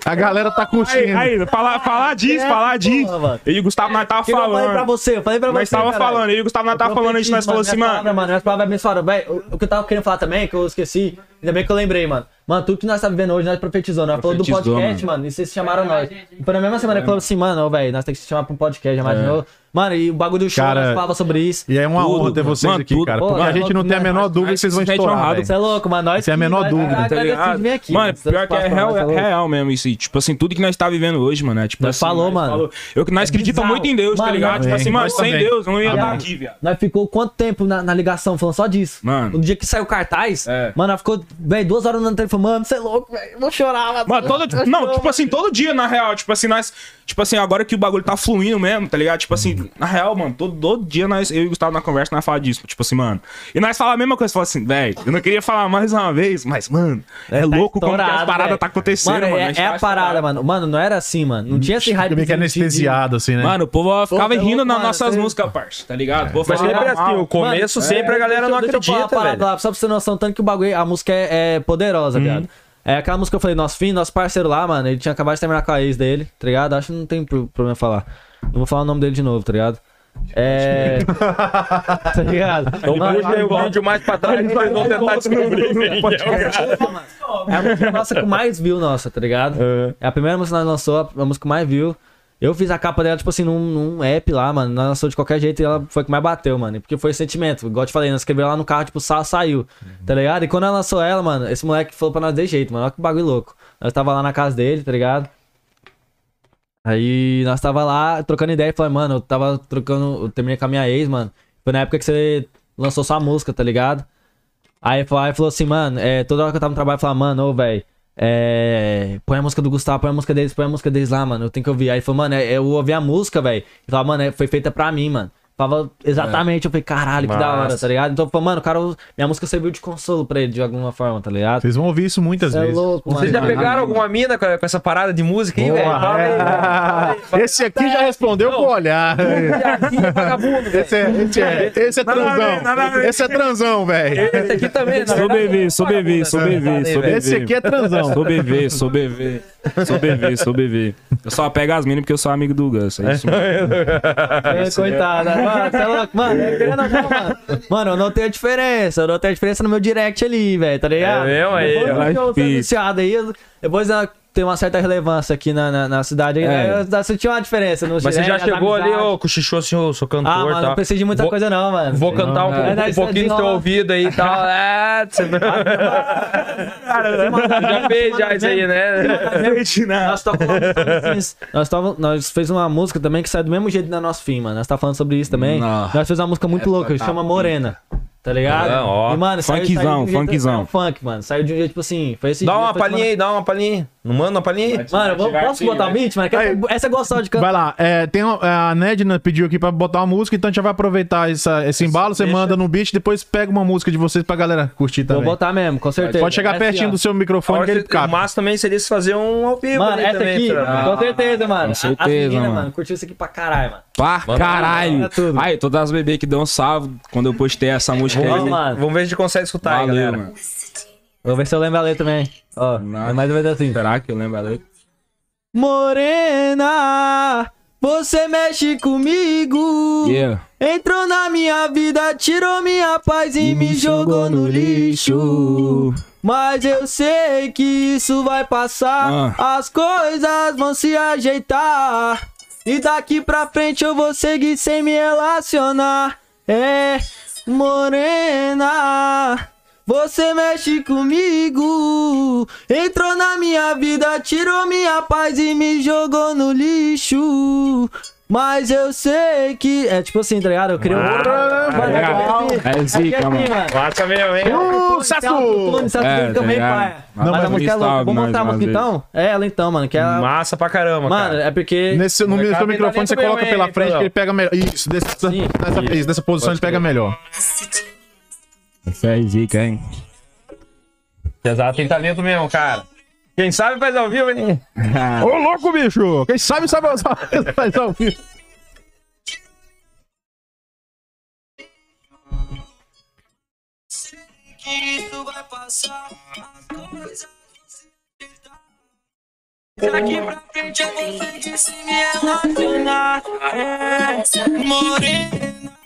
a galera tá
Aí,
curtindo.
aí, falar, falar disso, falar disso.
É, porra, mano.
Eu E o Gustavo, nós tava
Que eu falei pra
falando.
você, eu falei pra você.
Nós tava
caralho.
falando, eu e o Gustavo, nós tava falando isso,
Mano,
nós falou assim,
minhas palavras,
mano.
Minhas palavras abençoaram. Véi, o, o que eu tava querendo falar também, que eu esqueci, ainda bem que eu lembrei, mano. Mano, tudo que nós tá vivendo hoje, nós profetizou. Nós falou do
Profetizou, É.
podcast, mano. e vocês chamaram nós. E foi na mesma semana que falou assim, mano, velho, nós temos que se chamar pra um podcast, já imaginou? Mano, e o bagulho do show,
Cara,
nós falava sobre isso.
E é uma honra ter vocês
Mano,
aqui,
tudo.
cara.
Pô,
Porque a
mano,
gente não tem a menor dúvida que vocês vão
se sente honrado.
estourar. velho.
Você é louco, mano. Nós
Essa é a menor
nós-
dúvida.
nós
Tá
agradecemos de
ligado?
vir aqui,
mano,
Vocês
pior que é
passam-
real,
você tá
é
louco.
real mesmo isso. aí. Tipo assim, tudo que nós tá vivendo hoje, mano, é tipo
Nós
assim.
falou,
nós
mano. É
falou- Eu que nós acreditamos
bizarro.
muito em Deus, tá
Mano,
ligado? Tipo
amém.
assim, mano,
Nós
sem
também.
Deus, eu não ia
Amém.
estar aqui, viado.
Nós ficou quanto tempo na, na ligação falando só disso?
Mano.
No dia que saiu o cartaz,
É.
mano, nós ficou velho, duas horas andando telefonando, você é louco, velho, eu vou chorar. Mano,
Mano, todo. Não, tipo assim, todo dia, na real. Tipo assim, nós. Tipo assim, agora que o bagulho tá fluindo mesmo, tá ligado? Tipo assim, na real, mano, todo, todo dia nós, eu e o Gustavo na conversa, nós falamos disso. Tipo assim, mano. E nós falamos a mesma coisa, falamos assim, velho, eu não queria falar mais uma vez, mas, mano, é, louco como que as
Tá estourado,
paradas
velho.
tá acontecendo,
Mano,
mano. Hum,
é,
gente
é a
faz
parada, mano. Mano, não era assim, mano. Não tinha esse hype.
Meio que
é
anestesiado, assim, né?
Mano, o povo ficava
tá
rindo
louco,
nas
mano,
nossas
cê-
músicas, parça, tá ligado? O povo
Mas
falava
sempre é assim,
mal.
o começo sempre a galera não
é, Deixa eu falar uma
acredita,
parada
velho. Hum.
lá, só pra você ter noção, tanto que o bagulho, a música é, é poderosa, viado. É aquela música que eu falei, nosso filho, nosso parceiro lá, mano, ele tinha acabado de terminar com a ex dele, tá ligado? Acho que não tem pro- problema falar. Não vou falar o nome dele de novo, tá ligado? É. tá ligado?
Então
Mano,
Puxa aí
um
o vídeo mais pra trás, vocês vão tentar descobrir.
É a música nossa com mais view nossa, tá ligado? É a primeira música que nós lançou, a- a música com mais view. Eu fiz a capa dela, tipo assim, num, num app lá, mano. Nós lançou de qualquer jeito e ela foi a que mais bateu, mano. Porque foi sentimento. Igual eu te falei, nós escreveu lá no carro, tipo, sa saiu. Tá ligado? E quando ela lançou ela, mano, esse moleque falou pra nós de jeito, mano. Olha que bagulho louco. Nós tava lá na casa dele, tá ligado? Aí nós tava lá trocando ideia e falei, mano, eu tava trocando. Eu terminei com a minha ex, mano. Foi na época que você lançou sua música, tá ligado? Aí ele falou, aí ele falou assim, mano, é, toda hora que eu tava no trabalho, eu falava, mano, ô, velho, é, põe a música do Gustavo, põe a música deles, põe a música deles lá, mano, eu tenho que ouvir. Aí ele falou, mano, é, eu ouvi a música, velho. Ele falava, mano, é, foi feita pra mim, mano. Falava exatamente, eu falei, caralho, que da hora, tá ligado? Então, eu falei, mano, o cara, minha música serviu de consolo pra ele de alguma forma, tá ligado?
Vocês vão ouvir isso muitas
Cê é
vezes.
louco, mano.
Vocês já pegaram alguma mina com com essa parada de música aí,
Boa,
velho? Fala
é.
aí,
Esse aqui já respondeu com o olhar.
velho. Vagabundo, velho.
Esse é, esse é, esse é transão. Esse é transão, velho.
Esse aqui também, na
Sou
verdade,
bebê,
é
sou
vagabundo,
bebê,
né?
sou bebê, sou bebê.
Esse aqui é transão.
Sou bebê, sou bebê. Sou bebê, sou bebê. Eu só pego as minas porque eu sou amigo do Gus. É isso mesmo.
É, coitada. Mano, tá louco. Mano, eu queria não, mano. Mano, eu notei a diferença. Eu notei a diferença no meu direct ali, velho, tá ligado?
É mesmo? Aí,
Depois
ó.
que eu
Vai,
fui
filho.
anunciado aí, eu- depois ela tem uma certa relevância aqui na, na, na cidade.
É.
É. Eu já senti uma diferença no
Mas você já
direct,
chegou ali,
É, tá amizade.
ô, cochichou assim, ô, sou
Ah,
cantor e
mano, não
tal.
precisa de muita
Vou-
coisa não, mano.
Vou cantar um,
É,
pouco-
né,
um
isso é
pouquinho no teu
desenrola.
ouvido aí e tal. Ah, você não- já fez já isso aí, né?
Nós tocamos nós, tava- nós fez uma música também que sai do mesmo jeito da nosso fim, mano. Nós tá falando sobre isso também.
Nossa.
Nós fez uma música muito louca, chama Morena. Tá ligado?
Ah, ó.
E, mano, saiu-
Funkzão,
saiu de um jeito-
funkzão.
saiu Funk, mano. Saiu de um jeito tipo assim. Foi esse
Dá
dia,
uma
foi semana-
palhinha aí, dá uma palhinha aí. Não manda uma palhinha aí?
Mano, vamos- posso botar o beat, mano? Que essa, essa é gostosa de cantar.
Vai lá, é, tem uma- a Nedna pediu aqui pra botar uma música, então a gente já vai aproveitar essa- esse embalo, você manda no beat, depois pega uma música de vocês pra galera curtir
Vou
também.
botar mesmo, com certeza.
Pode chegar
Essa aí,
pertinho
ó.
do seu microfone que ele
O
capa.
massa também seria se fazer um ao vivo
Mano,
ali
essa
também,
aqui, então
Fernando.
com certeza, mano. Com
certeza,
menina,
mano.
mano, curtiu isso aqui pra caralho, mano.
Pá, caralho.
manda tudo.
Aí, todas as bebês que dão um salve quando eu postei essa música aí.
Vamos, Tá mano.
Vamos ver se a gente consegue escutar aí,
Valeu,
galera.
mano.
Vou ver se eu lembro a letra também. Ó, é mais ou menos assim.
Será que eu lembro a letra?
Morena, você mexe comigo.
Yeah.
Entrou na minha vida, tirou minha paz e, me jogou no lixo. Mas eu sei que isso vai passar,
Ah.
as coisas vão se ajeitar. E daqui pra frente eu vou seguir sem me relacionar. É, morena, você mexe comigo. Entrou na minha vida, tirou minha paz e me jogou no lixo. Mas eu sei que. É tipo assim, tá ligado? Eu queria um. Mano, é
legal.
assim.
Ah, tá É zica,
Aqui é assim,
mano.
mano.
Massa mesmo,
É,
hein?
Uh,
Tem autotune,
Sato!
sabe?
É, tá
também,
ligado?
pai.
Não,
Mas
mas
a música é louca.
freestyle
Vamos
nós,
montar a
nós
música
vezes.
então? É ela então, mano. Que ela...
Massa pra caramba,
Mano,
cara.
é porque.
Nesse, no
Molecada
seu microfone
ainda
você
tá bem,
coloca pela
hein,
frente que
Pedrão?
ele pega melhor. Isso, dessa,
Sim.
nessa, isso, dessa posição ele pega melhor.
Essa é zica, hein?
Exato, tem talento mesmo, cara. Quem sabe faz ao vivo, hein?
Ô, louco, bicho! Quem sabe sabe sabe- faz ao vivo.
Daqui pra frente eu vou fingir se me relacionar É, morena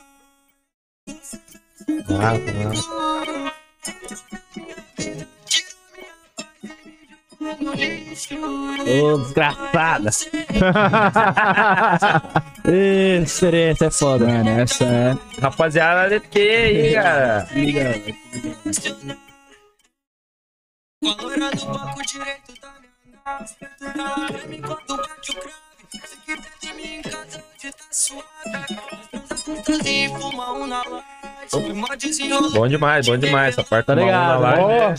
Ô, desgraçada. Ih, Experiência é foda.
Mano, essa é.
Rapaziada, que aí, cara.
Com a loira no banco direito da minha nave Ela me enquanto bate o crave Se quiser de mim em casa de tá suada Nós transa com transa e fuma um na laje
Bom demais, bom demais. Essa parte tá
ligado.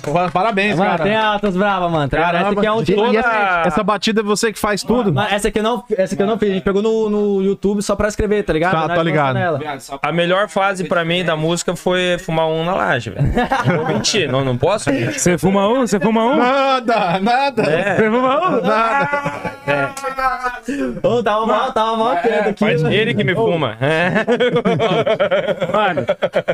Ó, parabéns,
Mano,
cara.
tem altas bravas, mano. tá ligado?
Caramba,
Essa aqui é um
e
toda...
essa, essa batida é você que faz tudo?
Mano, essa aqui eu não, essa aqui eu não fiz. A gente pegou no, no YouTube só pra escrever, tá ligado?
Tá,
Nós
tá
lançou
ligado.
nela.
A melhor fase pra mim da música foi fumar um na laje, velho. Não vou mentir, não, não posso. mentir.
Você fuma um? Você fuma um?
Nada, nada.
É,
Nada.
Ô, tava mal, tava mal quieto aqui.
mas
mano.
ele que É. me fuma.
Mano,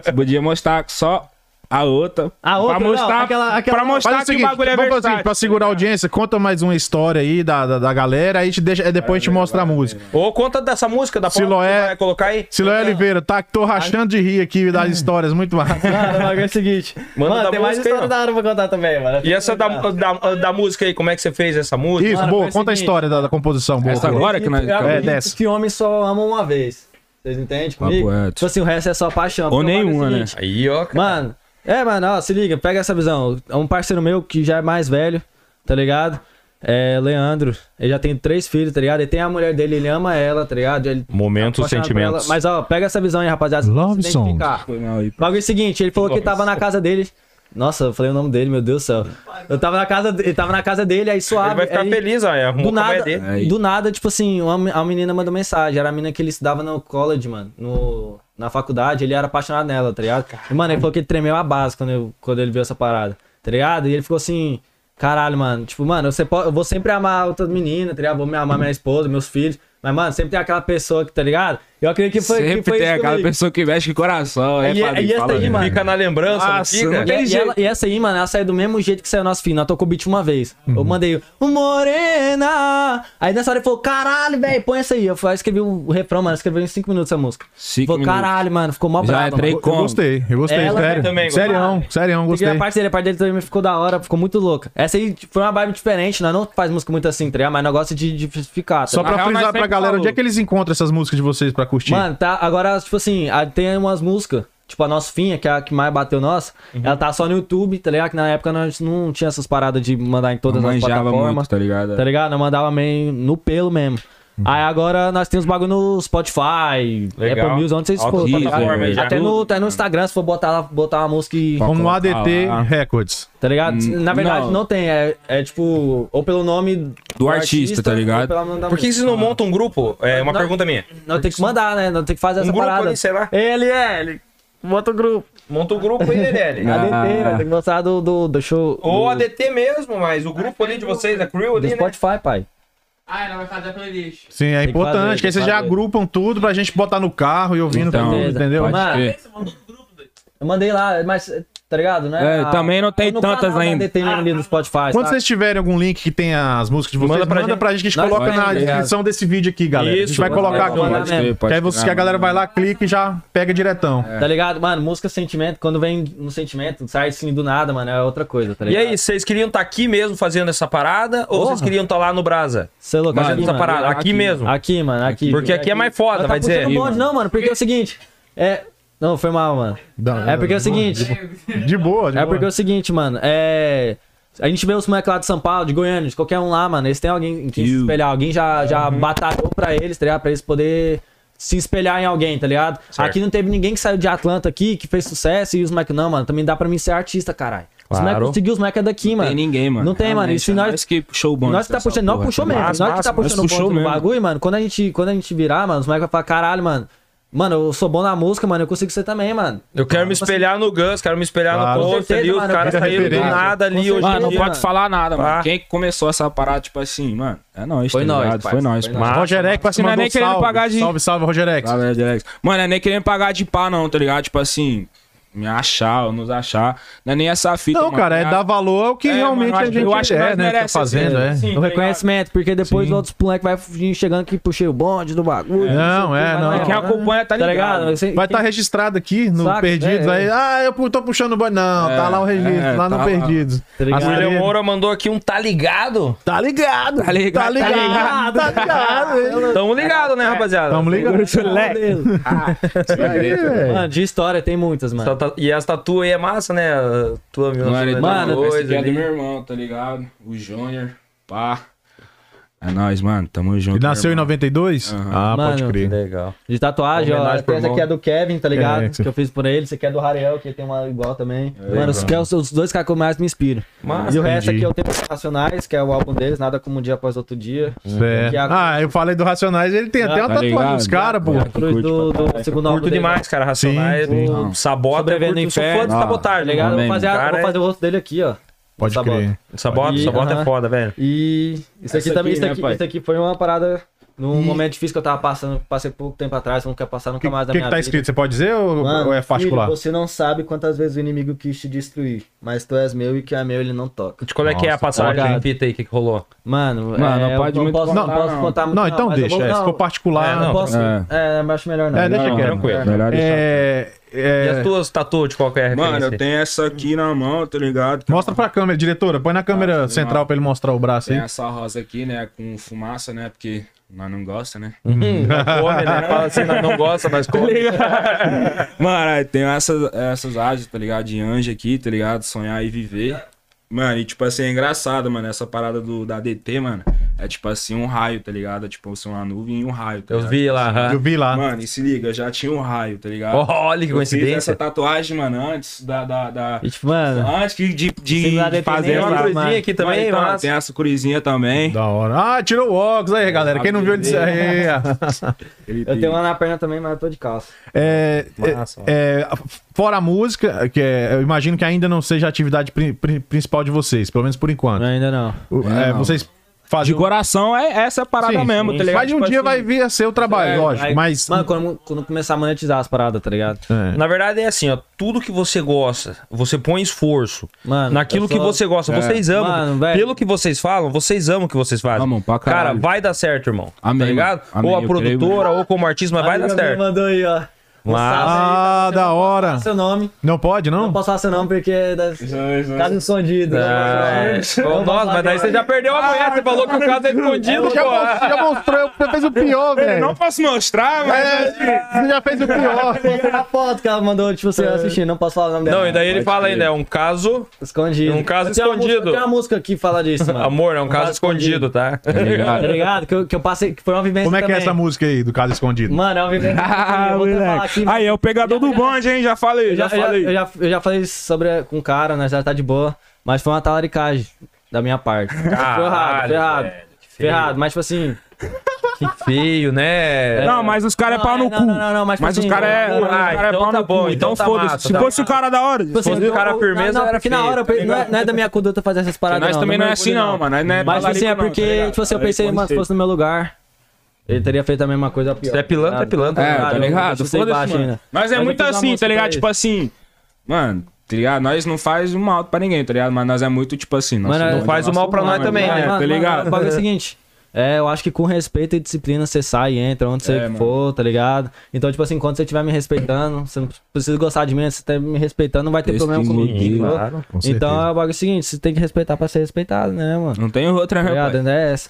você podia mostrar só a outra.
A outra,
pra
não,
mostrar,
aquela- aquela-
pra mostrar
Faz o seguinte,
que o bagulho é
vamos fazer o
versátil.
seguinte, pra segurar a audiência, conta mais uma história aí da, da, da galera, aí te deixa, aí depois a gente mostra a música.
Ou conta dessa música da
Siloé.
Paula que você vai colocar aí.
Siloé Oliveira, tá? Tô rachando de rir aqui das histórias, muito massa.
Mano, o bagulho é o seguinte.
Manda
mano,
da
tem mais
música aí,
história
ó.
da hora pra contar também, mano.
E essa é da, da, da música aí, como é que você fez essa música?
Isso,
Mano,
boa,
foi o
conta a
seguinte.
história da, da composição, boa.
Essa agora que nós.
Eu
É,
acredito
dessa.
que homem só ama uma vez. Vocês entendem comigo?
reto.
Tipo assim, o resto é só paixão.
Ou
Porque o bagulho é o
nenhuma, né?
seguinte,
Aí, ó, cara.
Mano, é, mano, ó, se liga, pega essa visão. É um parceiro meu que já é mais velho, tá ligado? É, Leandro, ele já tem três filhos, tá ligado? Ele tem a mulher dele, ele ama ela, tá ligado? Ele
Momentos,
apaixonado por
sentimentos.
ela. Mas, ó, pega essa visão aí, rapaziada. se
Love
identificar.
songs.
Foi mal aí.
O bagulho é o seguinte, ele falou que tava na casa dele. Nossa, eu falei o nome dele, meu Deus do céu. Eu tava na casa, ele tava na casa dele, aí suave.
Ele vai ficar
aí-
feliz, ó. é, Arrumou
é, do
o
é
nada...
nada,
dele.
Aí.
do nada, tipo assim, uma, me- a menina mandou mensagem. Era a menina que ele estudava no college, mano. No, na faculdade, ele era apaixonado nela, tá ligado? E, mano, ele falou que ele tremeu a base quando, eu- quando ele viu essa parada, tá ligado? E ele ficou assim, caralho, mano. Tipo, mano, você po- eu vou sempre amar outras meninas, tá ligado? Vou me amar minha esposa, meus filhos. Mas, mano, sempre tem aquela pessoa que, tá ligado? Eu acredito que foi.
Sempre
que foi
tem
isso
aquela
comigo.
pessoa que mexe com o coração. É,
E-
Fabinho,
e essa
fala
aí,
mesmo.
mano?
Fica na lembrança,
Nossa,
não fica?
não tem-
E, e
jeito.
ela- e essa aí, mano, ela saiu do mesmo jeito que saiu nosso filho. Nós tocou o beat uma vez.
Uhum.
Eu mandei o Morena. Aí nessa hora ele falou, caralho, velho, põe essa aí. Eu falei, eu escrevi um, o refrão, mano, eu escrevi em 5 minutos essa música.
Cinco
Falou,
minutos.
caralho, mano, ficou mó
Já
brava,
entrei
mano.
com-
Eu gostei, eu gostei,
Ela
sério.
também, gostei.
Serião, serião,
E
gostei.
a parte dele, a parte dele também ficou da hora, ficou muito louca. Essa aí tipo, foi uma vibe diferente, nós não faz música muito assim, tá ligado? Mas nós gosta de diversificar, tá
Só
Na
pra
real, nós
frisar pra
sempre
galera,
falou.
onde é que eles encontram essas músicas de vocês pra curtir?
Mano, tá. Agora, tipo assim, a- tem umas músicas. Tipo, a nossa finha, que é a que mais bateu nossa,
Uhum.
ela tá só no YouTube, tá ligado? Que na época nós não tinha essas paradas de mandar em todas as
Manjava
plataformas.
muito, tá ligado?
Tá ligado? Nós mandava meio no pelo mesmo.
Uhum.
Aí agora nós temos bagulho no Spotify,
Legal.
Apple Music, onde vocês
Alto
for. tá
nível,
ligado?
velho.
Até no, até no Instagram, se for botar, lá- botar uma música e.
Como no
Colocar
ADT
lá.
Records.
Tá ligado?
Hum,
Na verdade,
não.
não, tem. É, é tipo, ou pelo nome
Do artista, tá ligado?
Por que vocês não montam um grupo? É uma
Não.
pergunta minha.
Nós temos que mandar, né? Nós temos que fazer
Um
essa
grupo
parada.
ali, sei lá.
Ele é, ele. Bota o grupo.
Monta o grupo aí, Lelele.
Ah.
ADT, vai ter que mostrar do, do, do show.
Ou
do,
a DT mesmo, mas o grupo ali de vocês, a crew
do
ali, né?
Spotify, pai.
Ah, ela vai fazer a playlist.
Sim, é
Tem que fazer,
importante, que aí
tem
vocês
que
já
fazer.
agrupam tudo pra gente botar no carro
Tá
e ouvindo
Então,
tudo,
beleza.
entendeu?
Pode
Mano,
crer.
Eu mandei lá, mas, tá ligado, né?
É, também não tem
no
tantas
canal né, da
ainda.
ADT
Ah.
mesmo ali do Spotify.
Quando
sabe?
vocês tiverem algum link que tenha as músicas de vocês, manda pra, gente. que a gente
Nós
coloca
vamos,
na
obrigado.
descrição desse vídeo aqui, galera. a gente
Isso,
vai
vamos
colocar
lá,
aqui.
vamos lá.
Que aí você,
Ah,
que a galera vai lá, clica e já pega diretão.
Tá ligado? Mano, música sentimento, quando vem no sentimento, sai assim do nada, mano, é outra coisa, tá
E
ligado?
aí, vocês queriam estar aqui mesmo fazendo essa parada? Ou vocês queriam estar lá no Brasa?
Seu local,
Mas
é aqui,
Essa
mano.
parada, aqui,
aqui,
mesmo.
Aqui, mano, aqui.
Porque aqui é mais
Mas
foda,
tá
vai dizer.
puxando bonde, não, mano, porque é o seguinte, é... Não, foi mal, mano.
Da-
É porque é o seguinte,
De boa, de
é
boa.
porque é o seguinte, mano, é... A gente vê os moleques lá de São Paulo, de Goiânia, de qualquer um lá, mano, eles têm alguém que se
You.
espelhar, alguém já, já batalhou pra eles, tá ligado? Pra eles poder se espelhar em alguém, tá ligado? Aqui não teve ninguém que saiu de Atlanta aqui, que fez sucesso, e os moleques, não, mano, também dá pra mim ser artista, caralho. Os moleques conseguiu, os moleques é daqui,
Não
mano.
tem ninguém, mano.
Não tem, mano, e
Realmente,
se
é
nós-
que puxou o bonde.
Nós que tá
dessa
puxando, nós
porra,
puxou
tá
mesmo.
ligado?
Nós que tá puxando o
puxou
ponto do
mesmo.
bagulho, mano. Quando a gente, quando a gente virar, mano, os moleques vão falar, caralho, mano. Mano, eu sou bom na música, mano. Eu consigo ser também, mano.
Eu quero me espelhar no Gus, quero me espelhar
Claro.
no
Com
Post
certeza,
ali, os
mano,
caras
eu quero
saíram do
referência.
nada ali
Com
hoje em
Mano, não
certeza.
dia.
mano.
pode falar nada,
Tá.
mano. Quem começou essa parada, tipo assim, mano, é nós,
Foi
tá
nós,
ligado? Foi
parça,
nós,
foi
pô.
nós.
Rogerex
Assim, não é
mandou
nem querendo
salve.
pagar de-
Salve, salve, Rogerex.
Fala, Alex. Mano, é nem querendo pagar de pá, não, tá ligado? Tipo assim, me achar ou nos achar. Não é nem essa fita.
Não,
mano,
cara, é
tá
dar
ligado?
valor ao que
É,
realmente
mano, eu
a
acho-
gente
eu acho que
é,
nós
né? Tá
merece
fazendo, é.
o reconhecimento, porque depois outros moleques vai vir chegando aqui, puxei o bonde do bagulho.
Não, é,
mas
não.
é
Quem
valor,
acompanha tá
Tá
ligado.
ligado? Você-
Vai
quem-
estar registrado aqui no
Saca?
Perdidos.
É,
Aí,
é.
ah, eu pu- tô puxando o banho. Não, tá
É,
lá o registro,
é,
lá no
tá lá.
Perdidos.
Tá ligado?
As
William
orelhas-
Moura mandou aqui um tá ligado?
Tá ligado, tá ligado, tá ligado, tá ligado.
Tamo ligado, né, rapaziada?
Tá
Tamo ligados. É.
Mano, de história tem muitas,
Essa
mano.
ta- E as tatu aí é massa, né? A Tua
é
Mano,
mano, é
mano, esse aqui
coisa né?
é do
ali.
meu irmão, tá ligado? O Júnior, pá. É nóis, mano. Tamo junto.
Ele nasceu em
irmão.
92? Ah, pode
Mano,
crer.
Legal.
De tatuagem, ó.
Homenagem pro
Essa aqui
irmão.
é do Kevin, tá ligado?
É, que
que... eu fiz por ele. Esse aqui é do Rariel, que tem uma igual também.
legal.
Mano, os, que é os, os dois caras que eu mais me inspiram.
Mas,
e o resto
entendi.
aqui é o Tempos Racionais, que é o álbum deles, Nada Como Um Dia Após Outro Dia.
É.
Que é a-
Ah, eu falei do Racionais, ele tem até uma
tá
tatuagem
ligado.
dos caras, pô.
É.
a cruz
curte
do,
pra
do segundo álbum
Curto
dele.
demais, cara. Racionais,
Sim, sim.
o sabota. eu
Sobrevivendo
curto-
no
sou
inferno.
fã de
Ah,
sabotagem,
Tá ligado? Eu
Amém.
Vou fazer, a-
Cara,
vou
é-
fazer o rosto dele aqui, ó.
Pode
Sabota.
crer.
Sabota,
E-
sabota é
aham.
foda, velho.
E isso aqui
Essa
também,
aqui,
isso
né,
aqui,
pai?
isso aqui foi uma parada num momento difícil que eu tava passando, passei pouco tempo atrás, não quero passar
O que,
nunca mais
que,
na
que
minha
tá
vida.
escrito? Você pode dizer ou,
Mano,
ou é particular?
filho, você não sabe quantas vezes o inimigo quis te destruir, mas tu és meu e o que é meu ele não toca.
De qual é que é a passagem?
obrigado.
Repita aí o que, que rolou.
Mano,
Mano,
é,
não pode
eu não
muito
posso, não,
contar,
posso
não.
contar muito.
Não, então
mas eu
deixa.
vou-
é, se
não,
for particular.
É,
não
não,
posso.
tranquilo.
É, eu acho melhor não.
É, deixa
Não,
quieto.
tranquilo.
tá
Melhor deixar.
É, é-
E as tuas tatu de qual que é a referência?
Mano, eu tenho essa aqui na mão, tá ligado?
Mostra pra câmera, diretora. Põe na câmera
Ah,
central pra ele mostrar o braço
Tem
aí.
essa rosa aqui, né? Com fumaça, né? Porque nós não gosta, né?
Hum, não come, né? Fala assim, não, não gosta, mas come.
Mano, aí tem essas, essas aves, tá ligado? De anjo aqui, tá ligado? Sonhar e viver. Mano, e tipo assim, é engraçado, mano. Essa parada do, da DT, mano. É tipo assim, um raio, tá ligado? É tipo assim, uma nuvem e um raio. Tá
Eu
ligado?
vi lá. aham.
Eu vi lá.
Mano, e se liga, já tinha um raio, tá ligado?
Olha que
Eu fiz essa
coincidência.
tatuagem, mano, antes da. da, da-
E, tipo, mano,
Antes que de, de,
Sem nada
de
deter
fazer
nem
Tem
essa-
uma
lá, mano.
coisinha aqui também,
Então,
mas...
Tem essa curizinha também.
Da hora. Ah, tirou o óculos aí, galera. Quem não viu, ele disse. Aí, ó.
Ele
eu
tem-
tenho uma na perna também, mas eu tô de calça.
É, é,
Massa, mano.
é, fora a música, que é- eu imagino que ainda não seja a atividade pri- pri- principal de vocês, pelo menos por enquanto.
Ainda não.
O-
É,
é,
não.
vocês fazem.
De coração é essa parada
Sim,
mesmo,
sim.
tá ligado?
Mas de um
Tipo
dia
assim, é,
vai vir a ser o trabalho, lógico.
É, Aí,
mas.
Mano, quando, quando começar a monetizar as paradas, tá ligado?
É.
Na verdade é assim, ó, tudo que você gosta, você põe esforço
Mano,
naquilo
eu
que
sou-
você gosta,
É.
vocês amam.
Mano, velho.
pelo que vocês falam, vocês amam o que vocês fazem.
Amam pra
Cara,
caralho.
vai dar certo, irmão.
Amém,
tá
mano.
ligado?
Amém,
ou a
eu creio,
produtora, ou como artista, mas vai dar
Amiga minha
certo.
mandou aí, ó. Um
Mas-
salve aí,
Ah, da hora.
Seu nome.
Não pode, não?
Não posso falar seu nome porque é da... caso escondido.
Ah,
Não posso
Nossa,
falar
mas daí
que-
você já perdeu a mulher, você falou que o caso é escondido,
Ah, Já,
pô.
mo- já mostrou, você fez o pior,
Eu
velho.
não posso mostrar, mas.
É, você já fez o pior.
Mostrei a foto que ela mandou, tipo, você assistindo, não posso falar o nome dela.
É. Não, e daí ele fala ainda, é um caso.
Escondido.
Um caso
Eu tenho uma
escondido.
música- Tem uma música que fala disso, mano.
Amor, é um caso escondido, tá?
Tá ligado? Que eu, que eu passei, que foi uma vivência
Como é que é
também.
essa música aí do caso escondido?
Mano, é uma vivência.
Ah,
eu vou até falar
moleque.
aqui,
Aí é o pegador do bonde, hein? Já falei,
eu
já
já, eu já-
falei.
eu, já, eu já falei sobre com o cara, nós já tá de boa, mas foi uma talaricagem da minha parte. foi errado, foi errado. Foi errado, mas tipo assim.
Feio, né?
Não, mas os caras é
Não,
pau
é,
no
não,
cu.
não, não, não, mas
os
assim,
caras é,
ah,
os cara é
então
pau
tá
no
bom,
cu. Então
então tá
foda-se.
massa,
Se
tá
fosse o
massa.
cara da hora.
Tipo assim,
fosse o
eu-
cara
eu-
firmeza,
não, não,
era
porque na
feio,
hora eu
tá
pensei- não, é, não é da minha conduta fazer essas paradas.
nós
não,
também não é
me
assim,
orgulho,
não, mano. Nós não é
Mas tipo assim, é
talarico, não, tá
porque,
ligado?
tipo assim, eu
Talarico
pensei,
pode
mano, se
ser.
fosse no meu lugar, ele teria feito a mesma coisa ou pior.
Se é pilantra, é pilantra.
É, tá
eu
ligado?
deixei
Foda-se,
baixo
mano.
ainda.
Mas é
Mas eu
muito
fiz uma
assim,
música
tá
pra
ligado?
isso.
Tipo assim. Mano, tá ligado? Nós não faz o mal pra ninguém, tá ligado? Mas nós é muito, tipo assim. nós
Mano,
somos
é-
do
Faz o
nosso
mal pra nós
mundo,
também,
é,
né?
Tá
O
ligado?
bagulho é o seguinte. É, eu acho que com respeito e disciplina você sai e entra onde você
É, mano.
for, tá ligado? Então, tipo assim, quando você estiver me respeitando, você não precisa gostar de mim, mas você tá me respeitando, não vai ter
Deus
problema
te
comigo.
ilumine,
entendeu?
claro,
com certeza.
então, é o bagulho seguinte, você tem que respeitar pra ser respeitado, né, mano?
Não tem outra,
Tá
né?
ligado?
pai?
Ainda é essa.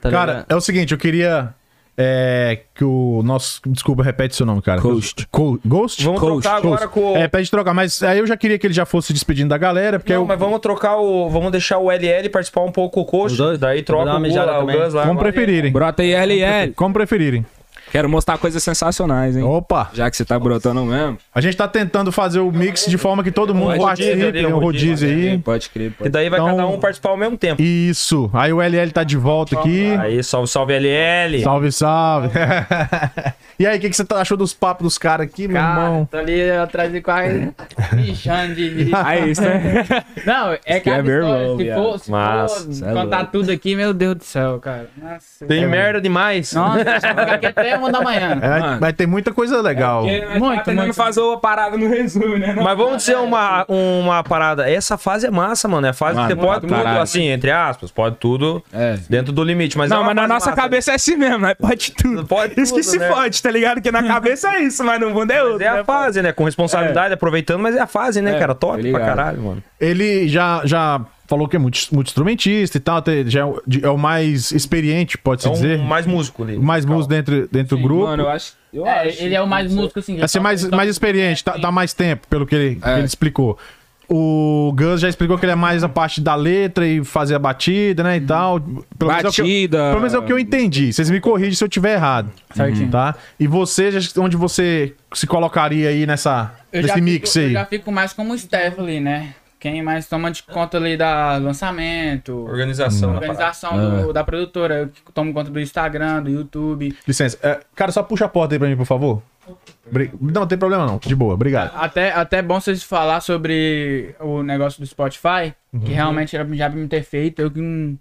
Tá
Cara,
ligado?
é o seguinte, eu queria é, que o nosso. Desculpa, repete seu nome, cara.
Ghost.
Co- Ghost?
Vamos
Ghost.
trocar agora com o-
É, pede trocar, mas aí eu já queria que ele já fosse despedindo da galera, porque
Não,
eu.
mas vamos trocar o. Vamos deixar o LL participar um pouco com o coach.
Os dois?
Daí
Vou dar
troca
uma
o,
mijada
Gula, o
também.
Gus lá.
Como preferirem.
Brota aí,
é
LL.
Como preferirem.
Quero mostrar coisas sensacionais, hein?
Opa!
Já que você tá brotando mesmo.
A gente tá tentando fazer o mix de forma que todo mundo
Um rodízio
participe,
ali, um
um rodízio aí.
é, Pode crer, pode
E daí vai
Então-
cada um participar ao mesmo tempo.
Isso. Aí o LL tá de volta aqui.
Aí, salve, salve LL.
Salve, salve. e aí, o que, que você tá- achou dos papos dos caras aqui, meu
Cara,
irmão?
tô tá ali atrás de quase bichando de.
Aí, isso é.
Não, é que
é meu irmão,
se for, se
Mas,
for
é
contar
louco.
tudo aqui, meu Deus do céu, cara. Nossa,
Tem merda demais.
nossa, isso aqui até uma da manhã.
É,
Mano.
mas tem muita coisa
É
legal.
Muito, muito.
tá fazer uma parada no resumo, né?
Mas vamos dizer uma, uma parada. Essa fase é massa, mano. É a fase
Mano,
que você pode tudo,
caralho.
assim, entre aspas, pode tudo
É.
dentro do limite. Mas é
Não,
uma
mas na
fase
nossa
massa.
cabeça é assim mesmo, né? Pode tudo.
Pode
isso que
tudo,
se
né?
pode, tá ligado? Que na cabeça é isso, mas no mundo é
Mas
outro.
É a
né,
fase, né? Com responsabilidade, aproveitando, mas é a fase, né,
É,
cara?
tá
Top pra
ligado.
caralho, mano.
Ele já, já falou que é multi- multi-instrumentista e tal, te- já é o, de- é o mais experiente, pode-se
É
dizer.
um
Mais,
mais músico ali.
músico dentro, dentro do grupo.
Mano, eu acho. Eu
É,
acho.
ele é o mais músico, assim.
tá, é ser mais, mais experiente, tá, dá mais tempo, pelo que ele, que ele explicou. O Gus já explicou que ele é mais a parte da letra e fazer a batida, né? E tal. Pelo menos é o que eu-
Uhum. Batida.
Pelo menos é o que eu entendi. Vocês me corrigem se eu tiver errado.
Certinho.
Tá? E você, onde você se colocaria aí nessa,
Eu
nesse
já
mix
fico,
aí?
Eu já fico mais como o Steph ali, né? Quem mais toma de conta ali da lançamento,
Organização. da parada.
organização
É.
do- da produtora, eu que tomo conta do Instagram, do YouTube.
Licença. É, cara, só puxa a porta aí pra mim, por favor. Bri- Não, não tem problema não. De boa, obrigado.
Até, até é bom vocês falar sobre o negócio do Spotify,
Uhum.
que realmente era já pra me ter feito. Eu, que não-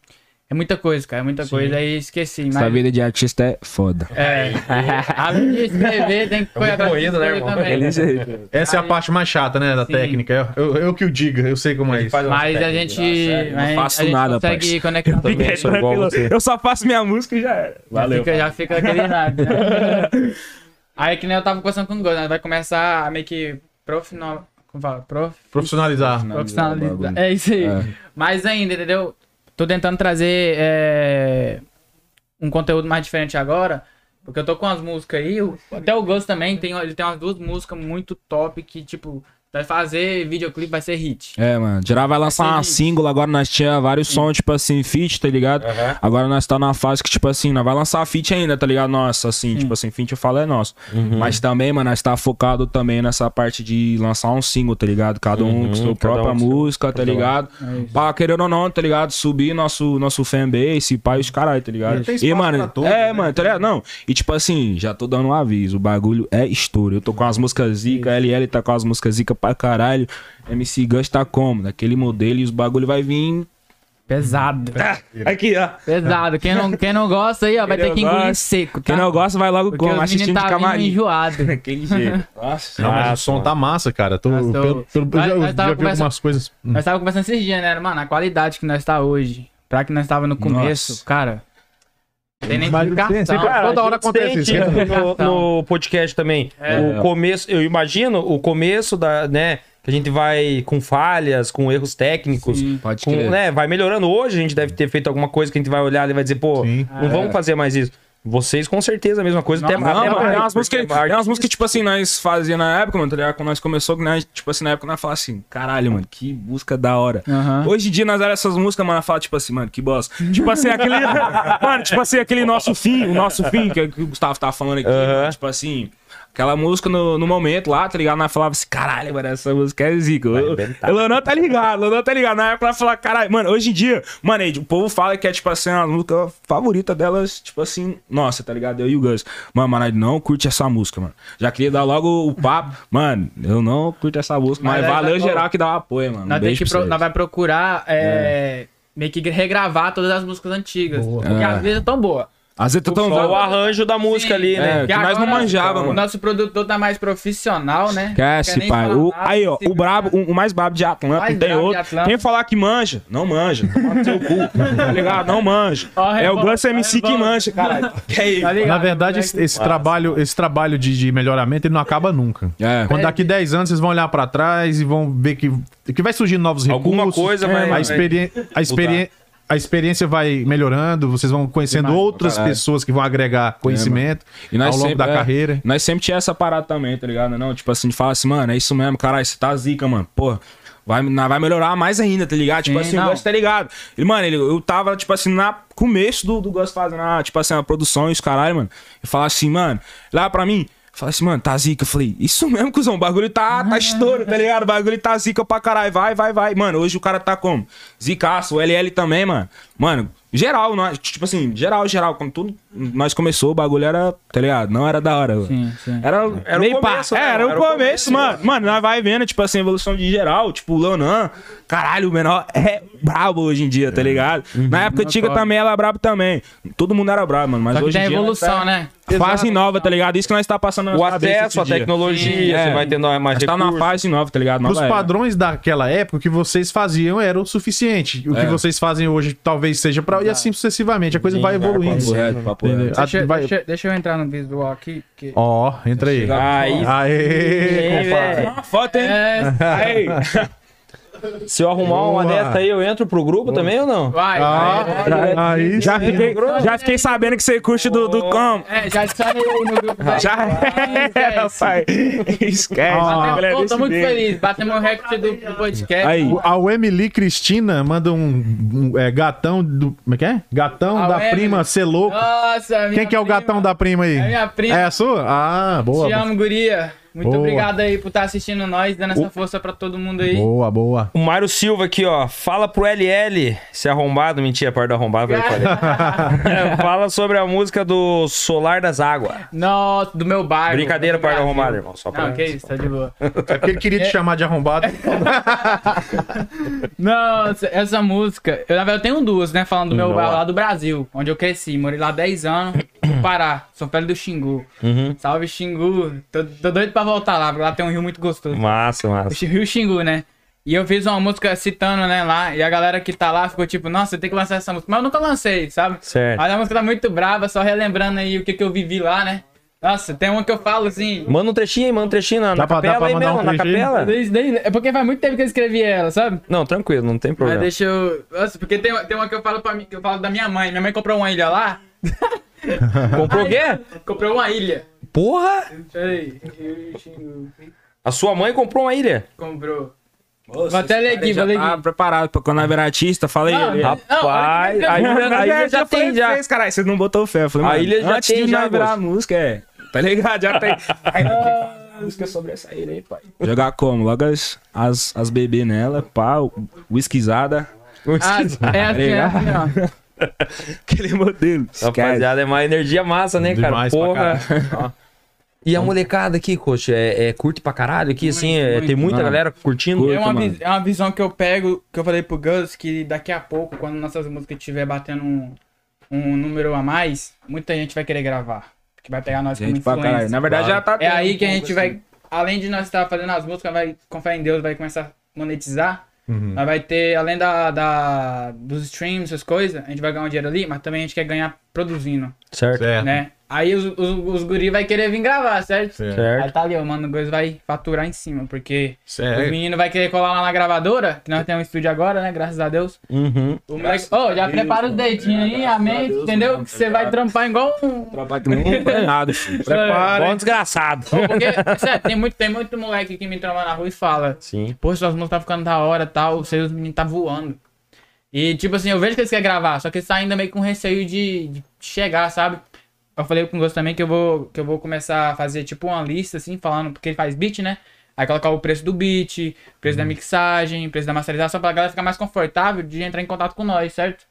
é muita coisa, cara, é muita coisa. Aí esqueci.
Essa
Mas,
vida de artista é foda.
é, além de escrever, tem que correr atrás de
corrido, né,
coisa
irmão?
também.
Essa é a
Aí-
parte mais chata, né, da
Sim.
técnica. Eu, eu, eu que o diga, eu sei como é isso.
Faz umas
Mas a
técnicas.
gente, mas a
faço
gente
nada,
consegue
parça.
conectar.
Também sou igual a você.
Eu só faço minha música e já era.
Já fica, já fica aquele nada. né? Aí que nem eu tava conversando com o Gold, né? Vai começar a meio que prof... Não, como fala? Prof...
Profissionalizar.
Profissionalizar. É isso aí. Mas ainda, entendeu? Tô tentando trazer é, um conteúdo mais diferente agora. Porque eu tô com as músicas aí. o- Até o Ghost também tem, ele tem umas duas músicas muito top que, tipo, vai fazer videoclipe, vai ser hit.
É, mano. Geral vai lançar uma
Sim.
single, agora nós tinha vários sons, tipo assim, feat, tá ligado?
Aham.
Agora nós tá na fase que, tipo assim, nós vai lançar feat ainda, tá ligado? Nossa, assim, tipo assim, feat eu falo é nosso.
Uhum.
Mas também, mano, nós tá focado também nessa parte de lançar um single, tá ligado? Cada um com sua
cada um
própria
com seu- É
música, tá ligado? Pra, querendo ou não, tá ligado? Subir nosso, nosso fanbase, pai, os caralho, tá ligado?
Tem
E,
espaço pra
mano,
todos,
é,
né?
mano, tá ligado? Não. E, tipo assim, já tô dando um aviso, o bagulho é estouro. Eu tô com as músicas zica, LL tá com as músicas zica pra caralho. MC Gus tá como? Daquele modelo e os bagulho vai vir.
Pesado.
Aqui, ó.
Pesado. Quem não, quem não gosta aí, ó, vai
Quem
ter
não
que engolir
gosta-
seco, tá?
Quem não gosta vai logo
Porque
como?
os meninos
Assistindo de
tá vindo
camarim.
enjoado.
Daquele jeito. Nossa.
Não, mas o som tá massa, cara. Tô,
Nossa,
pelo,
eu-
pelo- eu já,
Nós-
eu
nós tava
já vi
conversa-
algumas coisas.
Nós tava conversando esses dias, né, mano? A qualidade que nós tá hoje, pra que nós tava no começo,
Nossa.
cara. Tem nem
Mas
explicação.
tem- sempre-
Cara,
Toda
a
hora
gente
acontece
né?
sente
isso.
né?
No, né? no podcast também. O começo, eu imagino o começo da, né? Que a gente vai com falhas, com erros técnicos.
Pode
com,
crer.
né, vai melhorando. Hoje a gente deve ter feito alguma coisa que a gente vai olhar ali e vai dizer, pô,
Sim.
não vamos fazer mais isso. Vocês com certeza a mesma coisa.
é
até,
Não,
até
mano,
mais,
tem umas
porque
músicas,
mais-
tem umas músicas que, tipo assim, nós fazíamos na época, mano, tá ligado? Quando nós começou, que nós, tipo assim, na época nós falávamos assim, caralho, mano, que música da hora.
Aham.
Hoje em dia nós olhamos essas músicas, mano, nós falamos, tipo assim, mano, que bosta. tipo assim, aquele. mano, tipo assim, aquele nosso fim, o nosso fim, que, é o que o Gustavo tava falando aqui, mano, tipo assim. Aquela música no, no momento lá, tá ligado? Nós falava assim, caralho, mano, essa música é zica. O Lanão tá ligado, Lanão tá ligado. Na época ela falava, caralho, mano, hoje em dia, mano, aí, o povo fala que é, tipo assim, a música favorita delas, tipo assim, nossa, tá ligado? Eu e o Gus. Mano, mas nós não curte essa música, mano. Já queria dar logo o papo. Mano, eu não curto essa música, mas,
Mas aí,
valeu
ó,
geral que dá o apoio, mano. Um
Nós, tem
beijo
que
pra
pro-
vocês.
nós vai procurar é, meio que regravar todas as músicas antigas. Porque
É.
às vezes é tão boa.
Às vezes
Só
tão
Então, o arranjo da música
Sim,
ali, né?
É,
Porque
que nós não
agora
manjava,
O
mano.
nosso produtor tá mais profissional, né? Não quer
Esquece,
nem
pai.
falar
O-
nada,
aí, ó,
se-
o brabo, um, o, o mais brabo de Atlanta,
Mais
não tem
brabo de
outro.
Atlanta.
Quem falar que manja, não manja. Toma no seu cu, tá ligado? Não manja.
Ó,
é o
revolta,
Gus MC que
revolta.
manja, caralho. Que é isso?
Tá ligado?
Na verdade, esse, esse trabalho, esse trabalho de, de melhoramento ele não acaba nunca.
É.
Quando daqui 10 anos vocês vão olhar pra trás e vão ver que, que vai surgindo novos recursos.
Alguma coisa vai-
a, experi a, experi a experiência vai melhorando, vocês vão conhecendo outras
Caralho. É,
pessoas que vão agregar conhecimento
E nós
ao longo
sempre,
da
é,
carreira.
Nós sempre tinha essa parada também, tá ligado? Não, tipo assim, de falar assim, mano, é isso mesmo, caralho, você tá zica, mano. Porra. Vai, na- vai melhorar mais ainda, tá ligado? Tipo
Sim,
assim, o
não.
Gus tá ligado. E, mano, ele, eu tava, tipo assim, na começo do, do Gus fazendo, a, tipo assim, a produção e os caralho, mano. Eu falava assim, mano, lá pra mim, eu falava assim, mano, tá zica. Eu falei, isso mesmo, cuzão, o bagulho tá, tá estouro, tá ligado? O bagulho tá zica pra caralho, vai, vai, vai. Mano, hoje o cara tá como? Zicaço, o LL também, mano. Mano, geral, nós, tipo assim, geral, geral, quando tudo nós começou, o bagulho era, tá ligado? Não era da hora.
Sim, sim.
Era,
Era o
meio
começo,
pá.
né,
É, era,
mano?
o começo, mano. Mano, nós vai vendo, tipo assim, a evolução de geral. Tipo, o Leonan, caralho, o menor é brabo hoje em dia, tá ligado? Na época antiga também ela era brabo também. Todo mundo era brabo, mano. Mas
Só que
hoje
tem
em
a
dia. tá
evolução, né?
Fase nova, tá ligado? Isso que nós tá passando na
O
cabeça esse
acesso à
dia.
tecnologia,
Sim,
você
é.
vai tendo mais
Nós tá
recursos.
numa fase nova, tá ligado?
Pros
Nova era.
padrões daquela época, o que vocês faziam era o suficiente. O que
É.
vocês fazem hoje talvez seja pra. E assim sucessivamente. A coisa vai evoluindo.
é, Papo reto, papo reto.
Entendeu?
Deixa,
Ah, vai-
deixa- deixa eu entrar no visual aqui. Porque...
Ó, entra aí.
Aí
Aê,
sim,
compadre.
velho.
Uma foto, hein?
É,
Aí.
Se eu arrumar uma dessa aí, eu entro pro grupo também ou não?
Vai, vai.
Ah, aí
Já fiquei, já fiquei sabendo que você curte do, do com.
É, já escreve aí no grupo. vai.
Já era, pai. Esquece.
Ah.
Galera,
Pô, tô
esse
muito
dele.
feliz. Batemos o recorde do, do podcast.
Aí,
A Emily Cristina manda um, um, é, gatão do. Como é que é? Gatão
A
da
Emily.
prima ser louco.
Nossa, minha
Quem que é o
prima.
gatão da prima aí?
É minha prima.
É a sua? Ah, boa.
Te amo, guria. Muito
Boa.
obrigado aí por estar assistindo nós, dando essa força pra todo mundo aí.
Boa, boa.
O Mário Silva aqui, ó. Fala pro LL, se é arrombado. Mentira, parte do arrombado. Eu falei. É, Fala sobre a música do Solar das Águas.
Nossa, do meu bairro.
Brincadeira,
Do Brasil.
parte do arrombado, irmão. Só pra...
Ah, Não, que isso, tá de boa.
É porque ele queria te chamar de arrombado.
É. Não, essa- essa música. Eu, na verdade, eu tenho duas, né? Falando do meu
Hum,
bairro lá do Brasil, onde eu cresci. Morei lá 10 anos, no Pará, São Pedro do Xingu.
Uhum.
Salve Xingu. Tô, tô doido pra voltar lá, porque lá tem um rio muito gostoso.
Massa,
O
massa.
Xi- Rio Xingu, né? E eu fiz uma música citando, né, lá, e a galera que tá lá ficou tipo, nossa, tem que lançar essa música. Mas eu nunca lancei, sabe?
Certo.
Mas a música tá muito brava, só relembrando aí o que, que eu vivi lá, né? Nossa, tem uma que eu falo assim.
Manda um trechinho aí, manda um trechinho na, na
pra- dá
capela
pra
aí
mandar
mesmo,
um
na
trechinho?
capela.
desde- desde- É porque faz muito tempo que eu escrevi ela, sabe?
Não, tranquilo, não tem
Mas
é.
problema.
deixa eu. Nossa, porque tem, tem uma que eu falo para mim, que eu falo da minha mãe. Minha mãe comprou uma ilha lá.
Comprou o quê?
Comprou uma ilha.
Porra!
Peraí, Rio Xingu.
A sua mãe comprou uma ilha.
Comprou. vou até ler aqui, vou ler
Tá
aqui.
preparado pra quando eu virar artista, fala aí.
Não,
Lê.
não,
Rapaz,
olha
a
que-
ilha, a
é,
ilha já tem já.
Vocês, caralho, vocês não botou fé. Eu falei,
A
mano,
ilha já
antes
tem
de
já,
nós virar
moço.
a música, é. Tá ligado? Já tem. Ai, não, tem que fazer uma música sobre essa ilha aí, pai. Jogar como? Logo as, as, as bebê nela, pá, whiskyzada.
Ah, é assim, é assim, ó.
Aquele modelo. Esquece.
Rapaziada, é uma energia massa, né, cara?
Demais pra
Porra. Ó. E a molecada aqui, coach, é, é curte pra caralho aqui, assim, é- tem muita
Mano.
galera curtindo.
Curte.
É uma,
mano.
vi- é uma visão que eu pego, que eu falei pro Gus, que daqui a pouco, quando nossas músicas estiver batendo um, um número a mais, muita gente vai querer gravar. Que vai pegar nós
Gente, pra
como
caralho.
influência.
Na verdade, já tá
É
tendo
aí que a
um
gente
pouco, assim.
vai, além de nós estar fazendo as músicas, vai, com fé em Deus, vai começar a monetizar.
Uhum.
Nós vai ter, além da, da- dos streams, essas coisas, a gente vai ganhar um dinheiro ali, mas também a gente quer ganhar produzindo,
Certo.
É.
Certo.
né? Aí os, os, os guri vai querer vir gravar, certo?
Certo.
Aí tá ali, ó, mano, o Gus vai faturar em cima, porque os
Certo.
meninos vai querer colar lá na gravadora, que nós temos um estúdio agora, né? Graças a Deus.
Uhum.
O moleque, ó, já prepara os dedinhos aí, a mente, entendeu? Que você vai trampar igual um,
Trabalho que nem um banhado, filho.
né?
Bom desgraçado.
Porque, sério, tem muito, tem muito moleque que me trama na rua e fala:
Sim.
Pô, suas músicas tá ficando da hora e tal, seus meninos tá voando. E, tipo assim, eu vejo que eles querem gravar, só que eles tá ainda meio com receio de, de chegar, sabe? Eu falei com o Gosto também que eu, vou, que eu vou começar a fazer, tipo, uma lista, assim, falando, porque ele faz beat, né? Aí colocar o preço do beat, preço da mixagem, preço da masterização, pra galera ficar mais confortável de entrar em contato com nós, certo?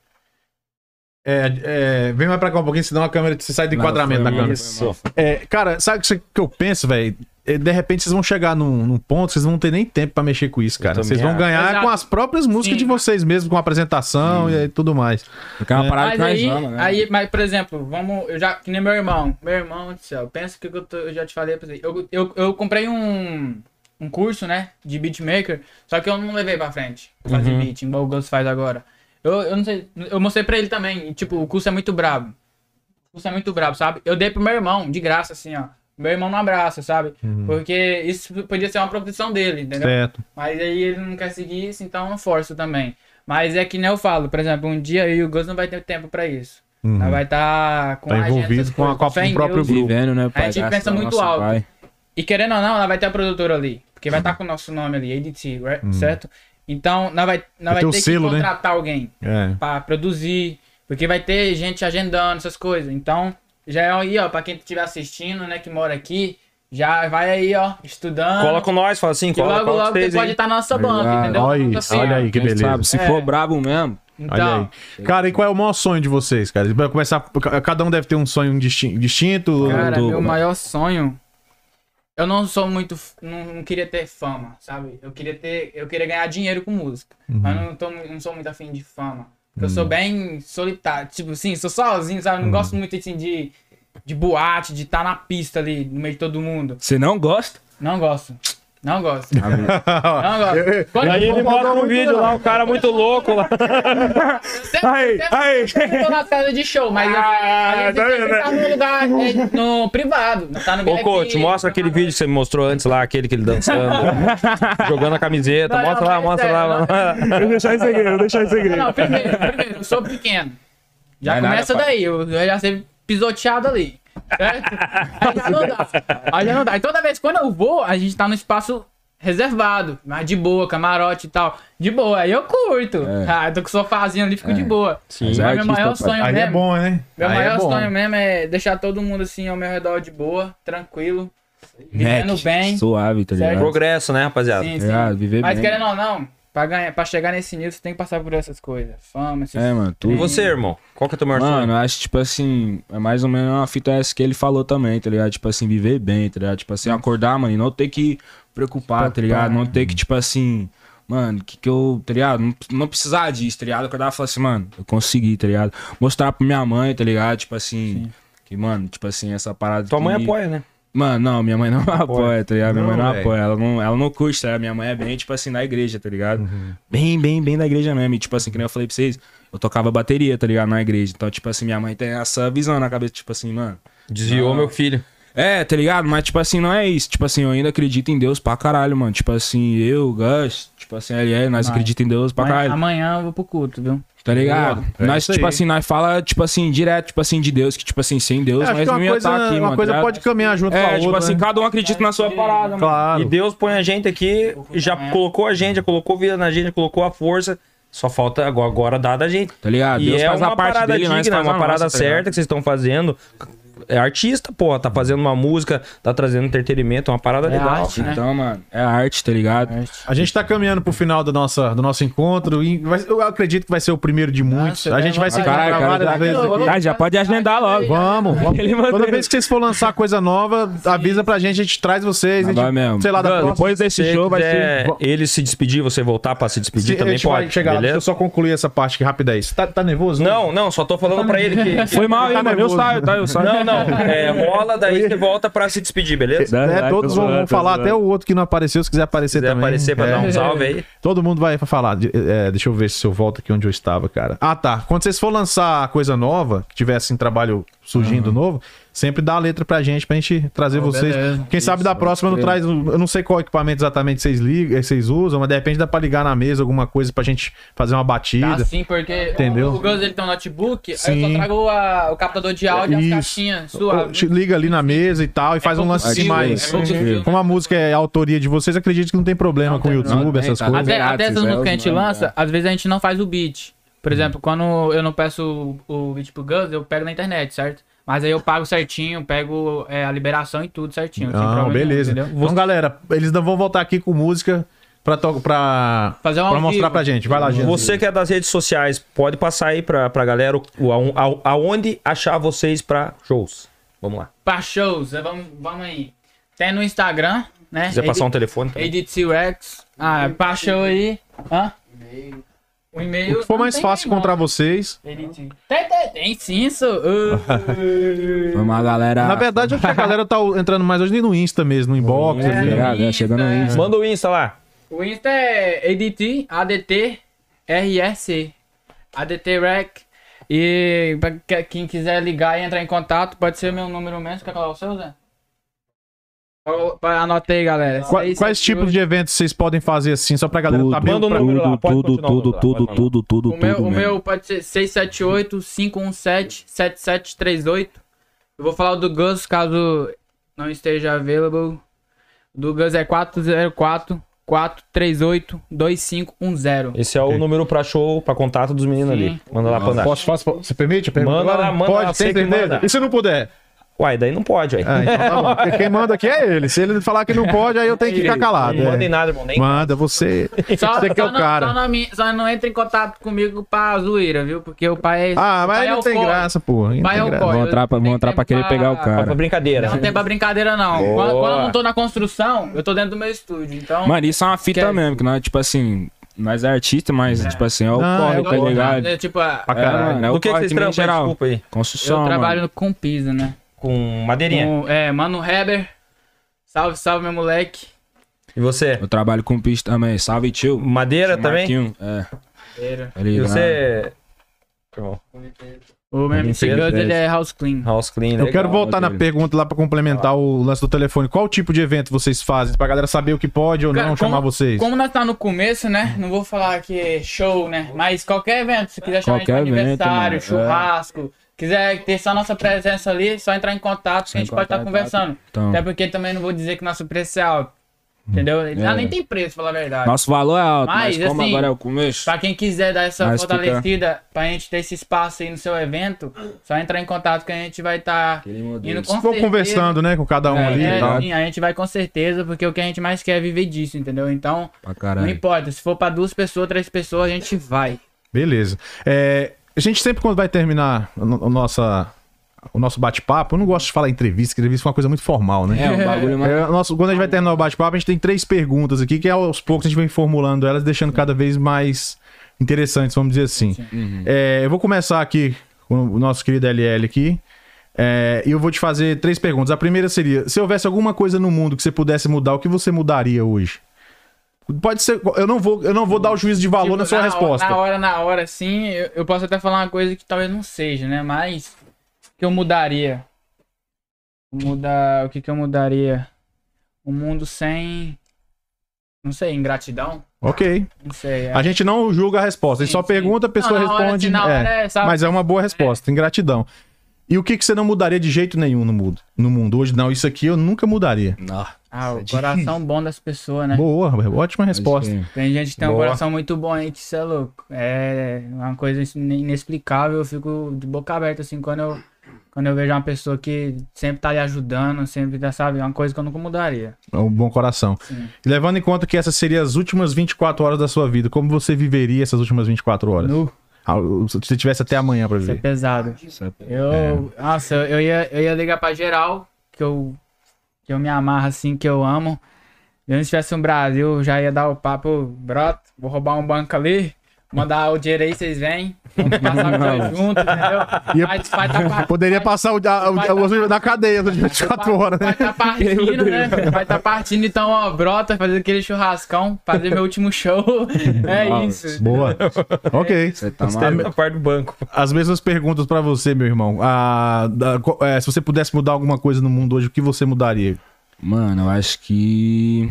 É, é, vem mais pra cá um pouquinho, senão a câmera você sai do enquadramento da câmera.
Isso.
É, cara, sabe o que você- que eu penso, velho? É, De repente vocês vão chegar num, num ponto, vocês não vão ter nem tempo pra mexer com isso, cara.
também
Vocês vão
acho.
ganhar
Exato.
com as próprias músicas
Sim.
de vocês mesmos, com a apresentação e aí tudo mais.
Porque é uma parada
Mas
que nós
aí,
amamos, né?
aí, mas por exemplo, vamos, eu já, que nem meu irmão, meu irmão do céu, pensa que eu, tô- eu já te falei pra você, eu, eu, eu comprei um, um curso, né, de beatmaker, só que eu não levei pra frente, pra
Uhum.
fazer beat, igual o Gus faz agora. Eu, eu não sei, eu mostrei pra ele também, e, tipo, o curso é muito brabo, o curso é muito brabo, sabe? Eu dei pro meu irmão, de graça, assim, ó, meu irmão não abraça, sabe?
Uhum.
Porque isso podia ser uma profissão dele, entendeu?
Certo.
Mas aí ele não quer seguir isso, então eu não forço também. Mas é que nem eu falo, por exemplo, um dia eu e o Gus não vai ter tempo pra isso. Nós vai estar com
Uhum. Tá
a agenda,
envolvido
essas
com a-
coisas,
com a-
fé
com o
em
próprio
Deus.
grupo.
Vivendo, né, pai?
gente
Graças
pensa
ao
muito
nosso
alto.
pai.
E querendo ou não, ela vai ter a produtora ali. Porque
Uhum.
vai estar com o nosso nome ali, ADT, right? certo? Então, nós vai,
Vai
nós vai
ter o
ter
selo,
que
né?
contratar alguém
É.
pra produzir. Porque vai ter gente agendando essas coisas. Então, já é aí, ó, pra quem estiver assistindo, né, que mora aqui, já vai aí, ó, estudando.
Cola com nós, fala assim,
que
cola
logo,
com
logo você
vocês
pode
aí.
estar na nossa banca,
Obrigado.
entendeu?
Olha
Assim,
isso, olha
ó.
aí que
Quem
beleza.
sabe, se
É.
for brabo mesmo,
Olha
Então,
aí. Cara, e qual é o maior sonho de vocês, cara? Pra começar, ca- cada um deve ter um sonho distin- distinto.
Cara,
do-
meu maior sonho. Eu não sou muito. f- Não, não queria ter fama, sabe? Eu queria ter. Eu queria ganhar dinheiro com música. Mas não, tô, mu- não sou muito afim de fama. Eu sou bem solitário. Tipo assim, sou sozinho, sabe? Não gosto muito assim de. tá De boate, de estar na pista ali, no meio de todo mundo.
você não gosta?
Não gosto. Não gosto. Não gosto. Quando
Aí ele
eu
bota um vídeo lá, o cara muito louco lá.
sempre-
Aí,
sempre-
aí.
sempre tô na casa de show, mas eu, a gente
tá
sempre
vendo,
tá no lugar, é, no privado, não tá no
Ô, coach, mostra aquele vídeo que você me mostrou antes lá, aquele que ele dançando, jogando a camiseta.
Não, Tá, não,
Mostra lá,
mas
mostra
sério,
lá.
Vou deixar isso aqui, vou deixar isso aqui.
Não, primeiro, primeiro, eu sou pequeno. Já
Não é nada,
começa
pai.
daí, eu, eu já sei pisoteado ali. Certo? Aí já não dá. Aí já não dá. E toda vez quando eu vou, a gente tá no espaço reservado, mas de boa, camarote e tal. De boa, aí eu curto. Ah, eu tô com o sofazinho ali, fico de boa. Sim, mas
Mas é
meu
artista,
maior
pai.
sonho
Aí
mesmo.
é bom, né?
Meu
Aí
maior
é bom.
sonho mesmo é deixar todo mundo assim ao meu redor de boa, tranquilo, vivendo
Mac,
bem.
Suave, tá
Certo.
ligado?
Progresso, né, rapaziada?
Sim,
Tá
sim.
ligado? Viver
Mas
bem.
querendo ou não, pra, ganhar, pra chegar nesse nível, você tem que passar por essas coisas. Fama, esses...
É, mano,
E
tudo.
você, irmão? Qual que é o teu maior sonho?
Mano, eu acho, tipo assim, é mais ou menos uma fita essa que ele falou também, tá ligado? Tipo assim, viver bem, tá ligado? Tipo assim, acordar, mano, e não ter que preocupar, tá ligado? Não
é.
ter que, tipo assim, mano, que que eu, tá ligado? Não, não precisar disso, tá ligado? Acordar e falar assim, mano, eu consegui, tá ligado? Mostrar pra minha mãe, tá ligado? Tipo assim, que, mano, tipo assim, essa parada.
Tua mãe
que-
apoia, né?
Mano, não, minha mãe não apoia, tá ligado? Minha mãe
Não,
não
véi.
apoia, ela não, ela não curte, tá ligado? Minha mãe é bem, tipo assim, da igreja, tá ligado?
Uhum.
Bem, bem, bem da igreja mesmo. E, tipo assim, que nem eu falei pra vocês, eu tocava bateria, tá ligado? Na igreja. Então, tipo assim, minha mãe tem essa visão na cabeça, tipo assim, mano.
Desviou meu filho.
É, tá ligado? Mas, tipo assim, não é isso. Tipo assim, eu ainda acredito em Deus pra caralho, mano. Tipo assim, eu, Gus, tipo assim, ele é, nós
Mas-
acreditamos em Deus pra
Amanhã-
caralho.
Amanhã eu vou pro culto, viu?
Tá ligado?
É
nós,
isso
tipo
aí.
assim, nós fala, tipo assim, direto, tipo assim, de Deus, que, tipo assim, sem Deus,
É, Acho
nós
que
não
uma
ia
coisa,
estar aqui,
uma
mano.
coisa
tá ligado?
pode caminhar junto com a
É,
outra,
tipo assim,
né?
cada um acredita na sua parada, mano.
Claro.
E Deus põe a gente aqui, já colocou a gente, já colocou vida na gente, já colocou a força. Só falta agora, agora dar da gente.
Tá ligado?
E
Deus
é
faz a
uma
parte
parada
dele, nós
digna, é
faz a
uma
nossa,
parada
tá ligado?
certa que vocês estão fazendo. É artista, pô, tá fazendo uma música, tá trazendo entretenimento, é uma parada legal.
arte, né?
Então, mano, é arte, tá ligado?
A gente tá caminhando pro final do, nossa, do nosso encontro. E vai- eu acredito que vai ser o primeiro de muitos.
Nossa, né?
a gente vai se
vai-
encontrar
Caralho, cara,
várias
tá-
vezes aqui.
Ah, já pode agendar logo.
Vamos, vamos.
Ele mandou-
Toda vez que vocês for lançar coisa nova, avisa pra gente, a gente traz vocês. A gente,
Vai mesmo.
Sei lá, da
Mano,
próxima.
Depois desse show vai ser.
É, ele se despedir, você voltar pra se
Se-
despedir
a
também
gente vai
pode.
chegar lá. Deixa eu
beleza?
só concluir essa parte aqui rápida aí. Você tá, tá nervoso?
Não, não, só tô falando pra ele que.
Foi mal aí,
Tá
mano. Eu
nervoso.
saio, tá? Eu saio.
Não, não. É, rola, daí você volta pra se despedir, beleza?
É,
Vai,
todos
tô
vão,
zoando,
vão
tô
falar,
zoando.
até o outro que não apareceu, se quiser aparecer
Se quiser
também.
aparecer pra
É.
dar um salve aí.
Todo mundo vai falar. de- é, deixa eu ver se eu volto aqui onde eu estava, cara. Ah, tá. Quando vocês for lançar coisa nova, que tiver assim, trabalho surgindo novo, sempre dá a letra pra gente, pra gente trazer vocês.
beleza.
Quem sabe da próxima não traz. um- Eu não sei qual equipamento exatamente vocês ligam, eh, vocês usam, mas de repente dá pra ligar na mesa alguma coisa pra gente fazer uma
Tá
batida.
sim, porque
Entendeu?
o Gus ele tem um notebook, aí eu
Sim.
só trago a- o captador de áudio e as
Isso.
caixinhas né?
Ou,
suave.
liga ali na mesa e tal, e faz um lance assim
pouco
mais.
fio, é pouco fio.
Como a música é a autoria de vocês, acredito que não tem problema com o YouTube,
tem,
essas
tá.
coisas.
Até, até
grátis,
essas
é,
músicas que a
os
gente
nomes,
lança,
é.
às vezes a gente não faz o beat. Por exemplo, quando eu não peço o, o beat pro Gus, eu pego na internet, certo? Mas aí eu pago certinho, pego é, a liberação e tudo certinho. sem
Não,
problema,
beleza.
entendeu?
Então, galera, eles não vão voltar aqui com música pra, to- pra,
Fazer um
pra
ao
mostrar
vivo.
pra gente. Vai lá, gente.
Você que é das redes sociais, pode passar aí pra, pra galera o, o- a- aonde achar vocês pra shows. Vamos lá.
Pra shows, é, vamos, vamos aí. Tem no Instagram, né?
Quiser passar um
Edit-
telefone? também.
EditCX. Ah, pra show aí. Hã? O e-mail.
O que for
não
mais
tem
fácil
nem, não.
encontrar vocês.
Tem, tem, tem sim, isso. Uh.
Foi uma galera.
Na verdade, acho que a galera tá entrando mais hoje no Insta mesmo, no inbox. assim.
Tá
ali.
ligado? É, chegando no Insta.
Manda o Insta lá.
O Insta é ADT, ADT, RSC. ADT Rec. E pra que- quem quiser ligar e entrar em contato, pode ser meu número mesmo. Quer falar o seu, Zé? Ó, Anota aí, galera.
Qua- Quais, tipos de eventos vocês podem fazer assim, só pra galera
Tudo,
saber?
Manda o
tudo,
número lá, pode continuar,
tudo, tudo,
vamos lá,
tudo,
pode
tudo, tudo,
O meu,
tudo
né?
o
mesmo.
meu pode ser 678-517-7738. Eu vou falar o do Gus, caso não esteja available. O do Gus é 404-438-2510.
Esse é o número pra show, pra contato dos meninos
Sim.
ali. Manda lá pra andar.
Posso, posso, posso- você permite? a pergunta
Manda
agora?
lá, manda
Pode,
lá,
tem
você que
certeza?
manda.
E se não puder?
Uai, daí não pode, ué.
Ah, então tá bom. Porque Quem manda aqui é ele. Se ele falar que não pode, aí eu tenho que ficar calado.
Não manda em
é.
nada, irmão. Nem
Manda, você.
Só,
Você que é
só
o
não,
cara.
Só não, me- só não entra em contato comigo pra zoeira, viu? Porque o pai é.
Ah,
o
mas
pai é
não tem
alcoólico.
graça, porra.
Pai é alcoólico.
Vão entrar pra- vão entrar pra querer pegar o cara.
pra brincadeira.
Não tem pra brincadeira, não.
Boa.
Quando, quando eu não tô na construção, eu tô dentro do meu estúdio. Então.
Mano, isso é uma fita
Quer-
mesmo, que nós, tipo assim, nós é artista, mas, tipo assim, é o
Não,
corre,
eu
tá ligado?
É, tipo, a-
Pra
É,
caralho.
mano, é o
Do que, que
corre
vocês
que vem em
trampam? aí?
geral.
Desculpa aí.
Construção,
eu trabalho
mano.
com piso, né? Então,
Com madeirinha.
Com, é, Mano Heber. Salve, salve, meu moleque.
E você?
Eu trabalho com pista também. Salve, tio.
Madeira também?
Marquinho, É. Tá
E
ligado?
você.
né?
Bom,
O meu MC
Sim,
Gus,
sim.
ele é house clean.
House
É
Clean.
Eu
legal.
quero voltar na
Rodrigo.
pergunta lá pra complementar o lance do telefone. Qual tipo de evento vocês fazem? Pra galera saber o que pode ou
Cara,
não
como-
chamar vocês.
Como nós tá no começo, né? Não vou falar que é show, né? Mas qualquer evento, se quiser chamar
Qualquer
a gente pra
evento,
aniversário,
mano. é.
churrasco, quiser ter só nossa presença ali, é só entrar em contato que a gente pode estar
contato.
conversando.
Então. Hum.
Até porque também não vou dizer que nosso preço é alto. Entendeu?
É.
Ah, nem tem preço, falar a verdade.
Nosso valor é alto, mas,
Mas,
como
assim,
agora é o começo.
Pra quem quiser dar essa
Mas fica-
fortalecida, pra gente ter esse espaço aí no seu evento, só entrar em contato que a gente vai estar tá
Aquele modelo.
indo com
Se for
certeza.
conversando, né, com cada um
É,
ali
É,
e tal.
sim, a gente vai com certeza, porque o que a gente mais quer é viver disso, entendeu? Então,
Pra
não
caralho.
importa, se for pra duas pessoas, três pessoas, a gente vai.
Beleza. É, a gente sempre quando vai terminar o, no- o nossa, o nosso bate-papo, eu não gosto de falar entrevista, que entrevista é uma coisa muito formal, né?
É, um bagulho mais.
É, o nosso, quando a gente vai terminar o bate-papo, a gente tem três perguntas aqui, que é aos poucos a gente vem formulando elas, deixando cada vez mais interessantes, vamos dizer assim.
Uhum.
É, eu vou começar aqui com o nosso querido LL aqui. É, E eu vou te fazer três perguntas. A primeira seria: se houvesse alguma coisa no mundo que você pudesse mudar, o que você mudaria hoje? Pode ser. Eu não vou, eu não vou dar o juízo de valor
Tipo,
na sua
hora-
resposta.
Na hora, na hora, sim, eu, eu posso até falar uma coisa que talvez não seja, né? Mas que eu mudaria. Mudar. O que, que eu mudaria? Um mundo sem. Não sei, ingratidão?
Ok.
Não sei. é.
A gente não julga a resposta. A gente
Sim,
só
sim.
pergunta, a pessoa
Não, na hora,
responde.
assim, na
é.
hora é, sabe?
Mas é uma boa resposta. Ingratidão. E o que, que você não mudaria de jeito nenhum no mundo? No mundo hoje, não. Isso aqui eu nunca mudaria.
Não.
Ah, o coração bom das pessoas, né?
Boa, ótima resposta.
Acho que-
Tem gente que tem um
Boa.
coração muito bom aí, que isso é louco. É uma coisa in- inexplicável, eu fico de boca aberta, assim, quando eu, quando eu vejo uma pessoa que sempre tá ali ajudando, sempre tá, sabe? É uma coisa que eu nunca mudaria.
É um bom coração. E levando em conta que essas seriam as últimas 24 horas da sua vida, como você viveria essas últimas 24 horas?
Nu.
Ah, Se você tivesse até amanhã pra
Isso é
viver.
pesado. Eu. Nossa, eu ia, eu ia ligar pra geral, que eu, que eu me amarro assim, que eu amo. Se eu não estivesse no Brasil, eu já ia dar o papo, broto, vou roubar um banco ali, mandar o dinheiro aí, vocês vêm. Vamos passar o dia junto, entendeu?
Ia-
Mas vai tá par-
Poderia passar o, a, o-
Vai tá-
o- na cadeia as 24 horas,
Vai
né?
tá partindo, né? Vai tá partindo, então, ó, brota, fazer aquele churrascão, fazer meu último show. É isso.
Boa. Ok.
Você tá
Você tá
maluco.
Na parte do banco.
As mesmas perguntas pra você, meu irmão. Ah, da- co- é, se você pudesse mudar alguma coisa no mundo hoje, o que você mudaria?
Mano, eu acho que.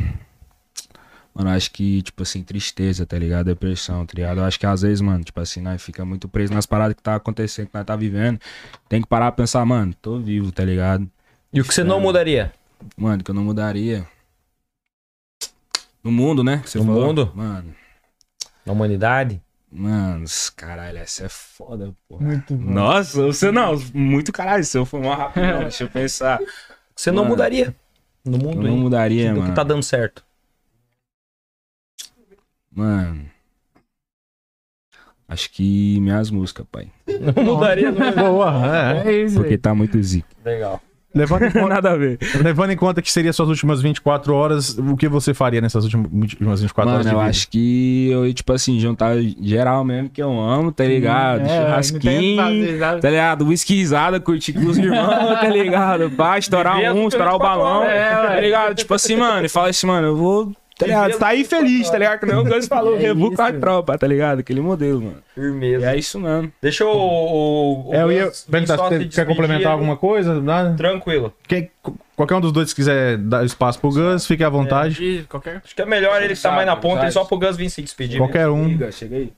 Mano, eu acho que, tipo assim, tristeza, tá ligado? Depressão, tá ligado? Eu acho que às vezes, mano, tipo assim, nós fica muito preso nas paradas que tá acontecendo, que nós tá vivendo. Tem que parar pra pensar, mano, tô vivo, tá ligado?
E o que
É.
você não mudaria?
Mano, que eu não mudaria. No mundo, né? que Você
No mundo?
Mano,
Na humanidade?
mano, s- caralho, essa é foda, pô. Muito bom. Nossa, você não, muito caralho, se eu for mais rápido, não, deixa eu pensar.
O que você não
Mano.
mudaria? No
Eu
mundo,
não
hein?
mudaria,
Do
mano.
que tá dando certo.
Mano. Acho que minhas músicas, pai.
Não mudaria, não.
Boa, é.
É isso.
Porque tá muito zica.
Legal.
Levando em, conta,
Nada a ver.
levando em conta que seria suas últimas 24 horas, o que você faria nessas últimas últimas 24 horas
Mano,
de
eu
vida?
acho que eu ia, tipo assim, juntar geral mesmo, que eu amo, tá
É,
ligado?
não tem o que
Churrasquinho,
fazer, sabe?
tá ligado? Whiskyzada, curtir com os irmãos, tá ligado? Pá, estourar
Viver as
um, estourar
24
o balão,
horas, é,
tá
ué.
ligado? Tipo assim, mano, e fala assim, mano, eu vou, tá ligado? Tá aí feliz, tá ligado? Que nem o Gus falou, rebu com a tropa, tá ligado? Aquele modelo, mano. E
Firmeza.
é isso mesmo.
Deixa o. o, o
É, eu ia
Gus
perguntar
só
se
se
você quer
despedir
complementar
ali.
alguma coisa. Nada?
Tranquilo.
Quem- qu- qualquer um dos dois que quiser dar espaço pro Gus,
é,
fique à vontade.
Diz, qualquer
Acho que é melhor ele que tá mais na ponta, ele só pro Gus vir se despedir. né?
Qualquer um.
chega aí.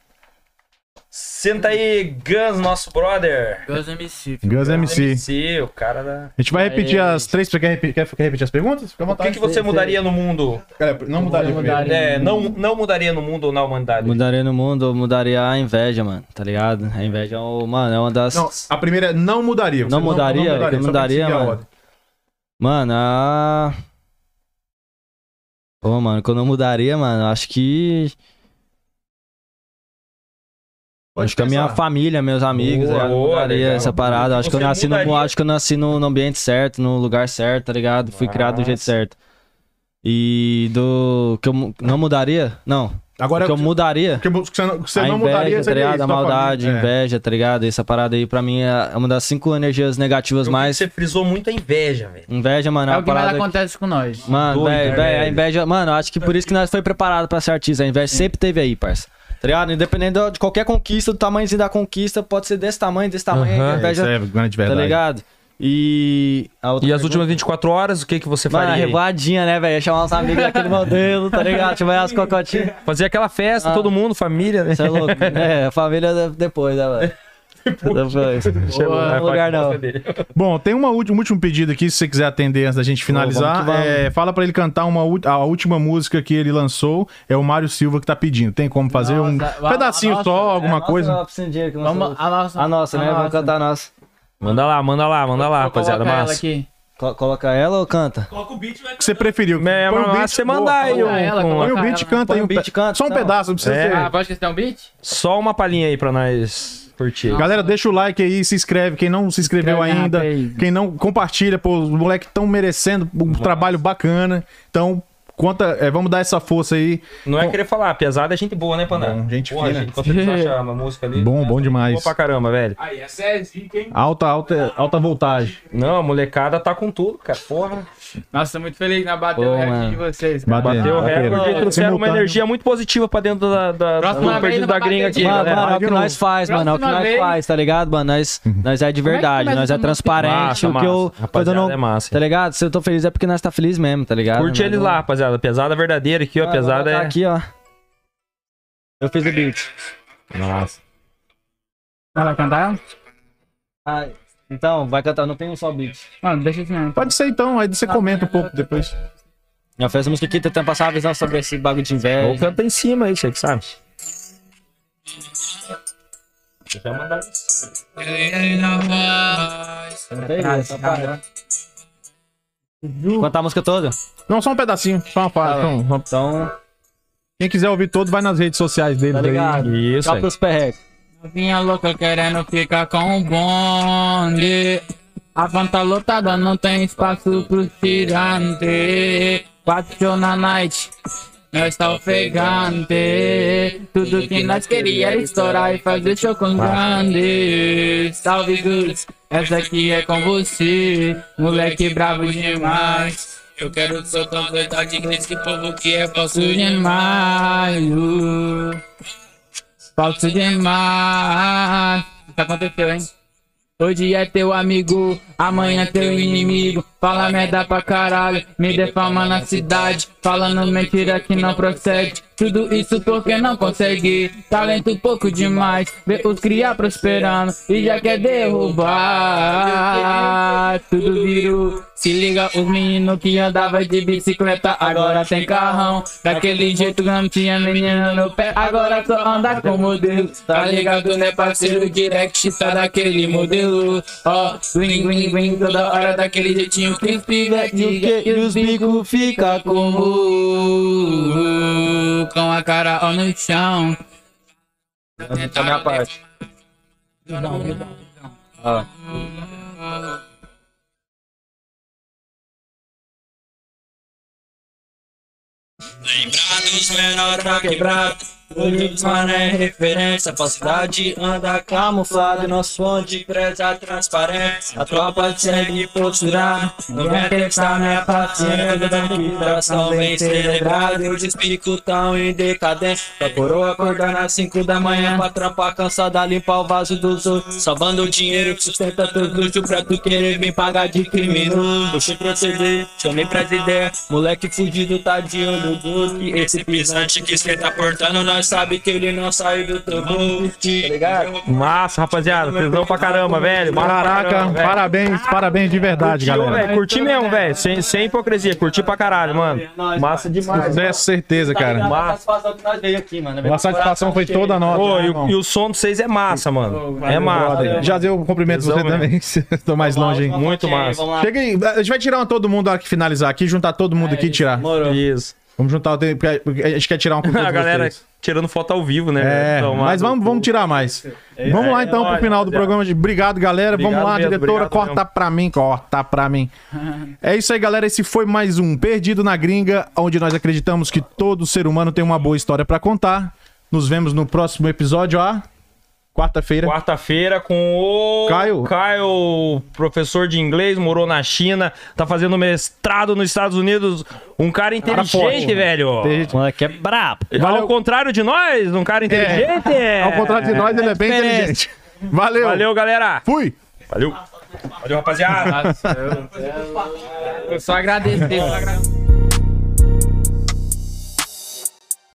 Senta aí, Guns, nosso brother.
Deus MC.
Gus MC.
MC, o cara da.
A gente
É,
vai repetir as três. Você quer repetir, quer, quer repetir as perguntas? Fica à
O que,
vontade.
que você mudaria no mundo?
Cara, não mudaria
Tá
primeiro.
É, não, não mudaria no mundo ou na humanidade?
Mudaria no mundo, eu mudaria a inveja, mano, tá ligado? A inveja é, o, mano, é uma das.
Não, a primeira é não mudaria.
Não
Não mudaria,
mudaria? Eu
só pra
mudaria,
seguir a
mano.
ordem.
Mano, a. Pô, mano, quando eu mudaria, mano, eu acho que.
Pode
acho que a minha
pensar.
família, meus amigos,
Boa,
eu
boa,
mudaria
legal.
essa parada. Acho que, eu
Você
nasci no,
mudaria?
acho que eu nasci no, no ambiente certo, no lugar certo, tá ligado? Fui criado do jeito
Nossa.
certo. E do. que eu mu- não mudaria? Não.
Agora
que eu mudaria.
que você não, que você
a
não
inveja,
mudaria
tá
seria
ligado?
isso,
A
tua
maldade,
família. É.
inveja, tá ligado? Essa parada aí, pra mim, é uma das cinco energias negativas mais.
Você frisou muito a
é
inveja, velho.
Inveja, mano, é,
É
uma
o que mais
parada. que-
acontece com nós.
Mano,
Doido,
velho,
né,
velho, a
velho?
inveja. Mano, acho que por isso que nós foi preparado pra ser artista. A inveja sempre teve aí, parça. Tá ligado? Independente do- de qualquer conquista, do tamanhozinho da conquista, pode ser desse tamanho, desse tamanho.
Aham.
a
É, isso
inveja,
é grande
tá
verdade.
ligado? E. a outra
E as
pergunta?
últimas 24 horas, o que, que você
Mano, é
faria? aí?
revoadinha, né, velho? Ia Chamar uns amigos daquele modelo, tá ligado? Chamar as cocotinhas.
Fazer aquela festa,
Ah.
todo mundo, família, né?
Você é louco. É, a família de- depois, né, velho? Depois. Não no lugar, não.
Bom, tem uma última, um último pedido aqui, se você quiser atender antes da gente finalizar.
vamos que vamos.
É, fala pra ele cantar uma, ú- a última música que ele lançou. É o Mário Silva que tá pedindo. Tem como fazer um
Nossa, a-
pedacinho
a nossa-
só, alguma
É a nossa
coisa?
piscindinha que nós
Vamos, a nossa.
A nossa, né? Vamos cantar a nossa.
Manda lá, manda lá, manda lá,
Vou
rapaziada.
colocar ela
Massa.
aqui.
Co- Coloca ela ou canta?
Coloca o beat e vai
que você preferiu.
É,
Põe
mas lá você mandar aí
Coloca
um,
ela,
um-
Põe o
Coloca
beat,
ela.
canta
Põe
aí.
o
Um
beat,
pe-
canta, então.
Só um
não.
pedaço, não precisa
É.
ser.
Ah, pode esquecer um beat?
só uma palhinha aí pra nós curtir.
Galera, deixa o like aí, se inscreve. Quem não se inscreveu
Inscreve na
ainda,
rapa aí.
quem não compartilha, pô, os moleques estão merecendo um trabalho bacana. Então, conta, é, vamos dar essa força aí.
Não é querer falar, pesado é gente boa, né, Paná?
Bom, gente
boa,
fina.
gente. Enquanto eles acham uma música ali. né, tá
Bom, bom
Boa
demais.
pra caramba, velho.
Aí, essa é zica, hein?
Alta, alta, alta voltagem.
Não, a molecada tá com tudo, cara. Porra.
É,
Nossa, tô muito feliz na bateu
Pô,
o recorde
mano.
de vocês. cara.
Bateu,
Deu recorde e trouxeram uma
Simultâneo.
energia muito positiva pra dentro da, da,
Próxima
do
vez
perdido
não
da
vai
gringa
bater
aqui.
Mano,
galera.
mano, é o que
Próxima
nós faz, mano. É o que
próxima
nós
vez.
faz, tá ligado, mano? Nós, nós é de
é que
verdade,
começa
nós é
essa música?
transparente.
Massa,
O que
massa.
eu tô dando.
Rapaziada, é massa, hein?
Tá ligado? Se eu tô feliz é porque nós tá feliz mesmo, tá ligado?
Curte
Nós
eles
não-
lá, rapaziada. Pesada verdadeira aqui, ó.
Mano,
Pesada
vou botar
é.
aqui, ó. Eu fiz o beat.
Nossa.
Ela vai cantar ela?
Ah, então, vai cantar, não tem um só beat.
Mano, deixa eu ver.
Pode ser então, aí você comenta um pouco depois.
Eu fiz a música aqui tentando passar a visão sobre esse bagulho de
Ou
inveja.
canta em cima aí, você que sabe. Já mandaram
tá
Cantar a música toda?
Não, só um pedacinho, só uma
Tá
parte. só um- só um-
Então,
Quem quiser ouvir todo, vai nas redes sociais dele.
tá
aí.
ligado?
Isso,
Só
aí.
pros perrecos.
Novinha louca querendo ficar com o bonde. A van tá lotada, não tem espaço pro tirante. Quatro show na night, nós tá ofegante. Tudo que nós queria era estourar e fazer show com grande. Salve Gus, essa aqui é com você, moleque bravo demais. Eu quero ser tão verdade que esse povo que é falso demais. Uh. Falso demais. Isso aconteceu, hein? Hoje é teu amigo, amanhã é teu inimigo. Fala merda pra caralho, me defama na cidade. Falando mentira que não procede. Tudo isso porque não consegue. Talento pouco demais. Vê os cria prosperando e já quer derrubar. Tudo virou. Se liga, os meninos que andava de bicicleta agora tem carrão. Daquele jeito que não tinha menina no pé, agora só anda com modelo. Tá ligado, né, parceiro? Direct tá daquele modelo. Ó, bling, bling, bling, toda hora daquele jeitinho que os pivete e os bico fica com com a cara ó no chão.
Essa é a minha parte. Ó.
Lembrados menor pra quebrar. Olhos, mano, é referência. Falsidade anda camuflada. Nosso fonte preza a transparência. A tropa segue posturada. Não é testar minha paciência. Da vibração bem celebrada. Eu despico tão em decadência. Pra coroa acordar às 5 da manhã. Pra trampar cansada, limpar o vaso dos outros. Salvando o dinheiro que sustenta teu luxo. Pra tu querer me pagar de criminoso. Deixa eu proceder, chamei pras ideias. Moleque fudido tá de olho duro. E Esse pisante que cê tá portando, nós sabe que ele não saiu do teu bolso. Tá ligado?
Massa, rapaziada. Tesão pra caramba, velho. Massa pra
Caraca,
caramba, velho.
parabéns, parabéns de verdade,
Curtiu,
galera.
velho. Curti mesmo, velho. Sem, sem hipocrisia. Curti pra caralho, mano. Massa demais.
Com certeza,
Tá
cara.
Massa.
satisfação que nós veio aqui, mano.
A satisfação foi toda nossa.
Pô,
né,
e,
irmão?
o- e o som de vocês é massa, mano. é massa.
Brother, Já deu um cumprimento pra você
Tesão, né? Tá
também. Estou mais longe, hein?
Muito massa.
Chega aí, a gente vai tirar uma todo mundo na hora que finalizar aqui, juntar todo mundo aqui e tirar.
É Isso.
Vamos juntar, o tempo, porque a gente quer tirar uma com todos
A galera
vocês.
tirando foto ao vivo, né?
É,
velho? Tomar
mas
no
vamos,
cu. É,
vamos tirar mais. vamos lá então pro final do programa. De... Obrigado, galera. vamos
Obrigado
lá,
mesmo,
diretora.
obrigado
Corta
mesmo.
pra mim, corta pra mim. É isso aí, galera. Esse foi mais um Perdido na Gringa, onde nós acreditamos que todo ser humano tem uma boa história pra contar. Nos vemos no próximo episódio, ó. Quarta-feira.
Quarta-feira com o
Caio.
Caio, professor de inglês, morou na China, tá fazendo mestrado nos Estados Unidos. Um cara inteligente, velho.
Tem-
Moleque é brabo.
Ao contrário de nós, um cara inteligente.
É. Ao contrário de nós, ele é bem inteligente. Valeu.
Valeu, galera.
Fui.
Valeu, rapaziada.
Eu só agradecer. Só agradecer.